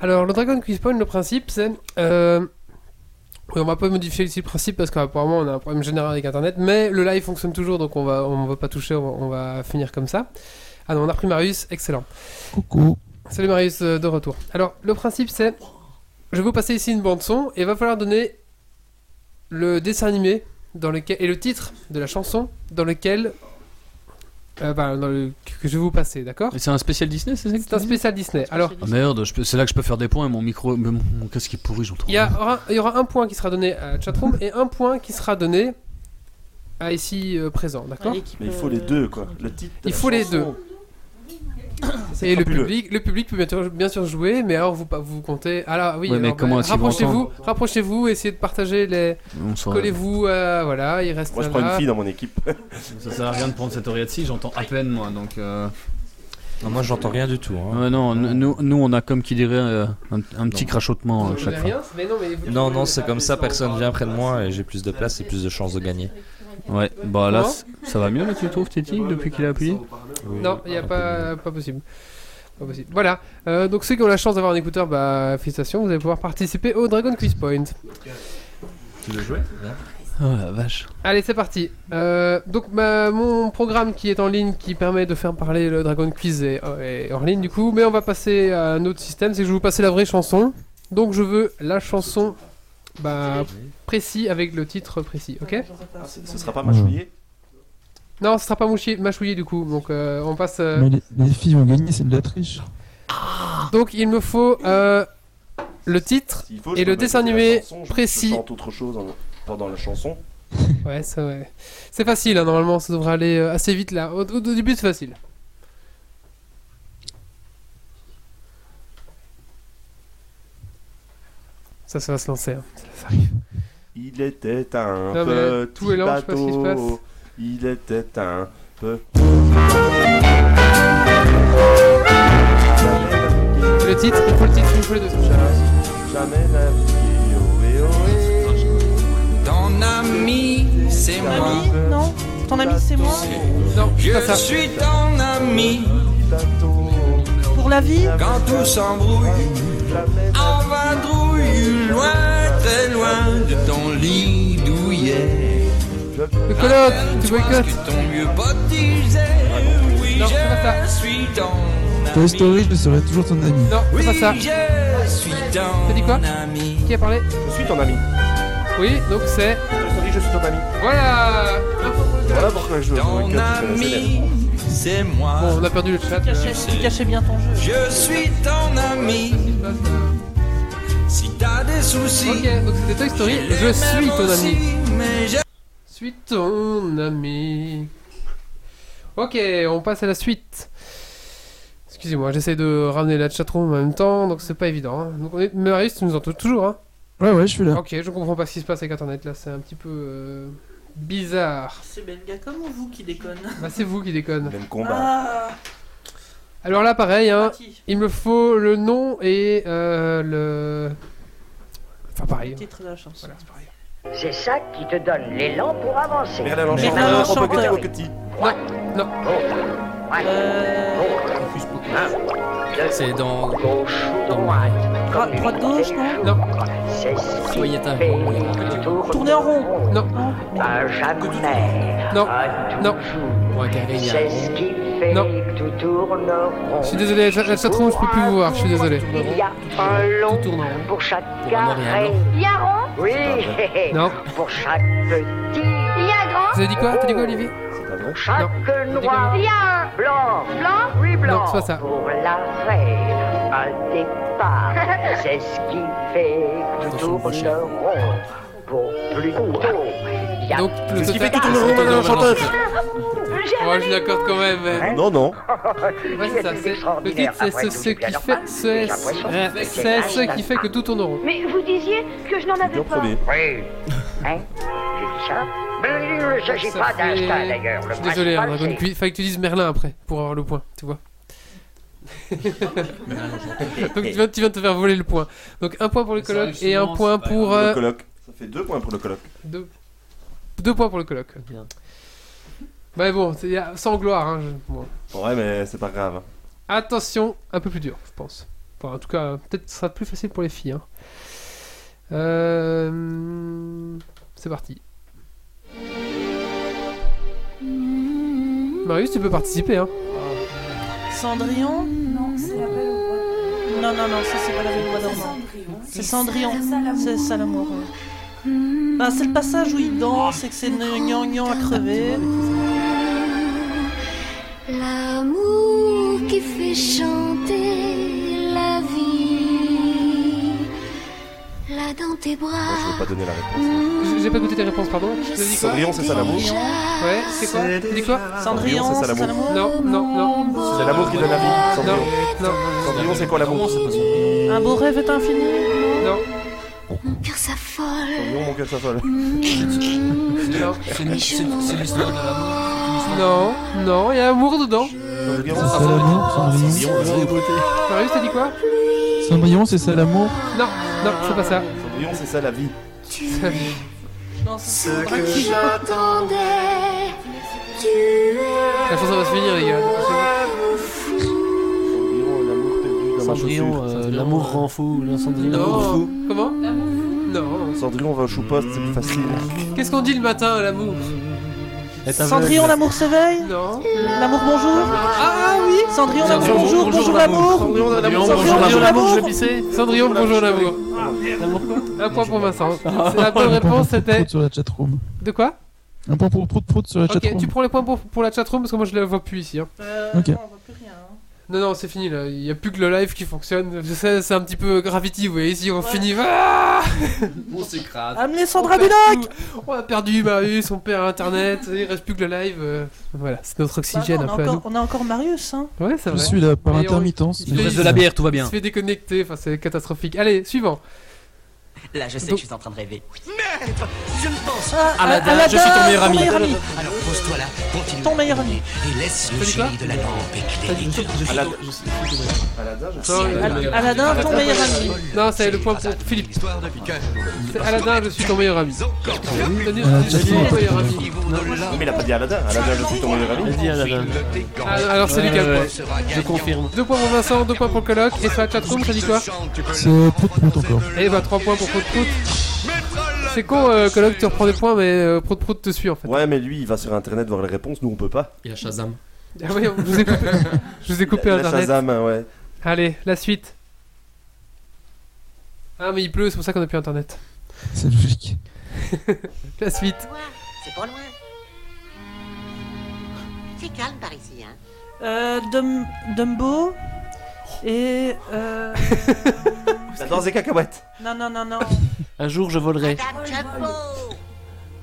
Alors, le Dragon Quiz Point, le principe, c'est. euh, oui, on va pas modifier ici le principe parce qu'apparemment on a un problème général avec internet, mais le live fonctionne toujours donc on va, on va pas toucher, on va, on va finir comme ça. Ah non, on a pris Marius, excellent. Coucou. Salut Marius, euh, de retour. Alors, le principe c'est. Je vais vous passer ici une bande-son et va falloir donner le dessin animé dans lequel, et le titre de la chanson dans lequel. euh, ben, dans le- que je vais vous passer, d'accord Et c'est un spécial Disney, c'est ça que C'est un spécial Disney. Alors, Ah merde, je peux- c'est là que je peux faire des points et mon micro. mais mon, mon casque est pourri, j'entends. Il y, aura, il y aura un point qui sera donné à chatroom et un point qui sera donné à ici euh, présent, d'accord Mais il faut les deux quoi. Le titre. Euh, de Il la faut les chanson. deux. C'est Et le fabuleux. public, le public peut bien sûr, bien sûr jouer, mais alors vous, pa- vous comptez. Alors oui, Ouais, mais alors, bah, comment est-ce qu'ils vont rapprochez-vous, rapprochez-vous, essayez de partager les. On s'en- Collez-vous, euh, voilà, il reste. Moi, je là. prends une fille dans mon équipe. Ça sert à rien de prendre cette oreillette-ci, j'entends à peine moi donc. euh, Non, moi j'entends rien du tout. hein. Ouais, non, n- nous, nous, on a comme qui dirait euh, un, un petit crachotement à chaque fois. mais non, mais Non, non, c'est comme ça, personne vient près de moi et j'ai plus de place et plus de chances de gagner. Ouais, bah là, c- ça va mieux là, tu trouves, Titi, depuis qu'il a appuyé Non, il n'y a pas, pas possible. Pas possible. Voilà. Euh, donc ceux qui ont la chance d'avoir un écouteur, bah félicitations, vous allez pouvoir participer au Dragon Quiz Point. Tu veux jouer Oh la vache. Allez, c'est parti. Euh, donc ma- mon programme qui est en ligne, qui permet de faire parler le Dragon Quiz, est, euh, est en ligne du coup. Mais on va passer à un autre système, c'est que je vais vous passer la vraie chanson. Donc je veux la chanson bah, précis avec le titre précis, ok Ah, ce ce sera pas mâchouillé Non, ce sera pas mouchi- mâchouillé du coup. Donc euh, on passe. euh, Mais les, les filles ont gagné, c'est de la triche. Donc il me faut euh, le titre S'il faut, je et peux le mettre dessin la animé chanson, je- Je précis. chante autre chose hein. en- pendant la chanson. Ouais, c'est vrai. C'est facile, hein, normalement, ça devrait aller euh, assez vite là. Au, au- au début, c'est facile. Ça, ça va se lancer. hein. Ça arrive. Il était un Non, mais là, petit Ah tout est lent, je sais pas ce qui se bateau. passe. Il était un peu. Le titre, il faut le titre, il me faut les deux. Jamais la oh, eh, Ton ami, c'est moi. Non Ton ami, c'est moi Non, Je suis ton ami. Pour la vie Quand tout s'embrouille, en vadrouille, loin, très loin de ton lit douillet. Le colloque, tu boycottes. que ton mieux pote disait, oui, je suis ton Toy Story, je serai toujours ton ami. Non, c'est pas ça. Oui, je suis T'as dit quoi Qui a parlé Je suis ton ami. Oui, donc c'est. Je suis ton ami. Voilà Voilà pourquoi je ton ami, c'est moi. Bon, on a perdu le chat. Tu cachais bien ton jeu. Je suis ton ami. Si t'as des soucis. Ok, donc c'était Toy Story, j'ai les je suis mêmes ton ami. aussi, mais je- Suis ton ami. Ok, on passe à la suite. Excusez-moi, j'essaie de ramener la chatroom en même temps, donc c'est pas évident. hein. Donc on est... Marius, tu nous entends toujours, hein Ouais, ouais, je suis là. Ok, je comprends pas ce qui se passe avec internet là, c'est un petit peu euh, bizarre. C'est Belgacom ou vous qui déconne Bah, c'est vous qui déconne. Même Ah Alors là, pareil, hein, il me faut le nom et euh, le. Enfin, pareil. Le titre de la chanson. C'est ça qui te donne l'élan pour avancer. Merlin l'enchanteur, Robocotti, Robocotti. Non. Euh, Hein. C'est dans. Gauche, Droite, droite, gauche, non Non. Soyez un. Tourner en rond Non. Un jamais. Ah, Non. Non. C'est ce qui fait que tout tourne en rond. Je suis désolé, la, la chatroom, je peux plus vous voir, je suis désolé. Il y a un long pour chaque carré. Il y a rond Oui. Non. Pour chaque petit. Il y a grand. Vous avez dit quoi T'as dit quoi, Olivier Chaque noir. Il y a un blanc. Blanc Oui, blanc. Non, c'est pas ça. Pour l'arrêt, un départ. C'est ce qui fait que tout tourne rond. Pour plus tôt, Donc, Ah, C'est ce qui fait tout le monde dans la chanteuse. Moi, je l'accorde quand même. mais- Non, non. Ouais, c'est ça. c'est- Le titre, c'est ce, ce qui fait, c'est- c'est- c'est ce qui fait que tout tourne en rond. Mais vous disiez que je n'en avais pas. Oui. Hein J'ai dit ça Mais il ne s'agit Ça pas d'un fait- star d'ailleurs. Je Le suis désolé, hein, principal, Dragon c'est- Queen. Fallait que tu dises Merlin après pour avoir le point, tu vois. Donc tu viens, tu viens de te faire voler le point. Donc un point pour le Ça arrive colloque et un souvent, point c'est pas pour. grave. euh, Le colloque. Ça fait deux points pour le colloque. deux, deux points pour le colloque. Bah bon, c'est- y a- sans gloire. hein, je- bon. Ouais, mais c'est pas grave. Attention, un peu plus dur, je pense. Enfin, en tout cas, peut-être ce sera plus facile pour les filles. hein. Euh, C'est parti. Marius, tu peux participer. Hein. Cendrillon Non, c'est la belle au bois. Non, non, non, ça c'est pas la Belle au bois C'est dormant. Cendrillon. C'est Cendrillon. C'est ça l'amour. ouais. Bah, c'est le passage où il danse et que c'est gnangnan à crever. L'amour qui fait chanter la vie. Là dans tes bras. Je vais pas donner la réponse. J'ai- J'ai pas goûté tes réponses, pardon. Tu as dit quoi Cendrillon, c'est ça l'amour Ouais, c'est quoi Tu dis quoi Cendrillon, c'est ça, c'est ça, l'amour Non, non, non. C'est l'amour qui donne la vie. Non, Cendrillon. non. Cendrillon, c'est quoi l'amour Un beau rêve est infini. Non. Mon cœur s'affole. Cendrillon, mon cœur s'affole. C'est l'histoire de l'amour. Non, non, il y a amour dedans. Cendrillon, c'est ça l'amour, Cendrillon. Marius, t'as dit quoi Cendrillon, c'est ça l'amour Non, non, c'est pas ça. Cendrillon, c'est ça la vie. Non, Ce que j'attendais. Tu es. La chanson va se finir, les gars. Cendrillon, euh, l'amour rend fou, le Cendrillon. Non. Comment Non. Cendrillon, on va au chou-poste, c'est plus facile. Qu'est-ce qu'on dit le matin, à l'amour Cendrillon, l'amour s'éveille Non. L'amour, bonjour Ah oui Cendrillon, l'amour, bonjour, bonjour l'amour Cendrillon, bonjour l'amour, je vais pisser. Cendrillon, bonjour l'amour. Un point pour Vincent. Ah. C'est La bonne Un point pour réponse, Prout c'était. Prout sur la chatroom. De quoi Un point pour Prout Prout sur la Ok, chatroom. tu prends les points pour, pour la chatroom parce que moi je la vois plus ici. Hein. Ok. non, Non, non, c'est fini là. Il n'y a plus que le live qui fonctionne. Je sais, c'est un petit peu Gravity, vous voyez. Ici, on finit. Ah On s'écrase. Amenez Sandra perd Bullock tout. On a perdu Marius, on perd Internet. Il reste plus que le live. euh, Voilà, c'est notre oxygène Bah non, un on, peu a à encore, on a encore Marius, hein nous. Ouais, c'est Je vrai. suis là par Et on- intermittence, il se mais fait- je reste de la bière, tout va Il bien. se fait déconnecter, enfin, c'est catastrophique. Allez, suivant. Là, je sais Donc- que je suis en train de rêver. Merde Je ne pense Ah, à la ah, Aladdin, je suis ton meilleur ton ami. meilleur ami. Alors pose-toi là, continue. Ton meilleur ami. Et laisse le T'as dit quoi génie de la lampe éclairer. Aladdin, je sais. Aladdin, je sais. Aladdin, Aladdin, ton meilleur ami. Non, c'est le point pour Philippe. C'est Aladdin, je suis ton meilleur ami. Aladdin, Je suis ton meilleur ami. Mais il a pas dit Aladdin. Aladdin, je suis ton meilleur ami. Ah, Alors c'est Ouais, lui qui a le ouais, point. ouais. Je confirme. Deux points pour Vincent, deux points pour le coloc. Et sur la chatroom, ça dit quoi C'est Prout Prout encore. Eh bah 3 points pour Prout Prout. C'est con, euh, Coloc, tu reprends des points, mais euh, Prout Prout te suit en fait. Ouais, mais lui, il va sur internet voir les réponses, nous on peut pas. Il a Shazam. Ah oui, on- je vous ai coupé, je vous ai coupé La- la internet. Shazam, hein, ouais. Allez, la suite. Ah, mais il pleut, c'est pour ça qu'on a plus internet. C'est logique. La suite. C'est pas loin. C'est calme par ici, hein. Euh, Dum- Dumbo et. Euh... Bah, La danse des cacahuètes. Non, non, non, non. Un jour, je volerai.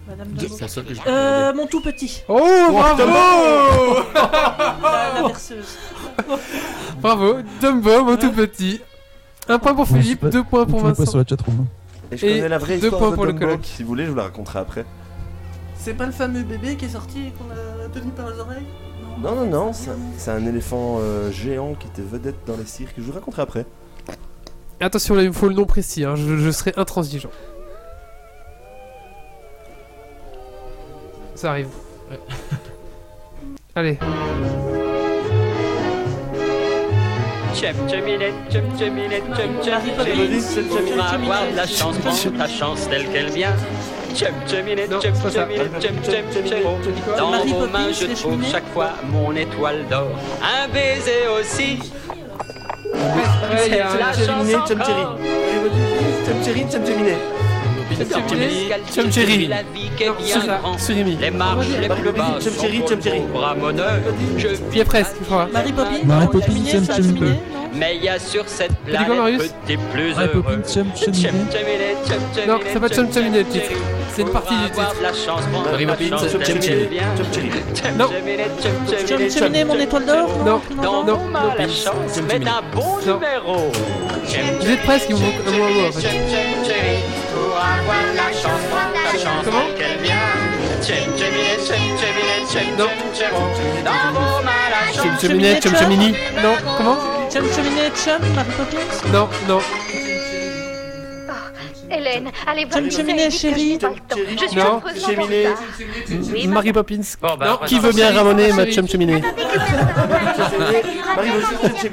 Madame Deux, Dumbo. c'est la seule que j'ai Euh, mon tout petit. Bah, Oh, bravo la, la berceuse. Bravo, Dumbo, mon tout petit. Un point pour Ouais, je Philippe, sais pas- deux points pour je sais pas Vincent. sur la chatroom. Et je Et connais la vraie deux histoire points de pour le Dumbo. colloque. Si vous voulez, je vous la raconterai après. C'est pas le fameux bébé qui est sorti et qu'on a tenu par les oreilles Non, non, non, c'est c'est un éléphant euh, géant qui était vedette dans les cirques. Je vous raconterai après. Attention, là, il me faut le nom précis, hein, je, je serai intransigeant. Ça arrive. Allez. Chum, chumilette, chum, chumilette, chum, Harry Potter. chum, tu vas avoir de la chance, prends ta chance telle qu'elle vient. Chum, chumilette, chum, chumilette, chum, chum, chum, chum. Dans Marie vos Poppins, mains, je les trouve cheminées. chaque fois mon étoile d'or. Un baiser aussi. Ouais, il y a La un- chance encore. Chum Cherry, Chum Jeminet. Chum Cherry, Chum Cherry. La vie qui est bien C'est ça, grande. Surimi. Les marches les plus basses Chum sont Cherry, pour Chum Cherry. mon bras bonheur. Je Il est presque, je crois. Marie Poppins Marie Poppins, James Chimney. non Mais il y a sur cette dit quoi, Marius planète petit plus Ouais, heureux. Poppy, Chum Chum Chum Minet. Chumminet, Chum Non, Chumminet, c'est pas Chum Chum Chum Minet, le titre. Chumminet. C'est une partie On va du avoir de la chance, prendre Mary la Poppins, chance, Chum la Chum vie est Minet. bien. Chum Chum Minet. Chum Non. Chum Minet, Chum Chum Chum Minet, Chum Minet, Chum mon Chum étoile d'or, Chum non, Chum non, Dans non, mon non. main, la chance Chum Chum met Minet. un bon Non. numéro. Chum Vous êtes presque, il vous manque un mot à mot, en fait. pour avoir la chance, prends ta chance, qu'elle vient. Chum Chum Minet, Chum Chum Minet, Chum Chum Chum. Dans mon main, la chance. Chum Cheminée, Chum Chemini. Non, comment Chum Cheminée, Chum, Marie Poppins Non, non. Oh, Hélène, allez voir Chum une Cheminée, série, chérie. que j'ai pas le temps. Je suis Non. affreusement Cheminée. en retard. Oui, ma- Mary Poppins. bah, non, voilà. qui veut bien Chérie, ramener ma chérie. chum cheminée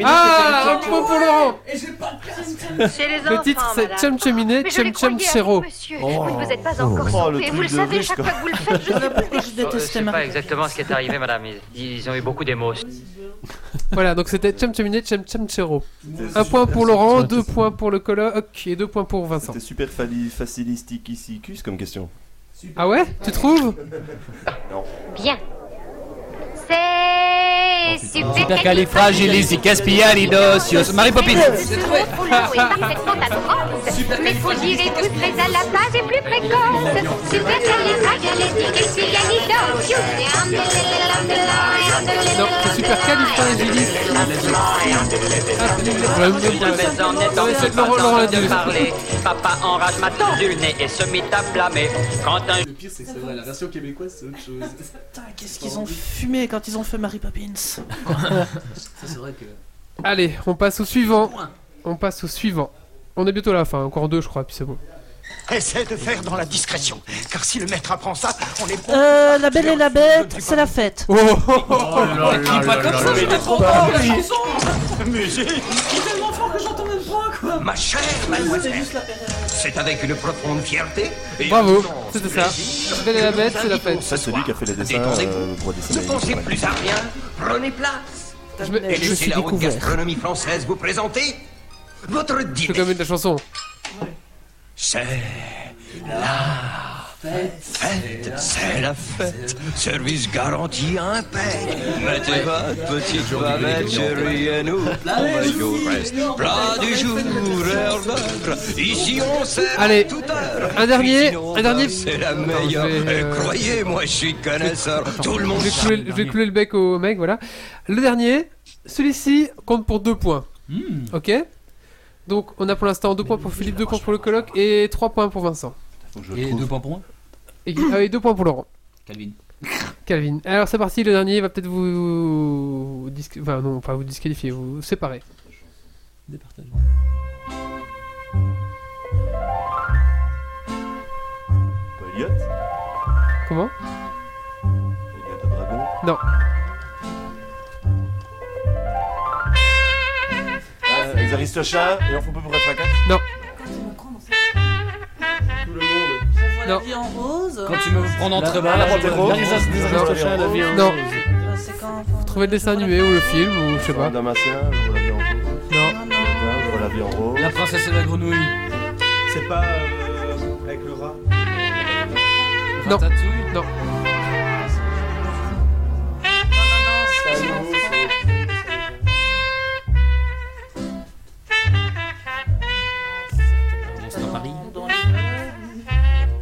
Ah, Ah, un point pour Laurent Chez les Le titre enfants, c'est madame. Chum Cheminée, Mais je les Chum Chum croyais à Chéro. vous, monsieur. Oui, vous n'êtes pas encore Oh, le sauvé. truc Vous le de savez, riche, chaque quoi. fois que vous le faites, je sais pourquoi je déteste C'est pas exactement ce qui est arrivé, madame. Ils, ils ont eu beaucoup d'émotions. Voilà, donc c'était Chum Cheminée, Chum Chum Chéro. Un point pour Laurent, deux points pour le colloque et deux points pour Vincent. C'était super fali- facilistique ici, cus comme question. Ah ouais Tu trouves Non. Bien. C'est super Supercalifragilisticexpialidocious. Marie Poppins. C'est trop long et parfaitement atroce. Mais faut dire et tous les à la page est plus précoce. Supercalifragilisticexpialidocious. Non, c'est super califragiliste. Je vais en être en c'est Laurent- Laurent train de Laduce. parler. Papa enrage m'a tordu le nez et se mit à blâmer. Quand un Le pire, c'est que c'est vrai, la version québécoise, c'est autre chose. Putain, Qu'est-ce qu'ils ont fumé quand ils ont fait Marie Poppins Ça, c'est vrai que. Allez, on passe au suivant. On passe au suivant. On est bientôt à la fin, encore deux je crois, puis c'est bon. Essaie de faire dans la discrétion, car si le maître apprend ça, on est Euh, la belle et la bête, c'est la fête. Oh, là là là là là. j'étais trop Bah fort, la oui. oh, chanson Musique C'est tellement fort que j'entends même pas, oh. quoi Ma chère C'est mademoiselle, juste la période. c'est avec une profonde fierté et un Bravo, immense c'était ça. plaisir Belle et la que bête, nous c'est la invitons fête. ce C'est celui qui a fait les dessins Détendez-vous. euh, pour dessiner. Ne pensez les plus à rien, prenez place. Je me- Et je me laissez suis la haute découvert. gastronomie française vous présenter votre C'est dîner. comme une de la chanson. C'est la fête, c'est la fête, service garanti impec. Mettez votre petite bavette, chérie, et nous, on va jouer au reste. Plat du jour, heure d'œuvre, ici on sert Allez, à toute heure. un dernier, Cuisine au un dernier. beurre, C'est la meilleure, je vais, et euh, croyez-moi, je suis connaisseur, tout le monde Je vais sait. clouer, je vais clouer le bec au mec, voilà. Le dernier, celui-ci compte pour deux points. Ok Donc on a pour l'instant deux points pour Philippe, deux points pour le colloque et trois points pour Vincent. Et deux points pour moi Et, ah oui, deux points pour Laurent. Calvin. Calvin. Alors c'est parti, le dernier va peut-être vous... vous disqu- Enfin non, pas vous disqualifier, vous séparer. Elliot Comment Elliot le dragon Non. Euh, Les Aristochats et l'enfant peu pour être à quatre Non. Voilà la vie en rose. Quand tu me prends La- en la- la- la- la- la- Euh, Non. C'est quand Vous trouvez le dessin animé ou le film ou je sais pas. Damasien, je vois la vie en rose. Non. Je vois la vie en rose. La princesse et la grenouille. C'est pas. euh, avec le rat. Non. Non.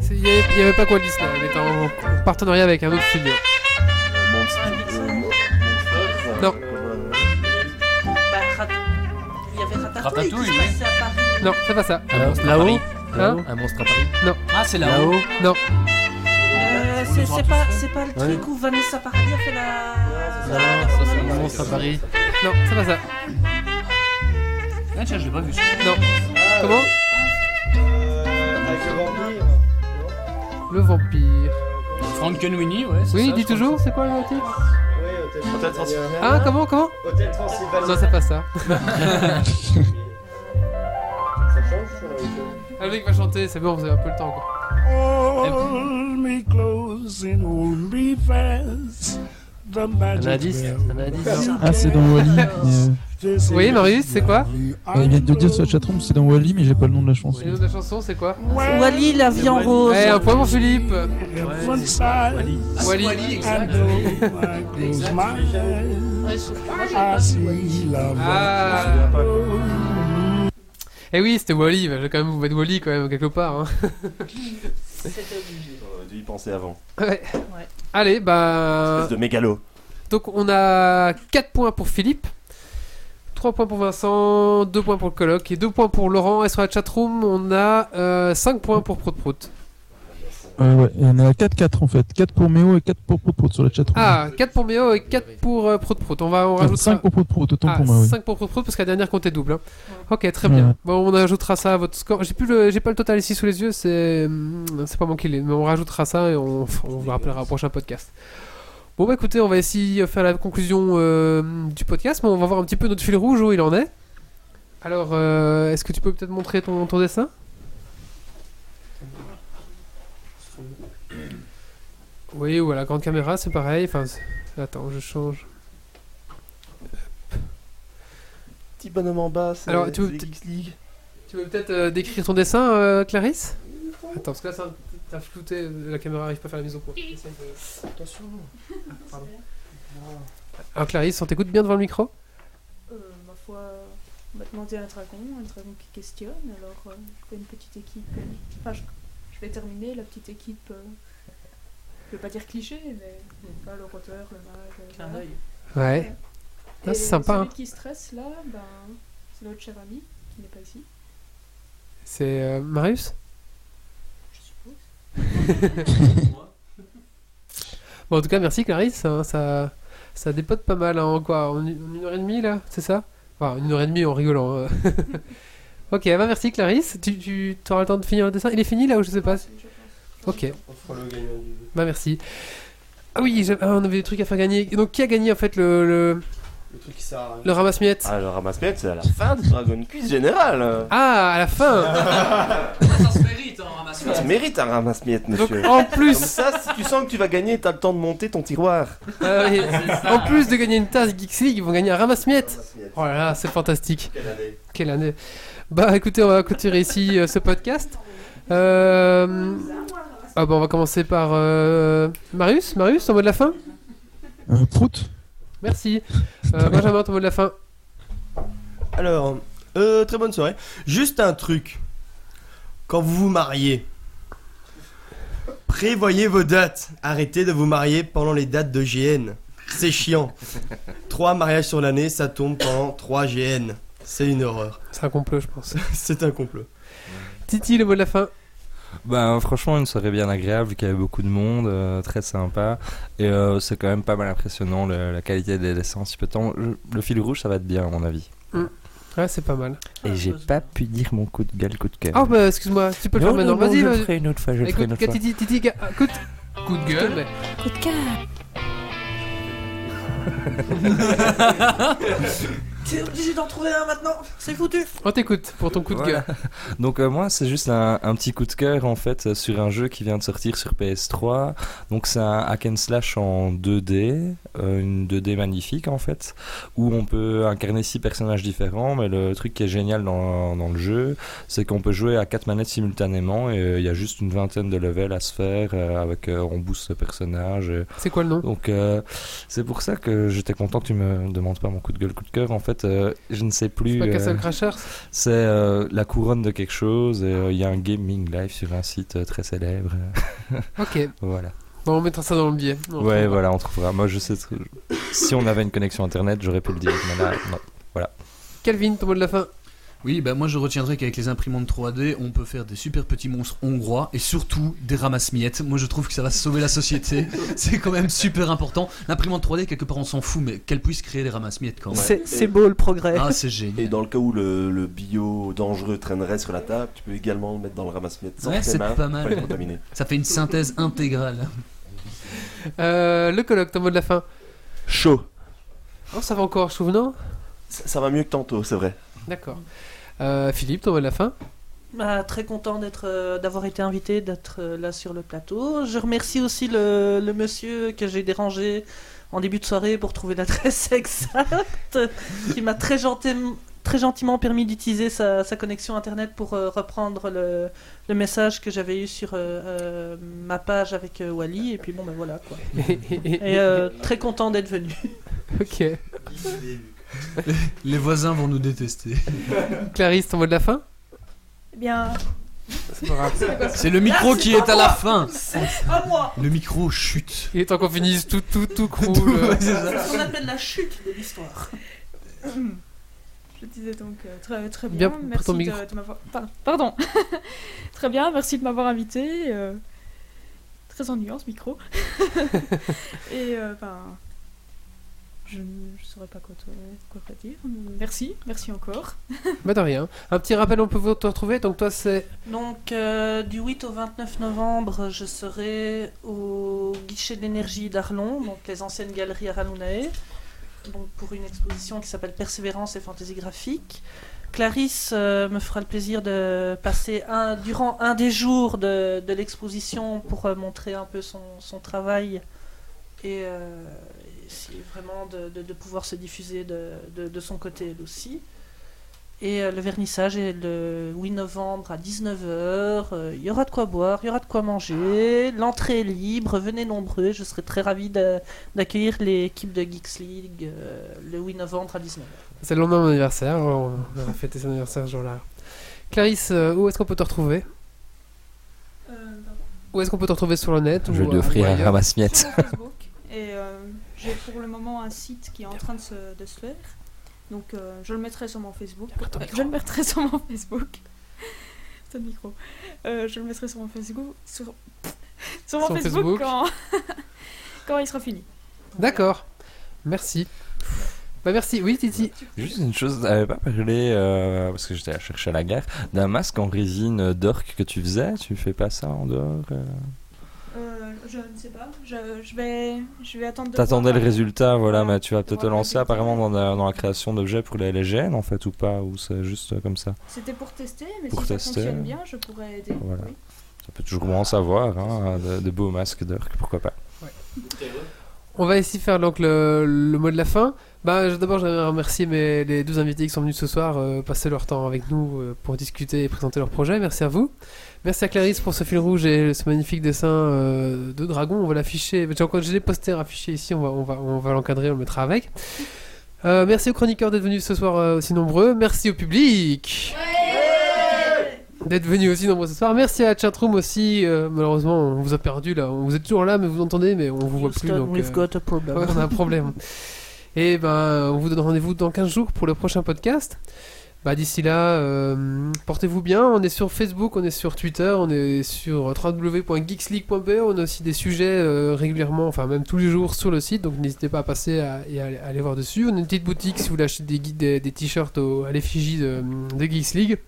C'est- Il n'y avait, il y avait pas quoi Disney, on était en, en partenariat avec un autre studio. Non. Bah, rat- Il y avait Ratatouille qui Ratatouille, se passait à Paris. Non, c'est pas ça. Euh, Un monstre à Là-haut Paris. Hein Un monstre à Paris. Non. Ah, c'est là-haut. Non. Euh, c'est- C'est pas, c'est pas le hein. Ouais. truc où Vanessa Paradis a fait la. Un monstre à Paris. Non, c'est pas ça. Ah, tiens, je l'ai pas vu. Non. Comment Avec le vampire. Le vampire. Frankenweenie, ouais. c'est Oui, ça, dis je crois. toujours, c'est quoi le titre Hôtel Transylvanie. Ah, comment, comment Hôtel Transylvanie. Non, c'est pas ça. Ça change sur Ah, Le mec va chanter, c'est bon, vous avez un peu le temps encore. Hold me close and hold me fast. Un indice Un indice Ah, c'est dans Wally. Oui, Marius, c'est quoi euh, Il vient de dire sur la chatroom, c'est dans Wally, mais j'ai pas le nom de la chanson. Le nom de la chanson, c'est quoi Wally, la vie en rose. Ouais, un point pour Philippe. Wally. Wally, Ah, Ah. Eh oui, c'était Wally, je vais quand même vous mettre Wally quand même quelque part. hein. J'aurais dû y penser avant. Ouais. Allez, bah. Espèce de mégalo. Donc on a 4 points pour Philippe, 3 points pour Vincent, 2 points pour le coloc et 2 points pour Laurent. Et sur la chatroom, on a 5 points pour Prout Prout. Euh, ouais, il y en a 4-4 en fait. 4 pour Méo et 4 pour Prout sur la chatroom. Ah, 4 pour Méo et 4 pour euh, Prout Prout. On va on Ah, rajoutera... 5 pour Prout Prout, autant pour moi. Oui. 5 pour Prout Prout parce que la dernière comptait double. hein. Ok, très bien. Bon, on ajoutera ça à votre score. J'ai plus le, j'ai pas le total ici sous les yeux, c'est, hum, c'est pas moi qui l'ai, mais on rajoutera ça et on, on vous rappellera au prochain podcast. Bon bah écoutez, on va essayer de faire la conclusion euh, du podcast, mais on va voir un petit peu notre fil rouge où il en est. Alors, euh, est-ce que tu peux peut-être montrer ton, ton dessin Oui, ou à la grande caméra, c'est pareil. Enfin, c'est- attends, je change. Petit bonhomme en bas, c'est Alors, tu veux c'est peut- X-League. Tu veux peut-être euh, décrire ton dessin, euh, Clarisse Attends, parce que là, c'est un- t'as flouté, euh, la caméra arrive pas à faire la mise au point. Essaye de- Ah. Alors, Clarisse, on t'écoute bien devant le micro Euh, ma foi, on m'a demandé un dragon, un dragon qui questionne, alors euh, je fais une petite équipe. euh, Enfin, je, je vais terminer la petite équipe. euh, je vais pas dire cliché, mais pas le roteur, le mage. euh, voilà. Ouais. Ah, Et c'est sympa. Celui hein. qui stresse là, ben, c'est notre cher ami qui n'est pas ici. C'est euh, Marius Bon, en tout cas, merci Clarisse. hein, ça, ça dépote pas mal hein, en quoi en, une en une heure et demie là, c'est ça Enfin, une heure et demie en rigolant. euh. ok, bah merci Clarisse. Tu, tu auras le temps de finir le dessin. Il est fini là ou je sais pas Ok. Bah merci. Ah oui, j'ai- ah, on avait des trucs à faire gagner. Et donc, qui a gagné en fait le, le, Le truc qui sert à rien. le ramasse-miettes Ah, le ramasse-miettes, c'est à la fin du Dragon Quiz général. Ah, à la fin Ça se mérite un ramasse-miettes. Ça se mérite un ramasse-miettes, monsieur. en plus- Comme ça, si tu sens que tu vas gagner, t'as le temps de monter ton tiroir. Ah oui. En plus de gagner une tasse Geeks League, ils vont gagner un ramasse-miettes. Ramasse-miettes. Oh là là, c'est fantastique. Quelle année. Quelle année. Bah écoutez, on va continuer ici euh, ce podcast. Euh, Ah bah on va commencer par euh, Marius. Marius, ton mot de la fin Euh, Prout Merci. Euh, Benjamin, ton mot de la fin Alors, euh, très bonne soirée. Juste un truc. Quand vous vous mariez, prévoyez vos dates. Arrêtez de vous marier pendant les dates de GN. C'est chiant. Trois mariages sur l'année, ça tombe pendant 3 GN. C'est une horreur. C'est un complot, je pense. C'est un complot. Titi, le mot de la fin Ben franchement une soirée bien agréable vu qu'il y avait beaucoup de monde, euh, très sympa et euh, c'est quand même pas mal impressionnant le- la qualité des dessins. Si peu de temps, le- le fil rouge ça va être bien à mon avis. Mm. Ouais, c'est pas mal. Et j'ai pas pu dire mon coup de gueule, coup de cœur. bah, Ah bah excuse-moi, tu peux le Non, faire maintenant. non, non, Vas-y, je le vas-y. ferai une autre fois, je le Écoute, ferai une autre fois. Titi, Titi, ga- ah, écoute. Coup de gueule, mais. Coup de T'es obligé d'en trouver un maintenant, c'est foutu. On t'écoute pour ton coup de Voilà. gueule. Donc euh, moi, c'est juste un, un petit coup de cœur en fait euh, sur un jeu qui vient de sortir sur PS3. Donc c'est un hack and slash en 2D, euh, une 2D magnifique en fait, où on peut incarner six personnages différents. Mais le truc qui est génial dans, dans le jeu, c'est qu'on peut jouer à quatre manettes simultanément et euh, il y a juste une vingtaine de levels à se faire euh, avec euh, on booste ce personnage. et- C'est quoi le nom donc euh, c'est pour ça que j'étais content que tu me demandes pas mon coup de gueule, coup de cœur. En fait, euh, je ne sais plus. pas euh, Castle Crashers C'est euh, la couronne de quelque chose. et, euh, Il y a un gaming live sur un site euh, très célèbre. Ok. voilà. Bon, on mettra ça dans le billet. On ouais, voilà, on trouvera. Moi, je sais. tr- si on avait une connexion internet, j'aurais pu le dire. Mais là, non. Voilà. Calvin, ton mot de la fin Oui, bah moi je retiendrai qu'avec les imprimantes 3D, on peut faire des super petits monstres hongrois et surtout des ramasse-miettes. Moi je trouve que ça va sauver la société. C'est quand même super important. L'imprimante 3D, quelque part on s'en fout, mais qu'elle puisse créer des ramasse-miettes quand même. beau le progrès. Ah, c'est génial. Et dans le cas où le, le bio dangereux traînerait sur la table, tu peux également le mettre dans le ramasse-miettes sans Ouais, tes c'est mains, pas pour pas le mal. contaminer. Ça fait une synthèse intégrale. Euh, le colloque, ton mot de la fin Chaud. Oh, ça va encore, je trouve, non Ça, ça va mieux que tantôt, c'est vrai. D'accord. Euh, Philippe, ton mot de la fin Bah, très content d'être, euh, d'avoir été invité, d'être euh, là sur le plateau. Je remercie aussi le, le monsieur que j'ai dérangé en début de soirée pour trouver l'adresse exacte, qui m'a très, gentil- très gentiment permis d'utiliser sa, sa connexion internet pour euh, reprendre le, le message que j'avais eu sur euh, euh, ma page avec euh, Wally. Et puis bon, ben voilà quoi. Et euh, très content d'être venu. Ok. Les voisins vont nous détester. Clarisse, ton mot de la fin Eh bien. C'est le micro qui est à la fin. C'est à moi Le micro chute. Il est temps qu'on finisse tout, tout, tout croule. C'est ce qu'on appelle la chute de l'histoire. Je disais donc euh, très, très bien, Bien, prends merci ton de, micro. de m'avoir... par- Pardon. très bien, merci de m'avoir invité. euh, Très ennuyant ce micro. Et euh, ben, je ne je saurais pas quoi, te- quoi te dire. Merci, merci encore. Bah de rien. Un petit rappel, on peut vous te retrouver. Donc toi, c'est Donc, euh, du 8 au 29 novembre, je serai au guichet de l'énergie d'Arlon, donc les anciennes galeries Aralounae, donc pour une exposition qui s'appelle Persévérance et fantaisie graphique. Clarisse euh, me fera le plaisir de passer un, durant un des jours de, de l'exposition pour euh, montrer un peu son, son travail et euh, essayer vraiment de, de- de pouvoir se diffuser de, de- de son côté elle aussi. Et euh, le vernissage est le 8 novembre à 19h. Il y aura de quoi boire, il y aura de quoi manger. L'entrée est libre, venez nombreux. Je serai très ravi de- d'accueillir l'équipe de Geeks League euh, le 8 novembre à 19h. c'est le lendemain de mon anniversaire. alors On on va fêter son anniversaire ce jour-là. Clarisse, euh, où est-ce qu'on peut te retrouver Euh, Où est-ce qu'on peut te retrouver sur le net Je ou, vais euh, ou offrir un ailleurs ramasse-miettes. Et euh, j'ai pour le moment un site qui est en train de se, de se faire. Donc euh, je le mettrai sur mon Facebook. Je le mettrai sur mon Facebook. C'est le micro. Euh, je le mettrai sur mon Facebook. Sur, sur mon Sur Facebook, Facebook. Quand, quand il sera fini. D'accord. Merci. Bah merci. Oui, Titi. Juste une chose, t'avais pas parlé, euh, parce que j'étais à chercher à la gare, d'un masque en résine euh, d'orque que tu faisais. Tu fais pas ça en dehors euh Euh, je ne sais pas. Je, je vais, je vais attendre. de T'attendais voir. euh, le résultat, voilà, mais tu vas peut-être te Voir le lancer apparemment dans la, dans la création d'objets pour les, les GN en fait, ou pas, ou c'est juste euh, comme ça C'était pour tester, mais Pour si ça tester. fonctionne bien, je pourrais aider. Voilà. Oui. Ça peut toujours en savoir, hein, de, de beaux masques d'orque, pourquoi pas. On va ici faire donc le, le mot de la fin. Bah, je- d'abord, j'aimerais remercier mes, les deux invités qui sont venus ce soir euh, passer leur temps avec nous euh, pour discuter et présenter leur projet. Merci à vous. Merci à Clarisse pour ce fil rouge et ce magnifique dessin euh, de dragon. On va l'afficher. J'ai encore j'ai des posters affichés ici. On va, on va, on va l'encadrer, on le mettra avec. Euh, merci aux chroniqueurs d'être venus ce soir euh, aussi nombreux. Merci au public d'être venus aussi nombreux ce soir. Merci à la chatroom aussi. euh, malheureusement, on vous a perdu là. Vous êtes toujours là, mais vous entendez, mais on vous voit plus. Houston, donc, we've got a problem. ouais, on a un problème. Et ben, on vous donne rendez-vous dans 15 jours pour le prochain podcast. Bah, d'ici là, euh, portez-vous bien. On est sur Facebook, on est sur Twitter, on est sur www.geeksleague.be. On a aussi des sujets euh, régulièrement, enfin même tous les jours sur le site. Donc n'hésitez pas à passer à, et à, à aller voir dessus. On a une petite boutique si vous voulez acheter des, guides- des, des t-shirts au- à l'effigie de, de Geeks League.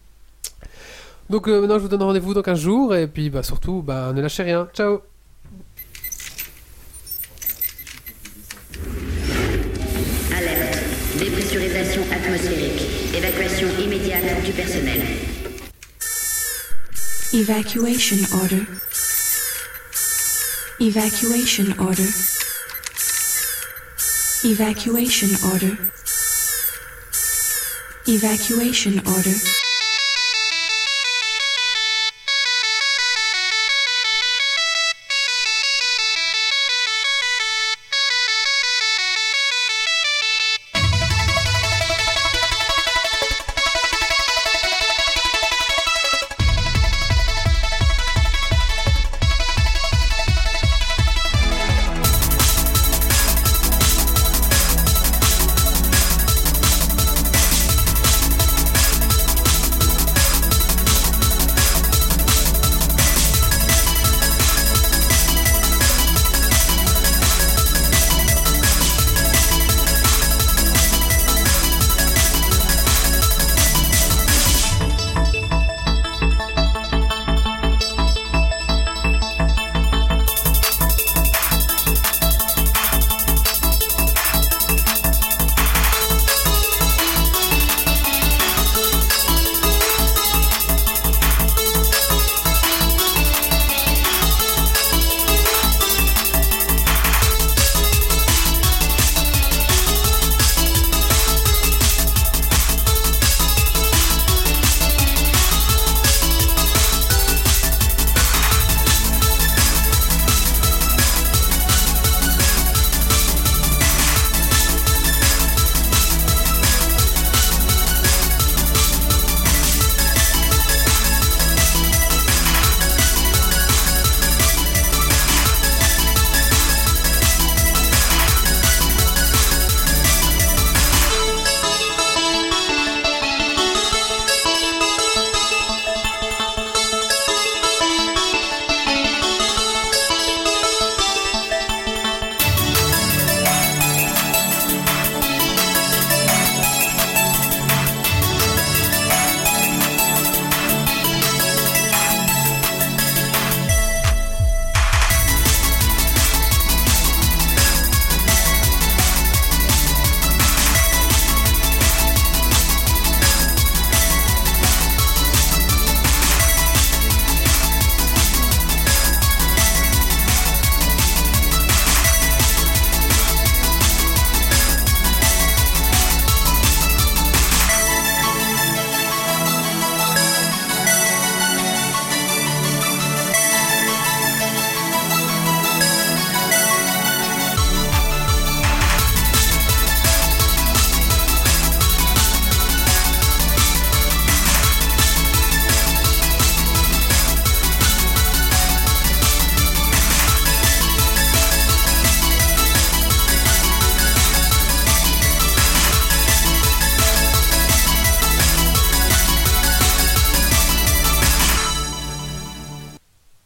Donc euh, maintenant, je vous donne rendez-vous dans 15 jours. Et puis bah, surtout, bah, ne lâchez rien. Ciao Alerte. Dépressurisation atmosphérique. Évacuation immédiate du personnel. Evacuation order. Evacuation order. Evacuation order. Evacuation order.